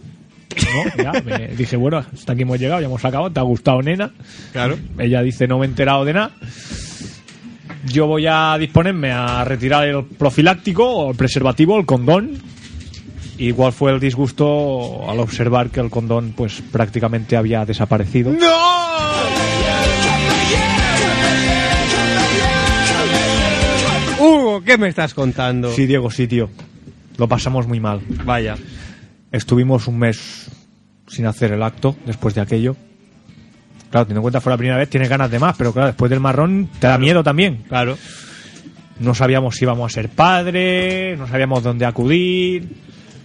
¿no? Ya, me dije, bueno, hasta aquí hemos llegado, ya hemos acabado, ¿te ha gustado, nena?
Claro.
Ella dice, no me he enterado de nada. Yo voy a disponerme a retirar el profiláctico, o el preservativo, el condón. Y cuál fue el disgusto al observar que el condón pues prácticamente había desaparecido.
Hugo, ¿qué me estás contando?
Sí, Diego, sí, tío. Lo pasamos muy mal.
Vaya.
Estuvimos un mes sin hacer el acto después de aquello. Claro, teniendo en cuenta fue la primera vez, tienes ganas de más, pero claro, después del marrón te da miedo también.
Claro.
No sabíamos si íbamos a ser padres, no sabíamos dónde acudir,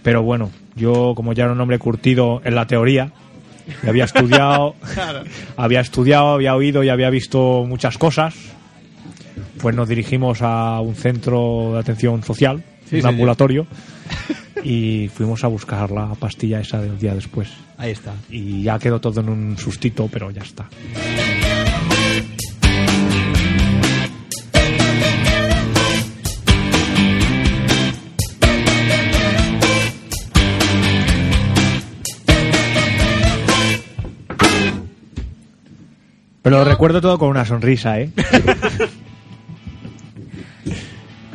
pero bueno, yo como ya era un hombre curtido en la teoría, y había estudiado, había estudiado, había oído y había visto muchas cosas, pues nos dirigimos a un centro de atención social,
Sí,
un
señor.
ambulatorio, y fuimos a buscar la pastilla esa del día después.
Ahí está.
Y ya quedó todo en un sustito, pero ya está. Pero lo recuerdo todo con una sonrisa, ¿eh?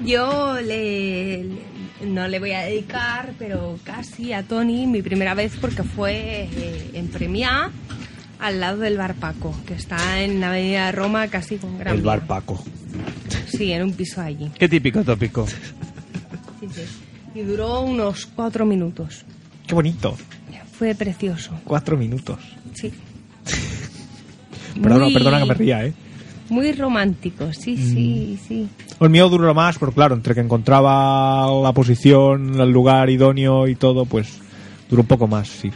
Yo le, le- no le voy a dedicar, pero casi a Tony, mi primera vez porque fue eh, en Premiá, al lado del Bar Paco, que está en la Avenida de Roma, casi con Gran
El
Vía.
bar Paco.
Sí, en un piso allí.
Qué típico tópico.
Y duró unos cuatro minutos.
Qué bonito.
Fue precioso,
Cuatro minutos.
sí.
Perdona,
Muy-
perdona que me ría, ¿eh?
Muy romántico, sí, sí,
Mm.
sí.
El mío duró más, pero claro, entre que encontraba la posición, el lugar idóneo y todo, pues duró un poco más, sí.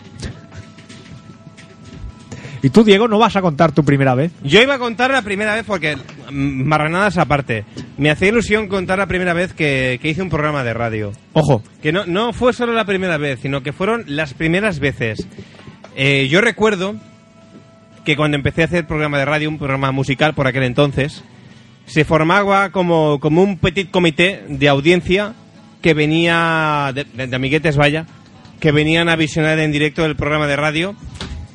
¿Y tú, Diego, no vas a contar tu primera vez?
Yo iba a contar la primera vez porque, mm, marranadas aparte, me hacía ilusión contar la primera vez que, que hice un programa de radio.
Ojo,
Que no, no fue solo la primera vez, sino que fueron las primeras veces. Eh, yo recuerdo que cuando empecé a hacer programa de radio, un programa musical por aquel entonces, se formaba como, como un petit comité de audiencia que venía, de, de- de amiguetes vaya, que venían a visionar en directo el programa de radio.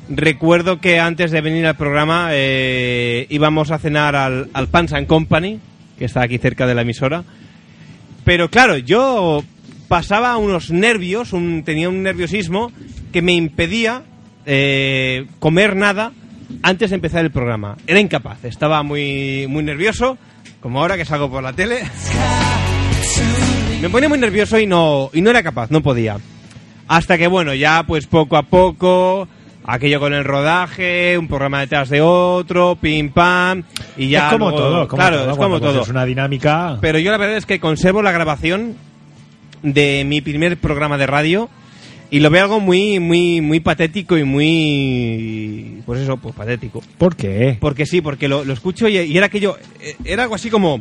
Recuerdo que antes de venir al programa eh, íbamos a cenar al, al Pans and Company, que está aquí cerca de la emisora. Pero claro, yo pasaba unos nervios, un- tenía un nerviosismo que me impedía eh, comer nada antes de empezar el programa. Era incapaz, estaba muy, muy nervioso, como ahora que salgo por la tele. Me ponía muy nervioso y no, y no era capaz, no podía. Hasta que bueno, ya pues poco a poco aquello con el rodaje, un programa detrás de otro, pim pam, y ya.
es como
luego-
todo, como
claro,
todo,
es
cuando
como todo.
coges una dinámica.
Pero yo la verdad es que conservo la grabación de mi primer programa de radio y lo veo algo muy, muy, muy patético y muy. Pues eso, pues patético.
¿Por qué?
Porque sí, porque lo, lo escucho y, y era aquello. eh, Era algo así como.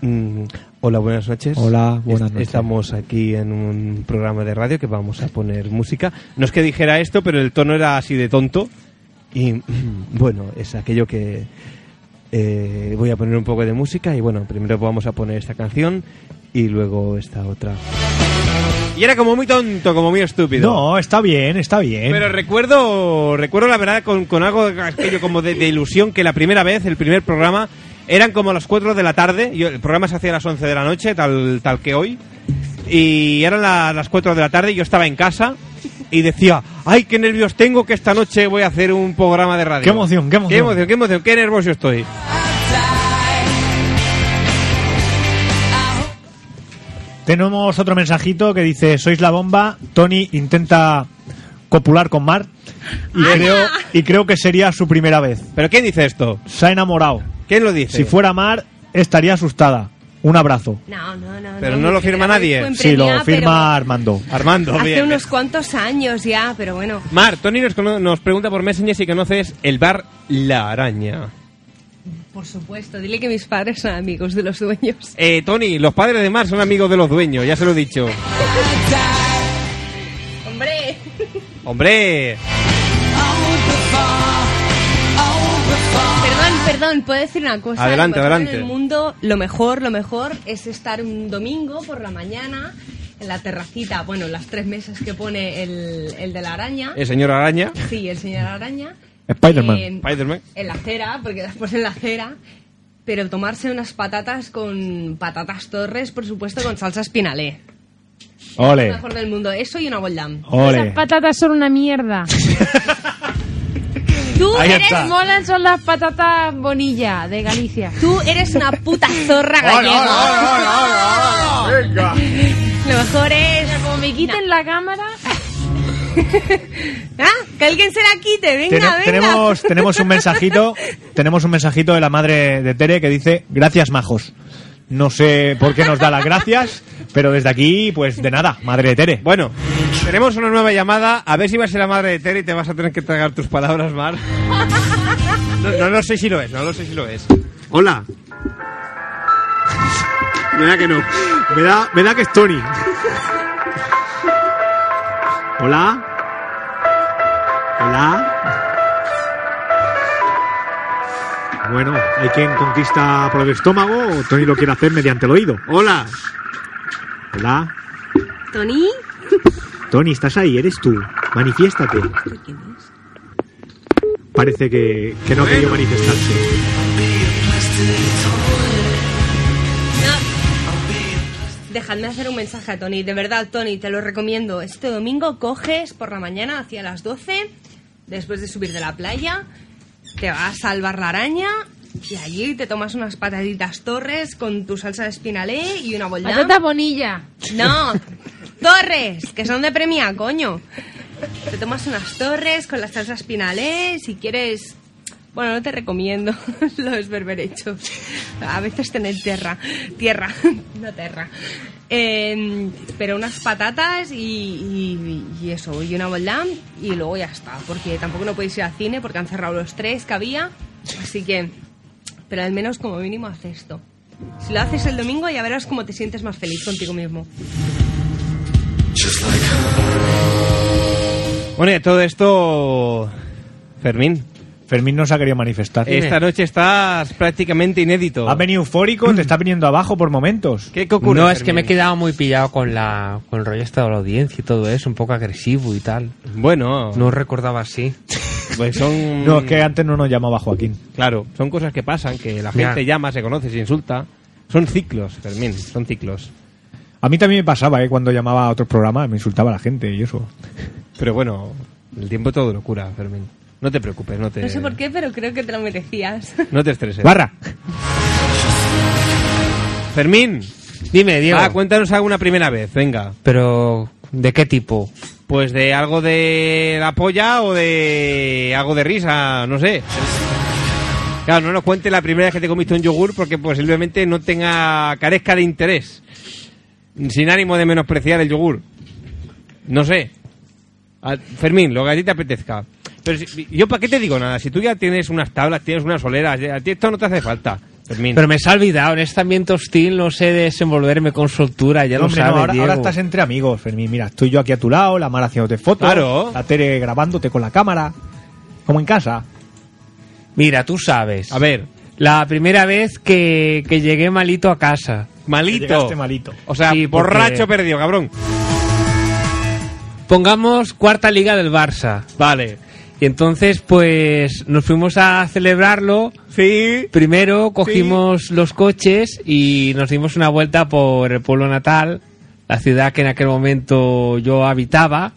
mm, hola, buenas noches.
Hola, buenas
Est-
noches.
Estamos aquí en un programa de radio que vamos a poner música. No es que dijera esto, pero el tono era así de tonto. Y mm, bueno, es aquello que. eh, voy a poner un poco de música y bueno, primero vamos a poner esta canción y luego esta otra. Y era como muy tonto, como muy estúpido.
No, está bien, está bien.
Pero recuerdo, recuerdo la verdad con, con algo aquello como de, de ilusión que la primera vez, el primer programa, eran como a las 4 de la tarde. Yo- el programa se hacía a las 11 de la noche, tal, tal que hoy. Y eran la- las 4 de la tarde y yo estaba en casa y decía, ay, qué nervios tengo que esta noche voy a hacer un programa de radio.
Qué emoción, qué emoción.
Qué emoción, qué emoción, qué nervioso estoy.
Tenemos otro mensajito que dice, sois la bomba, Tony intenta copular con Mar y creo, y creo que sería su primera vez.
¿Pero quién dice esto?
Se ha enamorado.
¿Quién lo dice?
Si fuera Mar, estaría asustada. Un abrazo.
No, no, no.
Pero no lo
firma
Fue en
nadie.
premia,
Sí, lo firma
pero
Armando.
Armando,
Hace
bien.
unos cuantos años ya, pero bueno.
Mar, Tony nos, cono- nos pregunta por Messenger si conoces el bar La Araña.
Por supuesto, dile que mis padres son amigos de los dueños.
Eh, Tony, los padres de Mar son amigos de los dueños, ya se lo he dicho.
Hombre.
Hombre,
Perdón, perdón, puedo decir una cosa.
Adelante,
Cuando
adelante.
En el mundo, lo mejor, lo mejor es estar un domingo por la mañana en la terracita, bueno, en las tres mesas que pone el, el de la araña.
el señor Araña.
Sí, el señor araña. Eh,
Spider-Man.
en la acera, porque después en la acera. Pero tomarse unas patatas con patatas torres, por supuesto, con salsa espinalé. Lo
Ole.
mejor del mundo. Eso y una boldam.
Ole.
Las patatas son una mierda.
Tú
Ahí
eres,
está.
Molan son las patatas bonilla de Galicia.
Tú eres una puta zorra gallega.
哎
Venga.
Lo mejor es.
Como me quiten la cámara.
¿Ah? Que alguien se la quite, venga,
Tene-
venga.
tenemos, tenemos un mensajito, tenemos un mensajito de la madre de Tere que dice, gracias majos. No sé por qué nos da las gracias, pero desde aquí, pues de nada, madre de Tere.
Bueno, tenemos una nueva llamada. A ver si va a ser la madre de Terry y te vas a tener que tragar tus palabras, Mar. No, no lo sé si lo es, no lo sé si lo es.
Hola.
Me da que no.
Me da, me da que es Tony. Hola. Hola.
Bueno, hay quien conquista por el estómago o Tony lo quiere hacer mediante el oído.
Hola.
Hola,
Tony.
Tony, ¿estás ahí? ¿Eres tú? Manifiéstate. Parece que, que no ha querido manifestarse.
Dejadme hacer un mensaje a Tony. De verdad, Tony, te lo recomiendo. Este domingo coges por la mañana hacia las 12, después de subir de la playa, te vas a salvar la araña y allí te tomas unas pataditas torres con tu salsa de espinalé y una bolda.
Patatas bonilla.
No, torres, que son de premia, coño. Te tomas unas torres con las salsas pinales, si quieres... Bueno, no te recomiendo los berberechos. A veces tener tierra, tierra, no tierra. Eh, pero unas patatas y, y- y eso, y una boldam y luego ya está. Porque tampoco no podéis ir al cine porque han cerrado los tres que había. Así que, pero al menos como mínimo haz esto. Si lo haces el domingo ya verás cómo te sientes más feliz contigo mismo.
Bueno, y a todo esto, Fermín.
Fermín no se ha querido manifestar.
Esta noche estás prácticamente inédito.
Ha venido eufórico, te está viniendo abajo por momentos.
¿Qué ocurre,
No,
Fermín?
es que me
queda...
quedado muy pillado con la con el rollo esta de la audiencia y todo eso, un poco agresivo y tal.
Bueno.
No recordaba así.
Ah, Pues son...
No, es que antes no nos llamaba Joaquín.
Claro, son cosas que pasan, que la
Ya.
gente llama, se conoce, se insulta. Son ciclos, Fermín, son ciclos.
A mí también me pasaba, ¿eh? Cuando llamaba a otros programas me insultaba la gente y eso.
Pero bueno, el tiempo todo lo cura, Fermín. No te preocupes,
Este-
no te,
No sé por qué, pero creo que te lo merecías.
no te estreses.
Barra.
Fermín.
Dime, Diego.
Va, cuéntanos alguna primera vez, venga.
Pero, ¿de qué tipo?
Pues de algo de la polla o de algo de risa, no sé. Claro, no nos cuente la primera vez que te comiste un yogur porque posiblemente no tenga carezca de interés. Sin ánimo de menospreciar el yogur. No sé. A- Fermín, lo que a ti te apetezca. Pero si- yo para qué te digo nada, si tú ya tienes unas tablas, tienes unas soleras, ya- a ti esto no te hace falta. Fermín.
Pero me se ha olvidado, en este ambiente hostil no sé desenvolverme con soltura, ya lo
Hombre, no,
sabes,
ahora, ahora
Diego.
estás entre amigos, Fermín. Mira, estoy yo aquí a tu lado, la Mara haciéndote fotos,
Claro.
la Tere grabándote con la cámara, como en casa.
Mira, tú sabes. A
ver.
La primera vez que, que llegué malito a casa.
Malito. Que llegaste malito. O sea,
porque-
borracho perdido, cabrón.
Pongamos cuarta liga del Barça.
Vale.
Y entonces, pues, nos fuimos a celebrarlo.
Sí.
Primero cogimos los coches y nos dimos una vuelta por el pueblo natal, la ciudad que en aquel momento yo habitaba,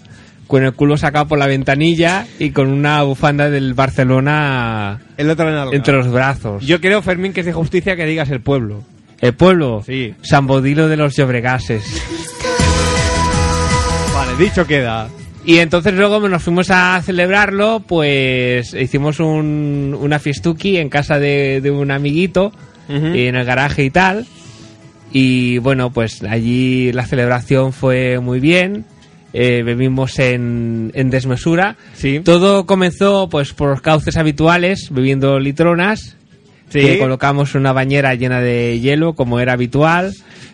con el culo sacado por la ventanilla y con una bufanda del Barcelona
El otro en algo.
entre los brazos.
Yo creo, Fermín, que es de justicia que digas el pueblo.
El pueblo,
Sí.
San Bodilo de los Llobregases.
Vale, dicho queda.
Y entonces luego nos fuimos a celebrarlo, pues hicimos un- una fiestuki en casa de, de un amiguito, en el garaje y tal. Y bueno, pues allí la celebración fue muy bien. eh, bebimos en, en desmesura. Todo comenzó pues por los cauces habituales, bebiendo litronas.
Sí.
que colocamos una bañera llena de hielo, como era habitual.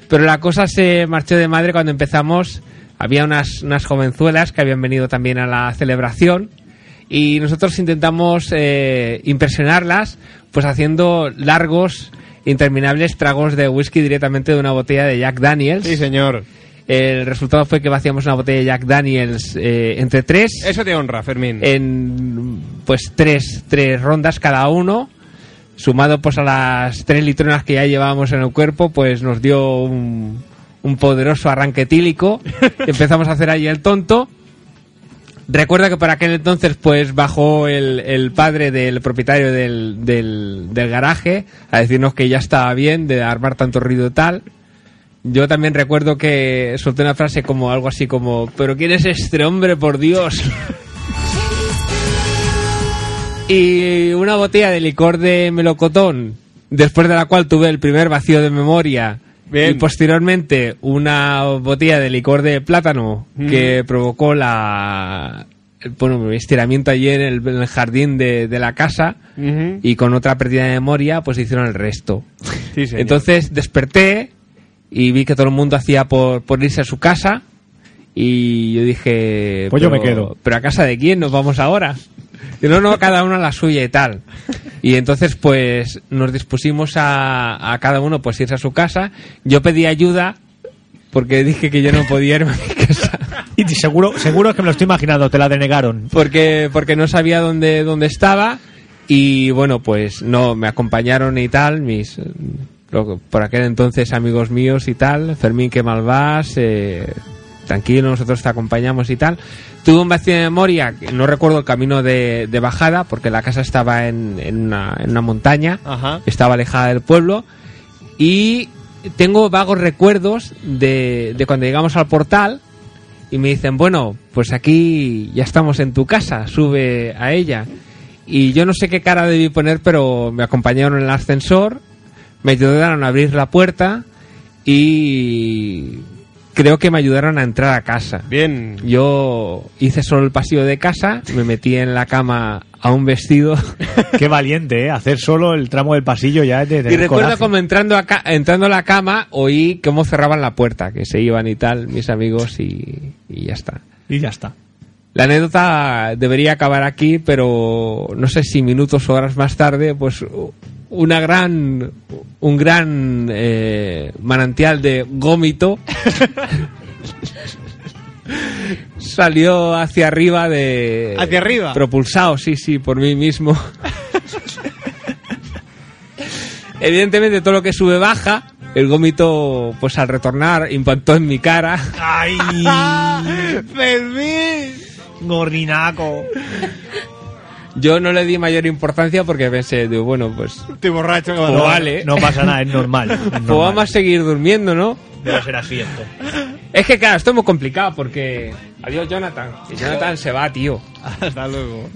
Pero la cosa se marchó de madre cuando empezamos. Había unas, unas jovenzuelas que habían venido también a la celebración. Y nosotros intentamos eh, impresionarlas, pues haciendo largos, interminables tragos de whisky directamente de una botella de Jack Daniels. Sí,
señor.
El resultado fue que vaciamos una botella de Jack Daniels eh, entre tres
Eso te honra, Fermín.
en pues tres, tres rondas cada uno. Sumado pues a las tres litronas que ya llevábamos en el cuerpo, pues nos dio un, un poderoso arranque tílico. Empezamos a hacer ahí el tonto. Recuerda que para aquel entonces pues bajó el, el padre del propietario del, del, del garaje a decirnos que ya estaba bien de armar tanto ruido y tal. Yo también recuerdo que solté una frase como algo así como, pero ¿quién es este hombre, por Dios? y una botella de licor de melocotón, después de la cual tuve el primer vacío de memoria. Y posteriormente una botella de licor de plátano que provocó la el- bueno, mi estiramiento allí en el, en el jardín de, de la casa y con otra pérdida de memoria pues hicieron el resto.
Sí, señor.
Entonces desperté y vi que todo el mundo hacía por, por irse a su casa y yo dije...
Pues yo
"Pero-
me quedo".
¿Pero a casa de quién nos vamos ahora? Y no, no, cada uno a la suya y tal. Y entonces pues nos dispusimos a, a cada uno pues irse a su casa. Yo pedí ayuda porque dije que yo no podía irme a mi casa.
Y seguro, seguro es que me lo estoy imaginando, te la denegaron.
Porque, porque no sabía dónde, dónde estaba y bueno, pues no, me acompañaron y tal, mis... eh, lo- por aquel entonces amigos míos y tal, Fermín, que mal vas, eh, tranquilo, nosotros te acompañamos y tal. Tuve un vacío de memoria, que no recuerdo el camino de, de bajada, porque la casa estaba en, en una, en una montaña,
Ajá.
estaba alejada del pueblo, y tengo vagos recuerdos de, de cuando llegamos al portal y me dicen, bueno, pues aquí ya estamos en tu casa, sube a ella. Y yo no sé qué cara debí poner, pero me acompañaron en el ascensor, me ayudaron a abrir la puerta y creo que me ayudaron a entrar a casa.
Bien.
Yo hice solo el pasillo de casa, me metí en la cama a un vestido.
Qué valiente, ¿eh? Hacer solo el tramo del pasillo ya es de
Y
tener
recuerdo
coraje.
como entrando a, ca- entrando a la cama oí cómo cerraban la puerta, que se iban y tal mis amigos y, y ya está.
Y ya está.
La anécdota debería acabar aquí, pero no sé si minutos o horas más tarde, pues una gran, un gran eh, manantial de gómito salió hacia arriba de...
¿Hacia arriba?
Propulsado, sí, sí, por mí mismo. Evidentemente todo lo que sube baja. El gómito, pues al retornar, impactó en mi cara.
¡Ay!
¡Fermín!
¡Gordinaco!
Yo no le di mayor importancia porque pensé, digo, bueno, pues.
Estoy borracho,
pues
no,
vale.
no pasa nada, es normal. es
Pues
normal.
vamos a seguir durmiendo, ¿no?
Debe ser así esto.
Es que, claro, esto es muy complicado porque Adiós, Jonathan. Y Jonathan se va, tío.
Hasta luego.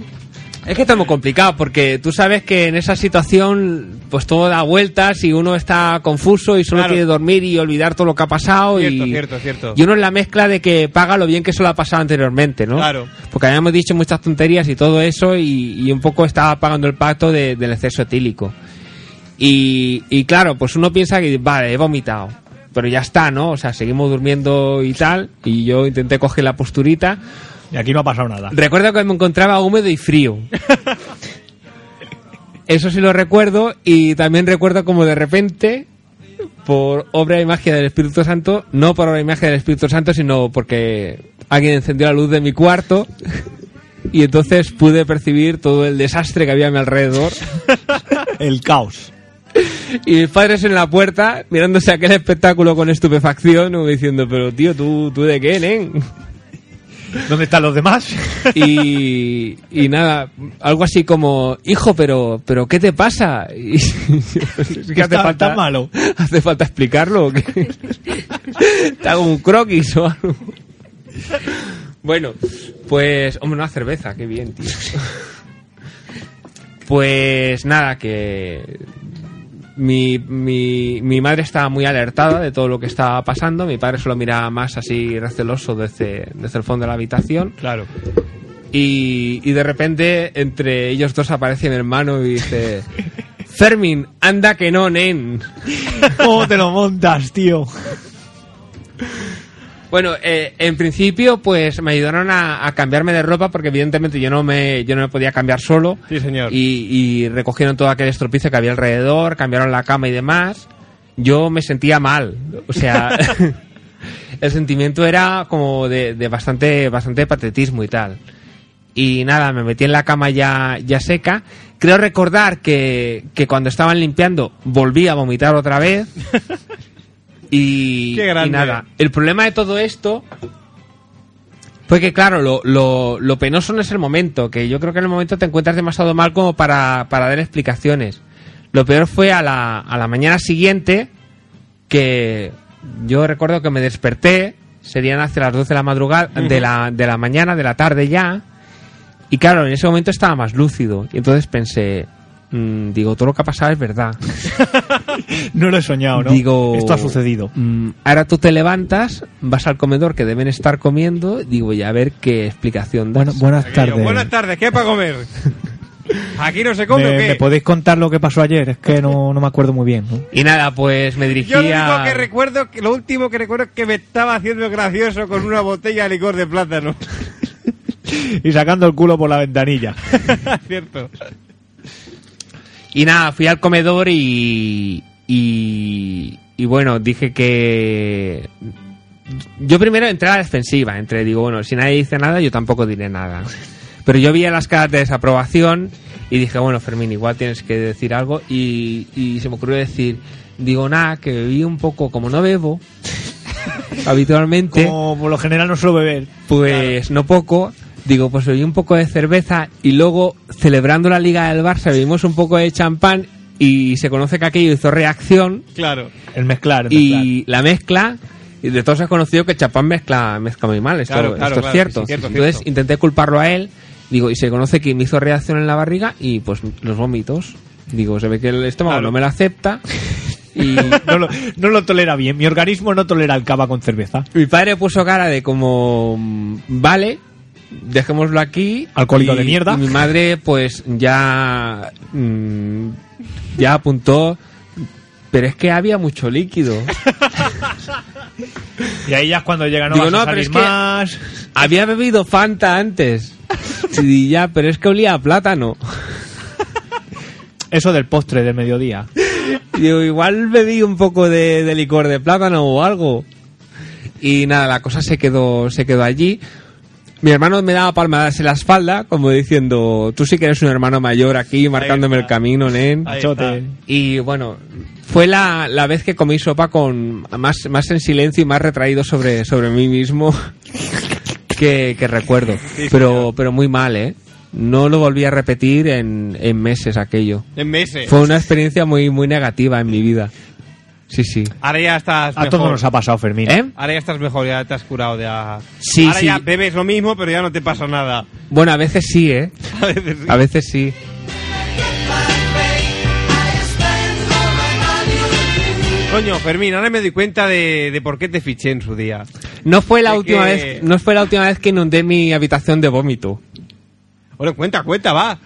Es que está muy complicado porque tú sabes que en esa situación pues todo da vueltas y uno está confuso y solo
Claro.
quiere dormir y olvidar todo lo que ha pasado
Cierto,
y
cierto, cierto.
y uno es la mezcla de que paga lo bien que eso lo ha pasado anteriormente, ¿no?
Claro.
Porque habíamos dicho muchas tonterías y todo eso y, y un poco estaba pagando el pacto de- del exceso etílico. Y, y claro, pues uno piensa que, vale, he vomitado. Pero ya está, ¿no? O sea, seguimos durmiendo y tal. Y yo intenté coger la posturita.
Y aquí no ha pasado nada.
Recuerdo que me encontraba húmedo y frío. Eso sí lo recuerdo. Y también recuerdo como de repente, por obra y magia del Espíritu Santo, no por obra y magia del Espíritu Santo, sino porque alguien encendió la luz de mi cuarto. Y entonces pude percibir todo el desastre que había a mi alrededor.
El caos.
Y mis padres en la puerta, mirándose aquel espectáculo con estupefacción, como diciendo, pero tío, ¿tú, tú de qué, nen?
¿Dónde están los demás?
Y, y nada, algo así como, hijo, pero, pero ¿qué te pasa? Y, ¿Qué
Está- está malo.
¿Hace falta explicarlo? o qué? Te hago un croquis o algo. Bueno, pues, hombre, una cerveza, qué bien, tío. Pues nada, que mi, mi, mi madre estaba muy alertada de todo lo que estaba pasando. Mi padre solo miraba más así receloso desde, desde el fondo de la habitación.
Claro.
Y, y de repente entre ellos dos aparece mi hermano y dice... Fermín, anda que no, nen.
¿Cómo te lo montas, tío?
Bueno, eh, en principio, pues me ayudaron a, a cambiarme de ropa porque evidentemente yo no me yo no me podía cambiar solo.
Sí, señor.
Y, y recogieron todo aquel estropicio que había alrededor, cambiaron la cama y demás. Yo me sentía mal, o sea, el sentimiento era como de, de bastante bastante patetismo y tal. Y nada, me metí en la cama ya, ya seca. Creo recordar que, que cuando estaban limpiando volví a vomitar otra vez. Y,
Qué
y
grande.
nada, el problema de todo esto fue que, claro, lo, lo, lo penoso no es el momento, que yo creo que en el momento te encuentras demasiado mal como para, para dar explicaciones. Lo peor fue a la, a la mañana siguiente, que yo recuerdo que me desperté, serían hacia las 12 de la madrugada, de la, de la mañana, de la tarde ya, y claro, en ese momento estaba más lúcido, y entonces pensé, mm, digo, todo lo que ha pasado es verdad.
No lo he soñado, ¿no?
Digo,
Esto ha sucedido.
mm, ahora tú te levantas, vas al comedor que deben estar comiendo, digo, y a ver qué explicación das.
buenas tardes.
Buenas tardes, ¿qué hay para comer? ¿Aquí no se come
¿Me,
o qué?
me podéis contar lo que pasó ayer? Es que no, no me acuerdo muy bien. ¿no?
Y nada, pues me dirigí
Yo lo único
a...
que recuerdo, lo último que recuerdo es que me estaba haciendo gracioso con una botella de licor de plátano.
Y sacando el culo por la ventanilla.
Cierto.
Y nada, fui al comedor y. Y. y bueno, dije que. Yo primero entré a la defensiva, entre digo, bueno, si nadie dice nada, yo tampoco diré nada. Pero yo vi las caras de desaprobación y dije, bueno, Fermín, igual tienes que decir algo. Y, y se me ocurrió decir, digo, nada, que bebí un poco, como no bebo habitualmente.
Como por lo general no suelo beber.
Pues no poco. Digo, pues bebí un poco de cerveza y luego, celebrando la Liga del Barça, bebimos un poco de champán y se conoce que aquello hizo reacción
Claro.
El mezclar. el mezclar.
y la mezcla... Y de todos es conocido que champán mezcla, mezcla muy mal, esto,
Claro, claro,
esto
claro,
es cierto.
sí, cierto,
Entonces
cierto.
intenté culparlo a él, digo, y se conoce que me hizo reacción en la barriga y pues los vómitos. Digo, se ve que el estómago no me lo acepta y
no, lo, no lo tolera bien. Mi organismo no tolera el cava con cerveza.
Mi padre pues, puso cara de como, mm, vale, dejémoslo aquí.
Alcohólico
Y-
de mierda.
y mi madre, pues ya. mm, ya apuntó. Pero es que había mucho líquido.
Y ahí ya es cuando llega, no
Digo,
vas a
no, pero
salir
es que
más.
había bebido Fanta antes. Y ya, pero es que olía a plátano.
Eso del postre del mediodía.
Digo, igual bebí un poco de, de licor de plátano o algo. Y nada, la cosa se quedó, se quedó allí. Mi hermano me daba palmadas en la espalda, como diciendo, tú sí que eres un hermano mayor aquí, marcándome el camino, nen.
Ahí está.
Y bueno, fue la, la vez que comí sopa con más, más en silencio y más retraído sobre, sobre mí mismo que, que recuerdo. Pero, pero muy mal, ¿eh? No lo volví a repetir en, en meses aquello.
En meses.
Fue una experiencia muy, muy negativa en mi vida. Sí, sí.
Ahora ya estás
A
mejor.
todos nos ha pasado, Fermín.
Ahora ya estás mejor, ya te has curado de la...
¿Eh? Sí,
Ahora
sí.
ya bebes lo mismo, pero ya no te pasa nada.
Bueno, a veces sí, ¿eh?
A veces sí.
A veces sí.
Coño, Fermín, ahora me doy cuenta de, de por qué te fiché en su día.
No fue la
Es
última
que-
vez, no fue la última vez que inundé mi habitación de vómito.
Bueno, cuenta, cuenta, va.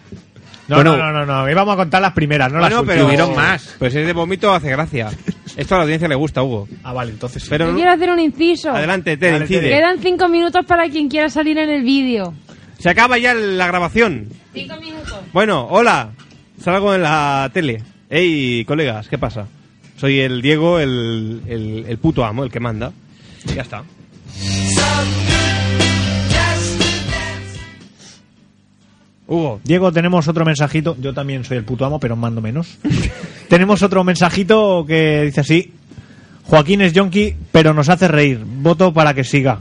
No,
Bueno.
no, no, no, no. Íbamos a contar las primeras, no las
bueno, pero
últimas.
más. Pues es de vómito hace gracia. Esto a la audiencia le gusta, Hugo.
Ah, vale, entonces sí.
Pero
Yo quiero hacer un inciso.
adelante, te
Dale,
incide.
Quedan cinco minutos para quien quiera salir en el vídeo.
Se acaba ya la grabación.
Cinco minutos.
Bueno, hola. Salgo en la tele. Ey, colegas, ¿qué pasa? Soy el Diego, el, el, el puto amo, el que manda. Ya está. Hugo.
Diego, tenemos otro mensajito. Yo también soy el puto amo, pero mando menos. tenemos otro mensajito que dice así. Joaquín es yonki, pero nos hace reír. Voto para que siga.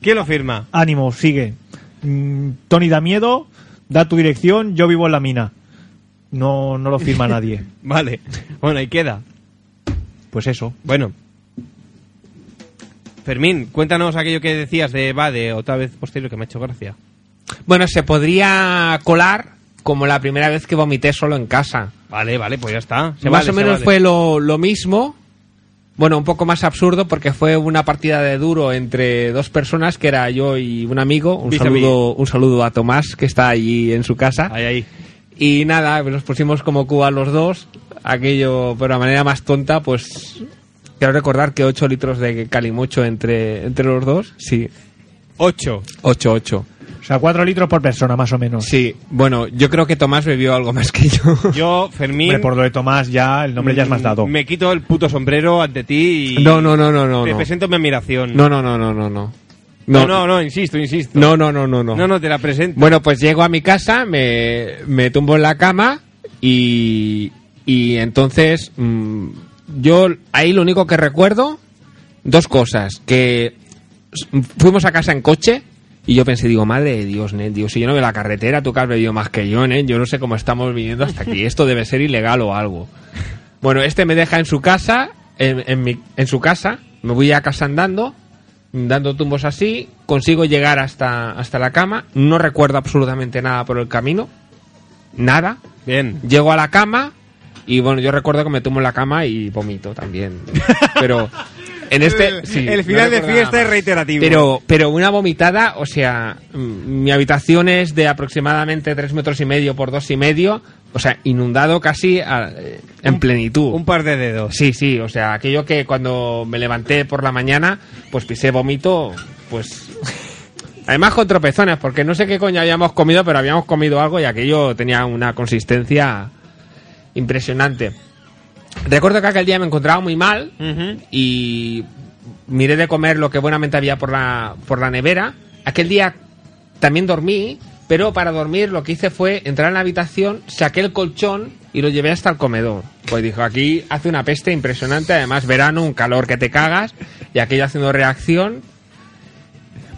¿Quién lo firma?
Ánimo, sigue. Mm, Tony da miedo, da tu dirección, yo vivo en la mina. No, no lo firma nadie.
Vale. Bueno, ahí queda.
Pues eso.
Bueno. Fermín, cuéntanos aquello que decías de Bade, otra vez posterior, que me ha hecho gracia.
Bueno, se podría colar como la primera vez que vomité solo en casa.
Vale, vale, pues ya está. Se
más
vale, se
o menos
vale.
fue lo, lo mismo. Bueno, un poco más absurdo porque fue una partida de duro entre dos personas, que era yo y un amigo. Un,
Vis a vis.
saludo, un saludo a Tomás, que está allí en su casa.
Ahí, ahí.
Y nada, nos pusimos como Cuba los dos. Aquello, pero de manera más tonta, pues... Quiero recordar que 8 litros de calimocho entre, entre los dos. Sí,
8.
8, 8.
O sea, cuatro litros por persona, más o menos.
Sí, bueno, yo creo que Tomás bebió algo más que yo.
Yo, Fermín.
Hombre, por lo de Tomás ya, el nombre ya
Mm,
es más dado.
Me quito el puto sombrero ante ti y.
No, no, no, no, no.
Te
no.
presento mi admiración.
No, no, no, no, no, no.
no, no, no, insisto, insisto.
No, no, no, no, no.
No, no, te la presento.
Bueno, pues llego a mi casa, me, me tumbo en la cama y, y entonces mm, yo ahí lo único que recuerdo, dos cosas, que s- fuimos a casa en coche y yo pensé, digo, madre de Dios, Nen, digo, si yo no veo la carretera, tú que has bebido más que yo, Nen, yo no sé cómo estamos viniendo hasta aquí, esto debe ser ilegal o algo. Bueno, este me deja en su casa, en, en mi- en su casa, me voy a casa andando, dando tumbos así, consigo llegar hasta, hasta la cama, no recuerdo absolutamente nada por el camino, nada,
Bien.
llego a la cama y bueno, yo recuerdo que me tumbo en la cama y vomito también, pero en este...
El-
sí,
el
no
final de
recuerdo nada
fiesta es
más.
reiterativo.
Pero, pero una vomitada, o sea, mm, mi habitación es de aproximadamente tres metros y medio por dos y medio, o sea, inundado casi a- eh, en plenitud.
Un par de dedos.
Sí, sí, o sea, aquello que cuando me levanté por la mañana, pues pisé vómito, pues... Además con tropezones, porque no sé qué coño habíamos comido, pero habíamos comido algo y aquello tenía una consistencia impresionante. Recuerdo que aquel día me encontraba muy mal y miré de comer lo que buenamente había por la, por la nevera. Aquel día también dormí, pero para dormir lo que hice fue entrar en la habitación, saqué el colchón y lo llevé hasta el comedor. Pues dijo, aquí hace una peste impresionante, además verano, un calor que te cagas y aquello haciendo reacción.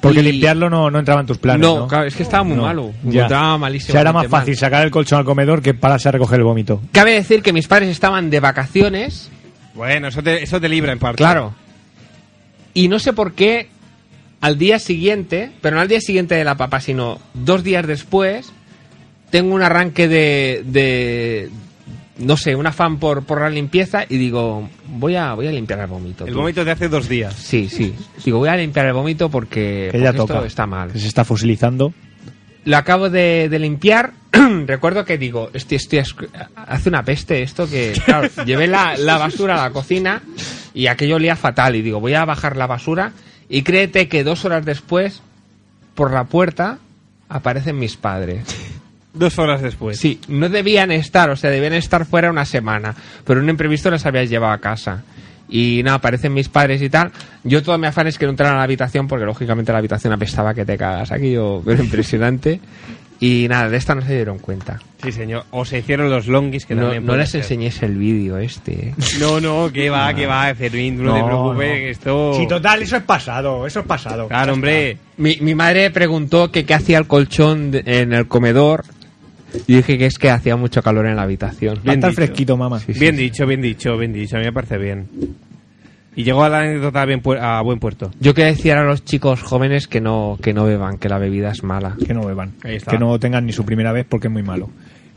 Porque
Y-
limpiarlo no, no entraba en tus planes. No,
No, claro, es que estaba muy malo, me
ya.
encontraba malísimo,
O sea, era más
mal.
fácil sacar el colchón al comedor que pararse a recoger el vómito.
Cabe decir que mis padres estaban de vacaciones
Bueno, eso te, eso te libra en parte.
Claro. Y no sé por qué al día siguiente, pero no al día siguiente de la papa, sino dos días después, tengo un arranque de, de no sé, un afán por, por la limpieza y digo, voy a, voy a limpiar el vómito.
El
tú.
vómito de hace dos días.
Sí, sí. Digo, voy a limpiar el vómito porque,
Que ya
Eh, porque esto
toca.
está mal
Que se está fusilizando.
lo acabo de, de limpiar. Recuerdo que digo, estoy, estoy, asc- hace una peste esto que, claro, llevé la, la basura a la cocina y aquello olía fatal. Y digo, voy a bajar la basura. Y créete que dos horas después, por la puerta, aparecen mis padres.
Dos horas después.
Sí, pues no debían estar, o sea, debían estar fuera una semana, pero un imprevisto las había llevado a casa. Y nada, aparecen mis padres y tal. Yo todo mi afán es que no entraran a la habitación, porque lógicamente la habitación apestaba que te cagas aquí, yo, pero impresionante. Y nada, de esta no se dieron cuenta.
Sí, señor. O se hicieron los longis que
No,
también
no
puede
les
ser.
enseñéis el vídeo este, ¿eh?
No, no, que va, que va, Fermín, tú no, te preocupes, que esto...
Sí, total, eso es pasado, eso es pasado.
Claro, hombre.
Mi, mi madre preguntó que qué hacía el colchón de- en el comedor. Yo dije que es que hacía mucho calor en la habitación.
Bien
Está
dicho.
fresquito, mamá.
bien dicho, bien dicho, bien dicho. A mí me parece bien. Y llegó a la anécdota bien puer- a buen puerto.
Yo quería decir a los chicos jóvenes que no, que no beban, que la bebida es mala.
Que no beban.
Ahí está.
Que no tengan ni su primera vez porque es muy malo.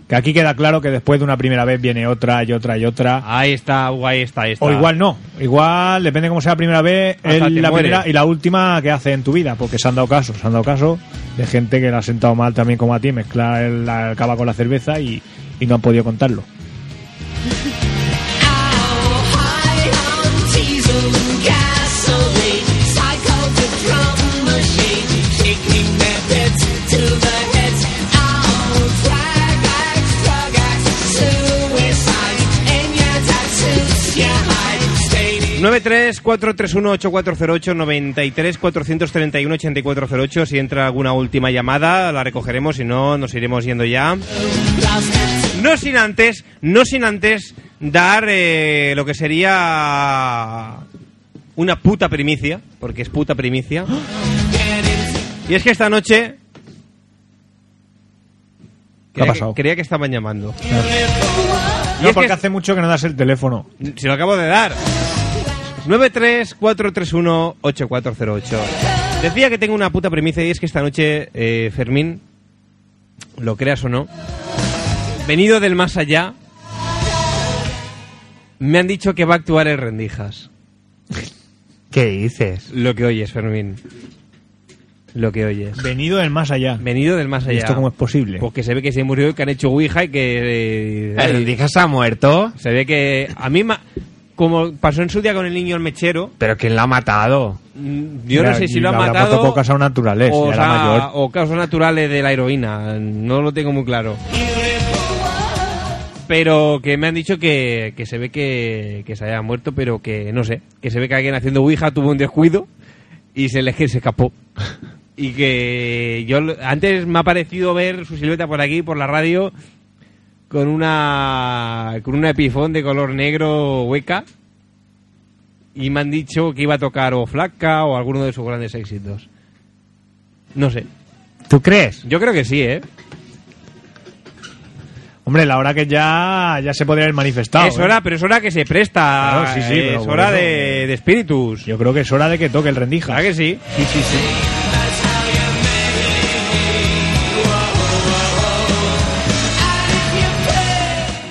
Que aquí queda claro que después de una primera vez viene otra y otra y otra.
Ahí está, ahí está, ahí está.
O igual no. Igual, depende cómo sea la primera vez,
Hasta
es la
te mueres.
primera y la última que hace en tu vida. Porque se han dado casos, se han dado casos de gente que la ha sentado mal también como a ti, mezclar el, la cava con la cerveza y, y no han podido contarlo.
Suicide
93-431-8408-93-431-8408. Si entra alguna última llamada, la recogeremos. Si no, nos iremos yendo ya. No sin antes, no sin antes dar eh, lo que sería una puta primicia, porque es puta primicia. Y es que esta noche...
¿Qué
Creía
ha
que-
pasado? Ah.
Creía que estaban llamando. Y
No,
es que
porque hace mucho que no das el teléfono.
Si lo acabo de dar. 934318408. Decía que tengo una puta premisa y es que esta noche, eh, Fermín, lo creas o no, venido del más allá, me han dicho que va a actuar en rendijas.
¿Qué dices?
Lo que oyes, Fermín. Lo que oyes.
Venido del más allá.
Venido del más allá.
esto cómo es posible?
Porque se ve que se murió y que han hecho Ouija y que... eh,
¿El rendijas ha muerto?
Se ve que... A mí, ma- como pasó en su día con el niño el mechero,
¿Pero quién la ha matado?
Mm, Yo
Mira,
no sé si
y
lo han
habrá
matado
puesto por
causa naturales,
o,
ya era
sea,
mayor.
o causas naturales de la heroína. No lo tengo muy claro. Pero que me han dicho que, que se ve que, que se haya muerto, pero que no sé. Que se ve que alguien haciendo Ouija tuvo un descuido y se le que se escapó. Y que yo lo- antes me ha parecido ver su silueta por aquí, por la radio, con una con un epifón de color negro hueca y me han dicho que iba a tocar o Flaca o alguno de sus grandes éxitos. No sé.
¿Tú crees?
Yo creo que sí, ¿eh?
Hombre, la hora que ya, ya se podría haber manifestado.
es
¿eh?
hora, pero es hora que se presta.
Claro, sí, sí, pero
Ah, eh, es
por
hora
eso- eh,
de, de espíritus.
Yo creo que es hora de que toque el rendija.
¿Verdad que sí? Sí, sí, sí.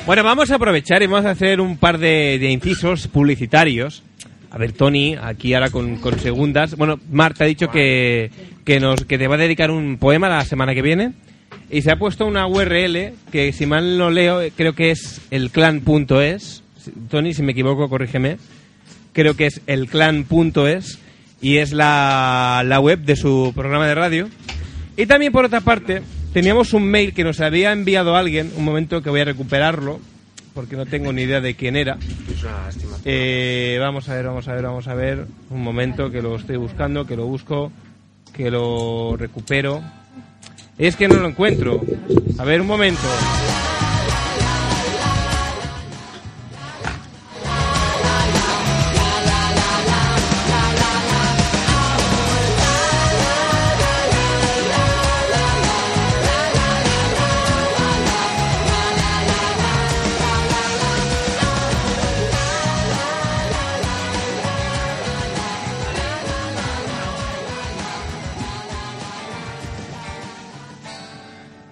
Bueno, vamos a aprovechar y vamos a hacer un par de, de incisos publicitarios. A ver, Tony, aquí ahora con, con segundas. Bueno, Marta ha dicho que, que, nos, que te va a dedicar un poema la semana que viene. Y se ha puesto una URL que, si mal no leo, eh, creo que es elclan.es. Tony, si me equivoco, corrígeme. Creo que es elclan.es y es la, la web de su programa de radio. Y también, por otra parte, teníamos un mail que nos había enviado alguien, un momento que voy a recuperarlo, porque no tengo ni idea de quién era. Eh, vamos a ver, vamos a ver, vamos a ver. Un momento que lo estoy buscando, que lo busco, que lo recupero. Es que no lo encuentro. A ver, un momento.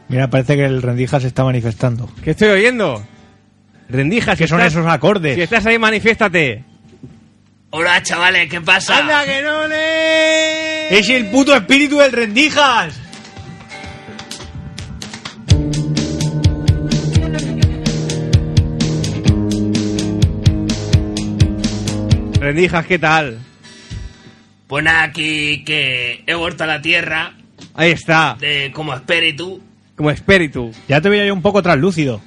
Mira, parece que el rendija se está manifestando.
¿Qué estoy oyendo? Rendijas.
¿Qué
si
son
estás-
esos acordes?
Si estás ahí, manifiéstate.
Hola chavales, ¿qué pasa?
¡Anda que no le!
¡Es el puto espíritu del rendijas!
Rendijas, ¿qué tal?
Pues nada, aquí que he vuelto a la tierra
Ahí
Ah.
está,
de como espíritu.
como espíritu.
Ya te veía yo un poco translúcido.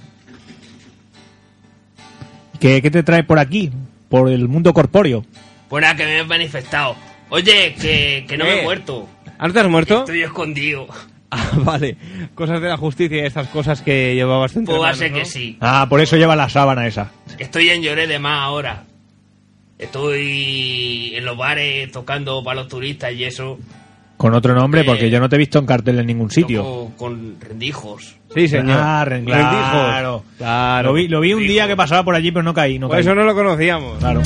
¿Qué, qué te trae por aquí? Por el mundo corpóreo.
Pues nada, que me he manifestado. Oye, que, que no me
Eh.
he muerto.
¿Ah, no te has muerto?
Estoy escondido.
Ah, vale. Cosas de la justicia y estas cosas que llevabas entre
Pues va a
manos,
ser
¿no?
que sí.
Ah, por eso lleva la sábana esa.
Estoy en Lloré de Mar ahora. Estoy en los bares tocando para los turistas y eso.
Con otro nombre,
Eh,
porque yo no te he visto en cartel en ningún sitio.
O con rendijos.
Sí, señor. Ah, Ren- claro. Lo vi, lo vi un día que pasaba por allí, pero no caí. No
Por
caí.
eso no lo conocíamos.
Claro.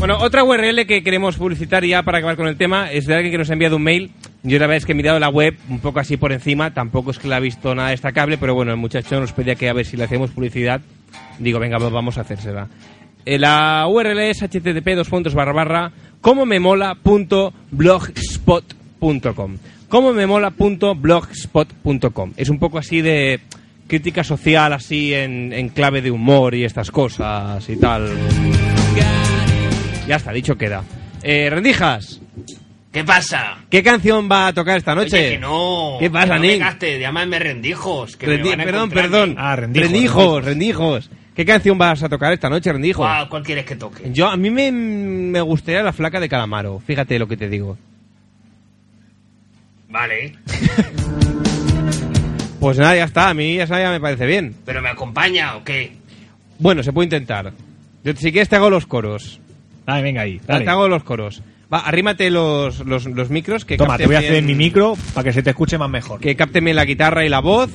Bueno, otra URL que queremos publicitar ya para acabar con el tema es de alguien que nos ha enviado un mail. Yo la verdad es que he mirado la web un poco así por encima, tampoco es que la ha visto nada destacable, pero bueno, el muchacho nos pedía que a ver si le hacemos publicidad. Digo, venga, pues vamos a hacérsela. Eh, La URL es http dos puntos barra barra comomemola.blogspot.com comomemola.blogspot.com Es un poco así de crítica social, así en, en clave de humor y estas cosas y tal. Ya está, dicho queda. Eh, Rendijas,
¿Qué pasa?
¿qué canción va a tocar esta noche?
Oye, que no.
¿Qué
que
pasa,
no
Nick?
Me gastes, llámame rendijos. Que me
Rendi-
van a
perdón,
encontrar
perdón.
ahí.
Ah,
rendijos, rendijos, ¿Qué canción vas a tocar esta noche, Rendijos?
¿Cuál, cuál quieres que toque?
Yo, a mí me, me gustaría la flaca de Calamaro. Fíjate lo que te digo.
Vale.
Pues nada, ya está. A mí esa ya me parece bien.
¿Pero me acompaña o qué?
Bueno, se puede intentar. Yo, si quieres te hago los coros.
Dale, venga ahí.
Te hago los coros. Va, arrímate los, los, los micros que
Toma,
capten
te voy a
bien-
hacer mi micro para que se te escuche más mejor.
Que capten bien la guitarra y la voz.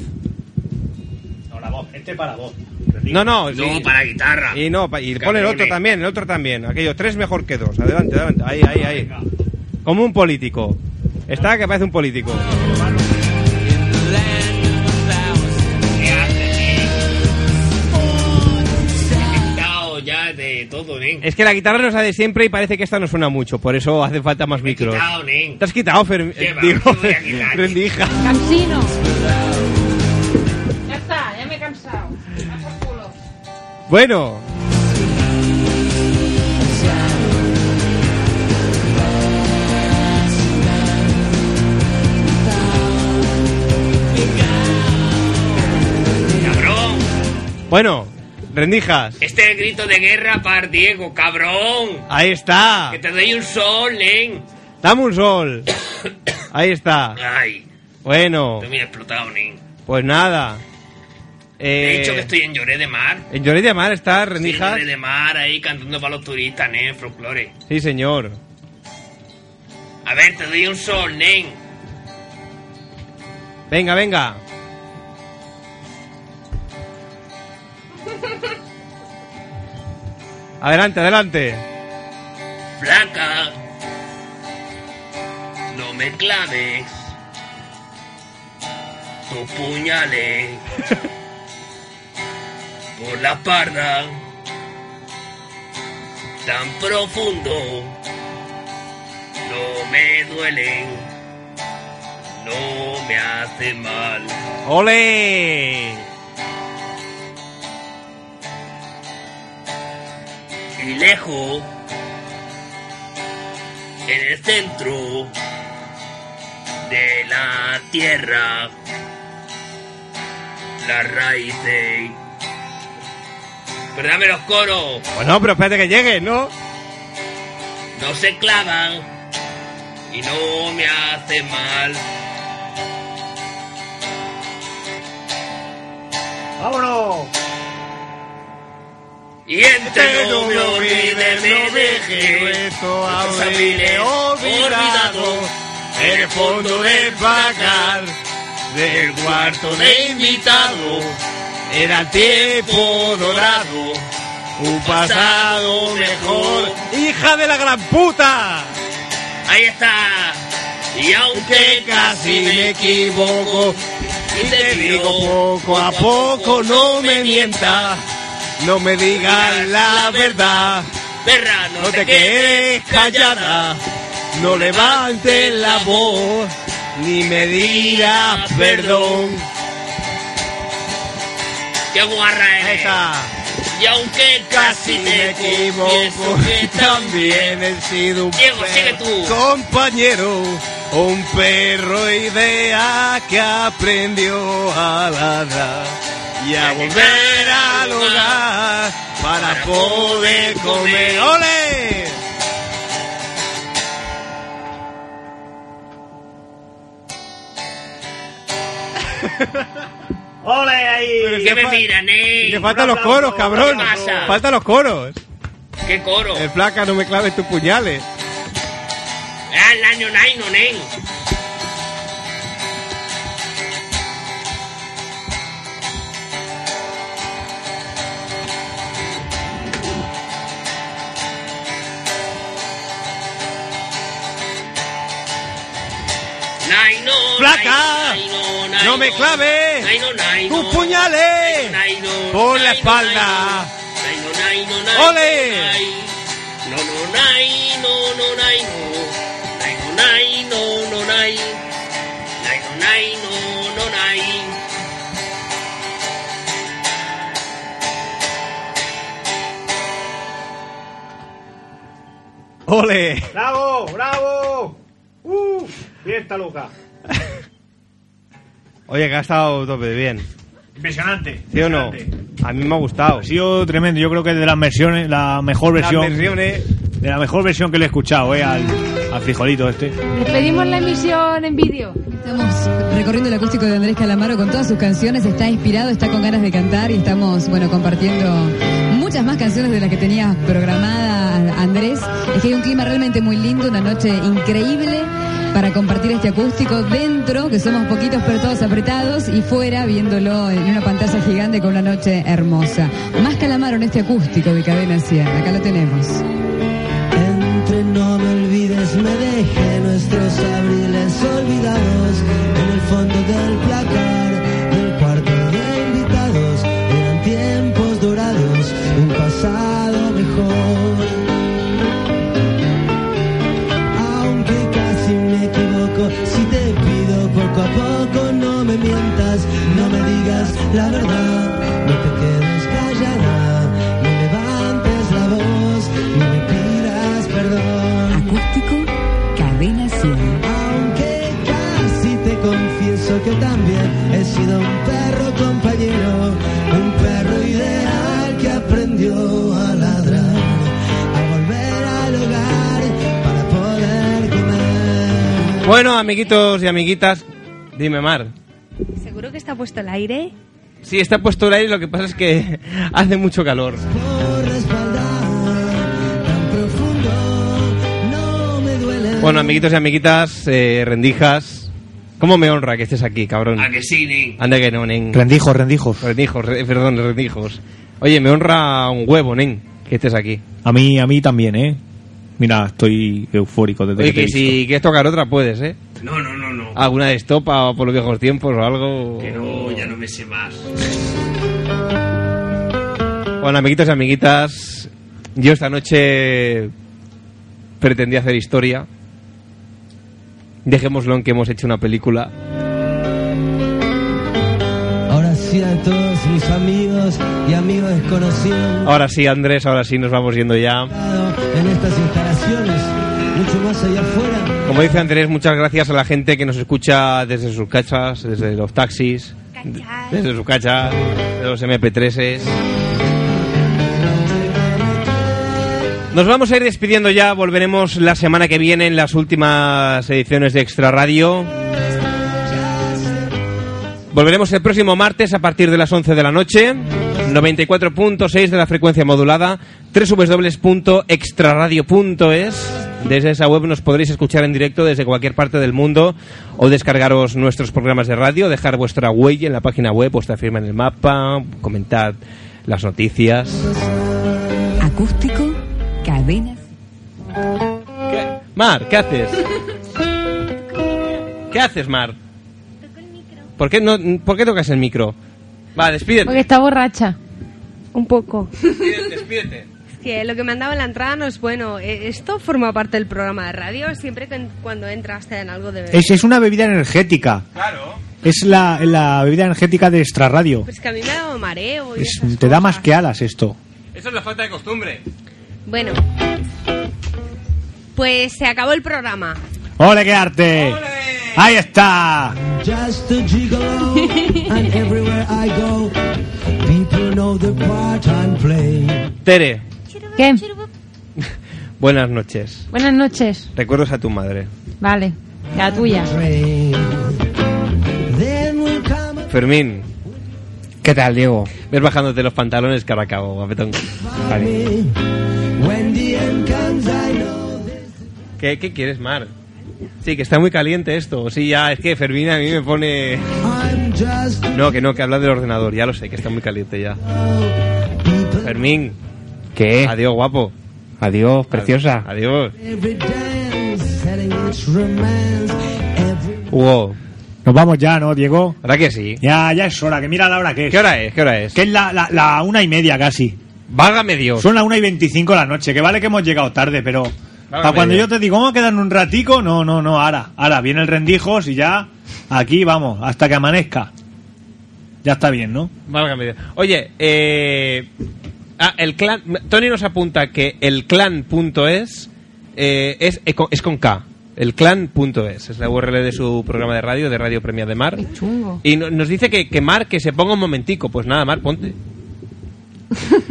Este para vos.
No, no.
No,
para guitarra. Y no, pa- y pon el otro también, el otro también. Aquello, tres mejor que dos. Adelante, adelante. Ahí, ahí, ahí. Como un político. Está que parece un político.
He quitado ya de todo, nen.
Es que la guitarra nos da de siempre y parece que esta no suena mucho. Por eso hace falta más micros.
quitado, nen.
Te has quitado, Fermín.
Qué va,
Digo,
me voy a quitar.
rendija.
¡Cansino! Ya está, ya me he cansado. A por culo.
Bueno.
Cabrón.
Bueno, rendijas.
Este es el grito de guerra para Diego, cabrón.
Ahí está.
Que te doy un sol, nen.
Dame un sol. Ahí está.
Ay,
Bueno,
estoy muy explotado, nen.
pues nada.
Te
Eh,
He dicho que estoy en Lloré de Mar.
En Lloret de Mar está
Sí,
rendijas.
Lloré de Mar ahí cantando para los turistas, nen, folclore.
Sí, señor.
A ver, te doy un sol, nen.
Venga, venga. Adelante, adelante.
Flaca, no me claves tus puñales por la espalda tan profundo. No me duelen, no me hace mal.
¡Ole!
y lejos, en el centro de la tierra, la raíz de... Pero dame los coros,
Bueno, pero espérate que llegue, ¿no?
no se clavan y no me hace mal.
¡Vámonos!
Y entre Este no me olvides, me dejes
esto
muchos abriles olvidados en el fondo del pagar del cuarto de invitado. Era tiempo dorado, un pasado mejor.
¡Hija de la gran puta!
Ahí está. Y aunque casi me equivoco, y te digo poco a poco, no me mientas,
No me digas la verdad,
perra,
no te quedes callada, no levantes la voz, ni me digas perdón.
¡Qué guarra eres!
Esa.
Y aunque casi me equivoco,
que también he sido un
Diego, sigue tú.
compañero, un perro idea que aprendió a ladrar y a volver al hogar para poder comer. ¡Ole!
¡Ole ahí!
¿Qué me miran, eh?
Que faltan los coros, cabrón.
¿Qué pasa?
Faltan los coros.
¿Qué coro?
El placa no me claves tus puñales.
Ah, el año Naino, nen.
flaca, no me clave tus puñales por la espalda. ¡Ole!
No, no, nai, no, no, nai, no. Nai, no, nai, no, no, nai. Nai, no, nai, no, no, nai.
¡Ole!
¡Bravo! ¡Bravo! ¡Uh! Fiesta loca.
Oye, que ha estado tope bien.
Impresionante.
¿Sí o no? A mí me ha gustado.
Ha sido tremendo. Yo creo que es de las versiones, la mejor
Las
versión.
versiones.
De la mejor versión que le he escuchado, eh, al, al frijolito este.
Despedimos la emisión en vídeo.
Estamos recorriendo el acústico de Andrés Calamaro con todas sus canciones, está inspirado, está con ganas de cantar y estamos, bueno, compartiendo muchas más canciones de las que tenía programada Andrés. Es que hay un clima realmente muy lindo, una noche increíble para compartir este acústico dentro, que somos poquitos pero todos apretados, y fuera viéndolo en una pantalla gigante con una noche hermosa. Más Calamaro en este acústico de Cadena 100, acá lo tenemos.
Entre no me olvides, me dejé nuestros abriles olvidados en el fondo del placar del cuarto de invitados. Eran tiempos dorados, un pasado mejor. Aunque casi me equivoco, si te pido poco a poco, no me mientas, no me digas la verdad, no te quedes callada, no levantes la voz, no me pidas perdón. Acústico, cadena 100. Aunque casi te confieso que también he sido un perro compañero, un perro ideal que aprendió a ladrar, a volver al hogar para poder comer.
Bueno, amiguitos y amiguitas, dime, Mar.
Seguro que está puesto el aire.
Sí, está puesto el aire, lo que pasa es que hace mucho calor. Bueno, amiguitos y amiguitas, eh, rendijas. ¿Cómo me honra que estés aquí, cabrón?
A que sí, nen.
Anda que no, nen.
Rendijos, rendijos.
Rendijos, re- perdón, rendijos. Oye, me honra un huevo, nen, que estés aquí.
A mí, a mí también, eh. Mira, estoy eufórico desde
Oye,
que te he
que
visto.
si quieres tocar otra, puedes, ¿eh?
No, no, no, no.
Alguna de estopa o por los viejos tiempos o algo.
Que no, ya no me sé más.
Bueno, amiguitos y amiguitas, yo esta noche pretendía hacer historia. Dejémoslo en que hemos hecho una película.
Ahora sí a todos mis amigos y amigos desconocidos
Ahora sí, Andrés, ahora sí nos vamos yendo ya.
en estas instalaciones, mucho más allá afuera.
Como dice Andrés, muchas gracias a la gente que nos escucha desde sus cachas, desde los taxis, desde sus cachas, de los MP3s. Nos vamos a ir despidiendo ya, volveremos la semana que viene en las últimas ediciones de Extra Radio. Volveremos el próximo martes a partir de las 11 de la noche, 94.6 de la frecuencia modulada, www.extraradio.es. Desde esa web nos podréis escuchar en directo desde cualquier parte del mundo o descargaros nuestros programas de radio, dejar vuestra huella en la página web, vuestra firma en el mapa, comentad las noticias.
Acústico, cadena.
Mar, ¿qué haces? ¿Qué haces, Mar? ¿Por qué, no, ¿Por qué tocas el micro? Va, despídete.
Porque está borracha.
Un poco.
Despídete.
Es que lo que me han dado en la entrada no es bueno. Eh, Esto forma parte del programa de radio. Siempre que en- cuando entras te dan algo de beber.
Es, es una bebida energética.
Claro.
Es la, la bebida energética de extra radio.
Pues que a mí me ha dado mareo. y
Es-
esas
te da más que alas esto.
Eso es la falta de costumbre.
Bueno, pues se acabó el programa.
¡Ole, qué arte! ¡Ahí está!
Just a gigolo, and everywhere I go, people know the part I play.
Tere,
¿Qué?
buenas noches.
Buenas noches.
Recuerdos a tu madre.
Vale. La tuya.
Fermín.
¿Qué tal, Diego?
Ves bajándote los pantalones, caracago, guapetón.
When the end comes, I know.
¿Qué, qué quieres, Mar? Sí, que está muy caliente esto. Sí, ya, es que Fermín a mí me pone...
I'm just
No, que no, que habla del ordenador. Ya lo sé, que está muy caliente ya. Fermín.
¿Qué?
Adiós, guapo.
Adiós, preciosa.
Adiós.
every dance, setting its romance.
Hugo.
Nos vamos ya, ¿no, Diego?
¿Verdad que sí?
Ya, ya es hora, que mira la hora que es.
¿Qué hora es? ¿Qué hora es?
Que es la, la, la una y media casi.
Válgame Dios.
Son las una y veinticinco de la noche, que vale que hemos llegado tarde, pero...
Válgame
para cuando
Dios.
yo te digo, vamos a quedar un ratico, no, no, no, ahora, ahora, viene el rendijos y ya, aquí vamos, hasta que amanezca. Ya está bien, ¿no?
Válgame Dios. Oye, eh, ah, el clan. Tony nos apunta que el clan.es eh, es, es con- es con K. El clan.es es la URL de su programa de radio, de Radio Premia de Mar.
Chungo.
Y no- nos dice que, que Mar, que se ponga un momentico. Pues nada, Mar, ponte.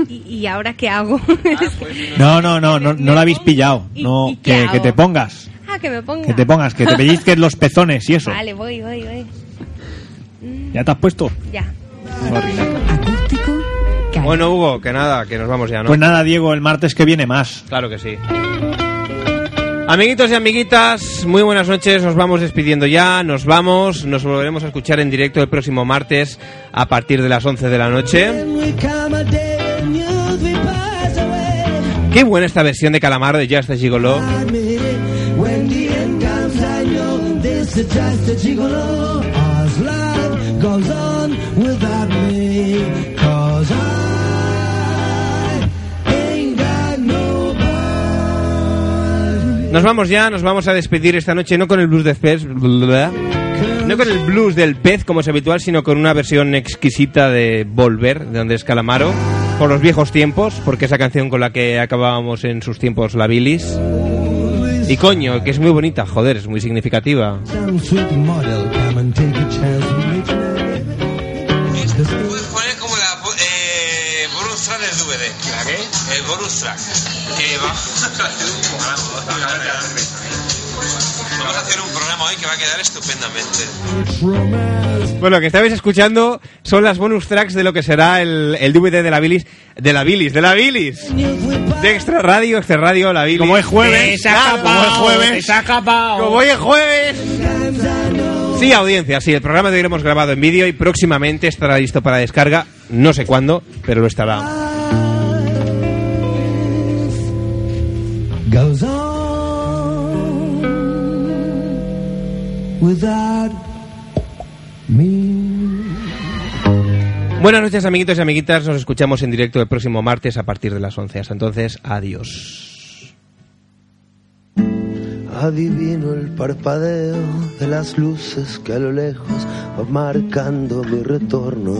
¿Y, y ahora qué hago?
Ah,
Es que-
No, no, no, no, no la habéis pillado. No,
y qué
pues, que, que
hago?
te pongas,
ah, que me ponga.
que te pongas, que te pellizques los pezones y eso.
Vale, voy, voy, voy. Mm,
Ya te has puesto.
Ya.
Bueno, Hugo, que nada, que nos vamos ya, ¿no?
Pues nada, Diego, el martes que viene más.
Claro que sí. Amiguitos y amiguitas, muy buenas noches, nos vamos despidiendo ya, nos vamos, nos volveremos a escuchar en directo el próximo martes a partir de las 11 de la noche. Qué buena esta versión de Calamaro de Just a Gigolo.
When the end comes, I know this is just a gigolo. As life goes on without me, cause I ain't got nobody.
Nos vamos ya, nos vamos a despedir esta noche, no con el blues del pez, no con el blues del pez como es habitual, sino con una versión exquisita de Volver, de Andrés Calamaro, por los viejos tiempos, porque esa canción con la que acabábamos en sus tiempos la bilis. Y coño, que es muy bonita, joder, es muy significativa.
Some sweet model, come and take a chance with me tonight.
Puedes poner como la eh, bonus track del DVD. ¿La qué? El bonus track. Eh, Que vamos a hacer un programa. Vamos a hacer un programa hoy que va a quedar estupendamente.
Bueno, lo que estabais escuchando son las bonus tracks de lo que será el, el DVD de la bilis, de la bilis, de la bilis. De Extra Radio, Extra Radio, la bilis. Ah, Como es
jueves, como es jueves,
Como hoy es jueves. Sí, audiencia, sí, el programa de hoy lo hemos grabado en vídeo y próximamente estará listo para descarga, no sé cuándo, pero lo estará.
Goes on without
Buenas noches, amiguitos y amiguitas, nos escuchamos en directo el próximo martes a partir de las 11. Hasta entonces, adiós.
Adivino el parpadeo de las luces que a lo lejos va marcando mi retorno.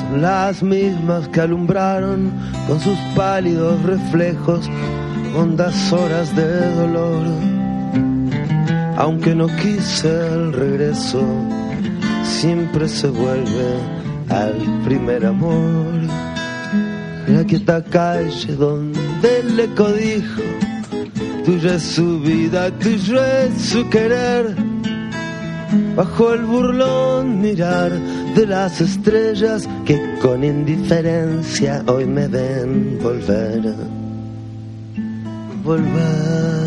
Son las mismas que alumbraron con sus pálidos reflejos hondas horas de dolor. Aunque no quise el regreso, siempre se vuelve al primer amor. La quieta calle donde el eco dijo tuya es su vida, tuyo es su querer. Bajo el burlón mirar de las estrellas que con indiferencia hoy me ven volver. Volver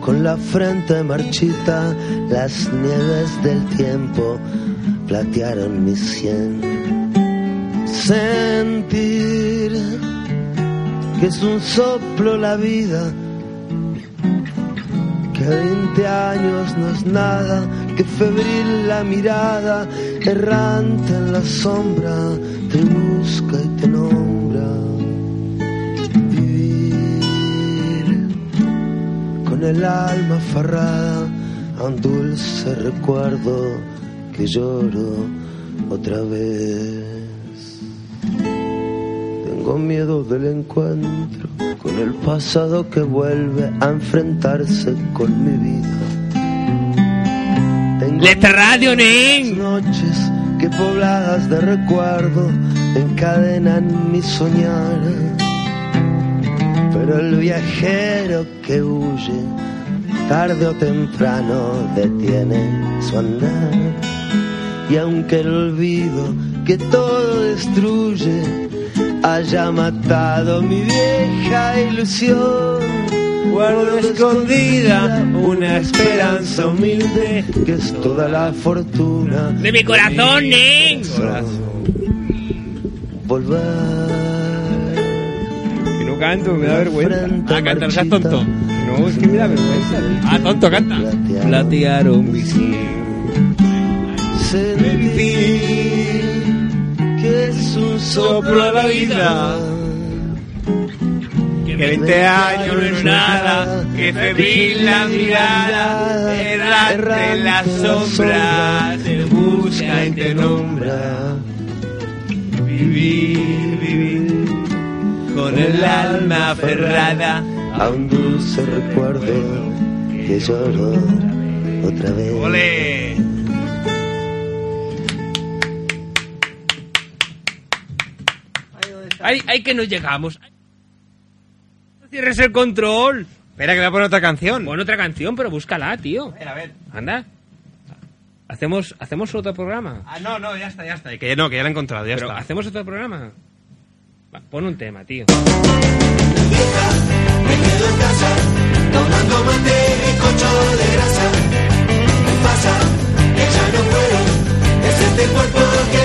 con la frente marchita, las nieves del tiempo platearon mi sien. Sentir que es un soplo la vida, que 20 años no es nada, que febril la mirada, errante en la sombra, te busca y te nombra. Vivir con el alma aferrada a un dulce recuerdo que lloro otra vez. Tengo miedo del encuentro con el pasado que vuelve a enfrentarse con mi vida. Tengo miedo de las noches que pobladas de recuerdo encadenan mi soñar. Pero el viajero que huye, tarde o temprano detiene su andar. Y aunque el olvido que todo destruye haya matado mi vieja ilusión. Guardo escondida una esperanza humilde que es toda la fortuna de mi
corazón,
mi Volver.
Que no canto, me da vergüenza. Ah, cantar, seas tonto. Que no
no, es que me da vergüenza.
Ah, tonto, canta.
Platearon mis Sentí que es un soplo a la vida.
Que 20 años no es nada, que febril la mirada, errante en la sombra, te busca y te nombra. Vivir, vivir, con el alma aferrada.
A un dulce recuerdo que lloro otra vez.
¡Ole!
Ay, ay, que no llegamos. Ay. No cierres el control.
Espera, que voy a poner otra canción.
Pon otra canción, pero búscala, tío. A ver, a ver. Anda. Hacemos, hacemos otro programa.
Ah, no, no, ya está, ya está. Que ya- no, que ya la he encontrado, ya
Pero
está.
hacemos otro programa. Va, pon un tema, tío.
Me quedo en casa, tomando mate y cocho de grasa. Me pasa que ya no puedo, es este cuerpo que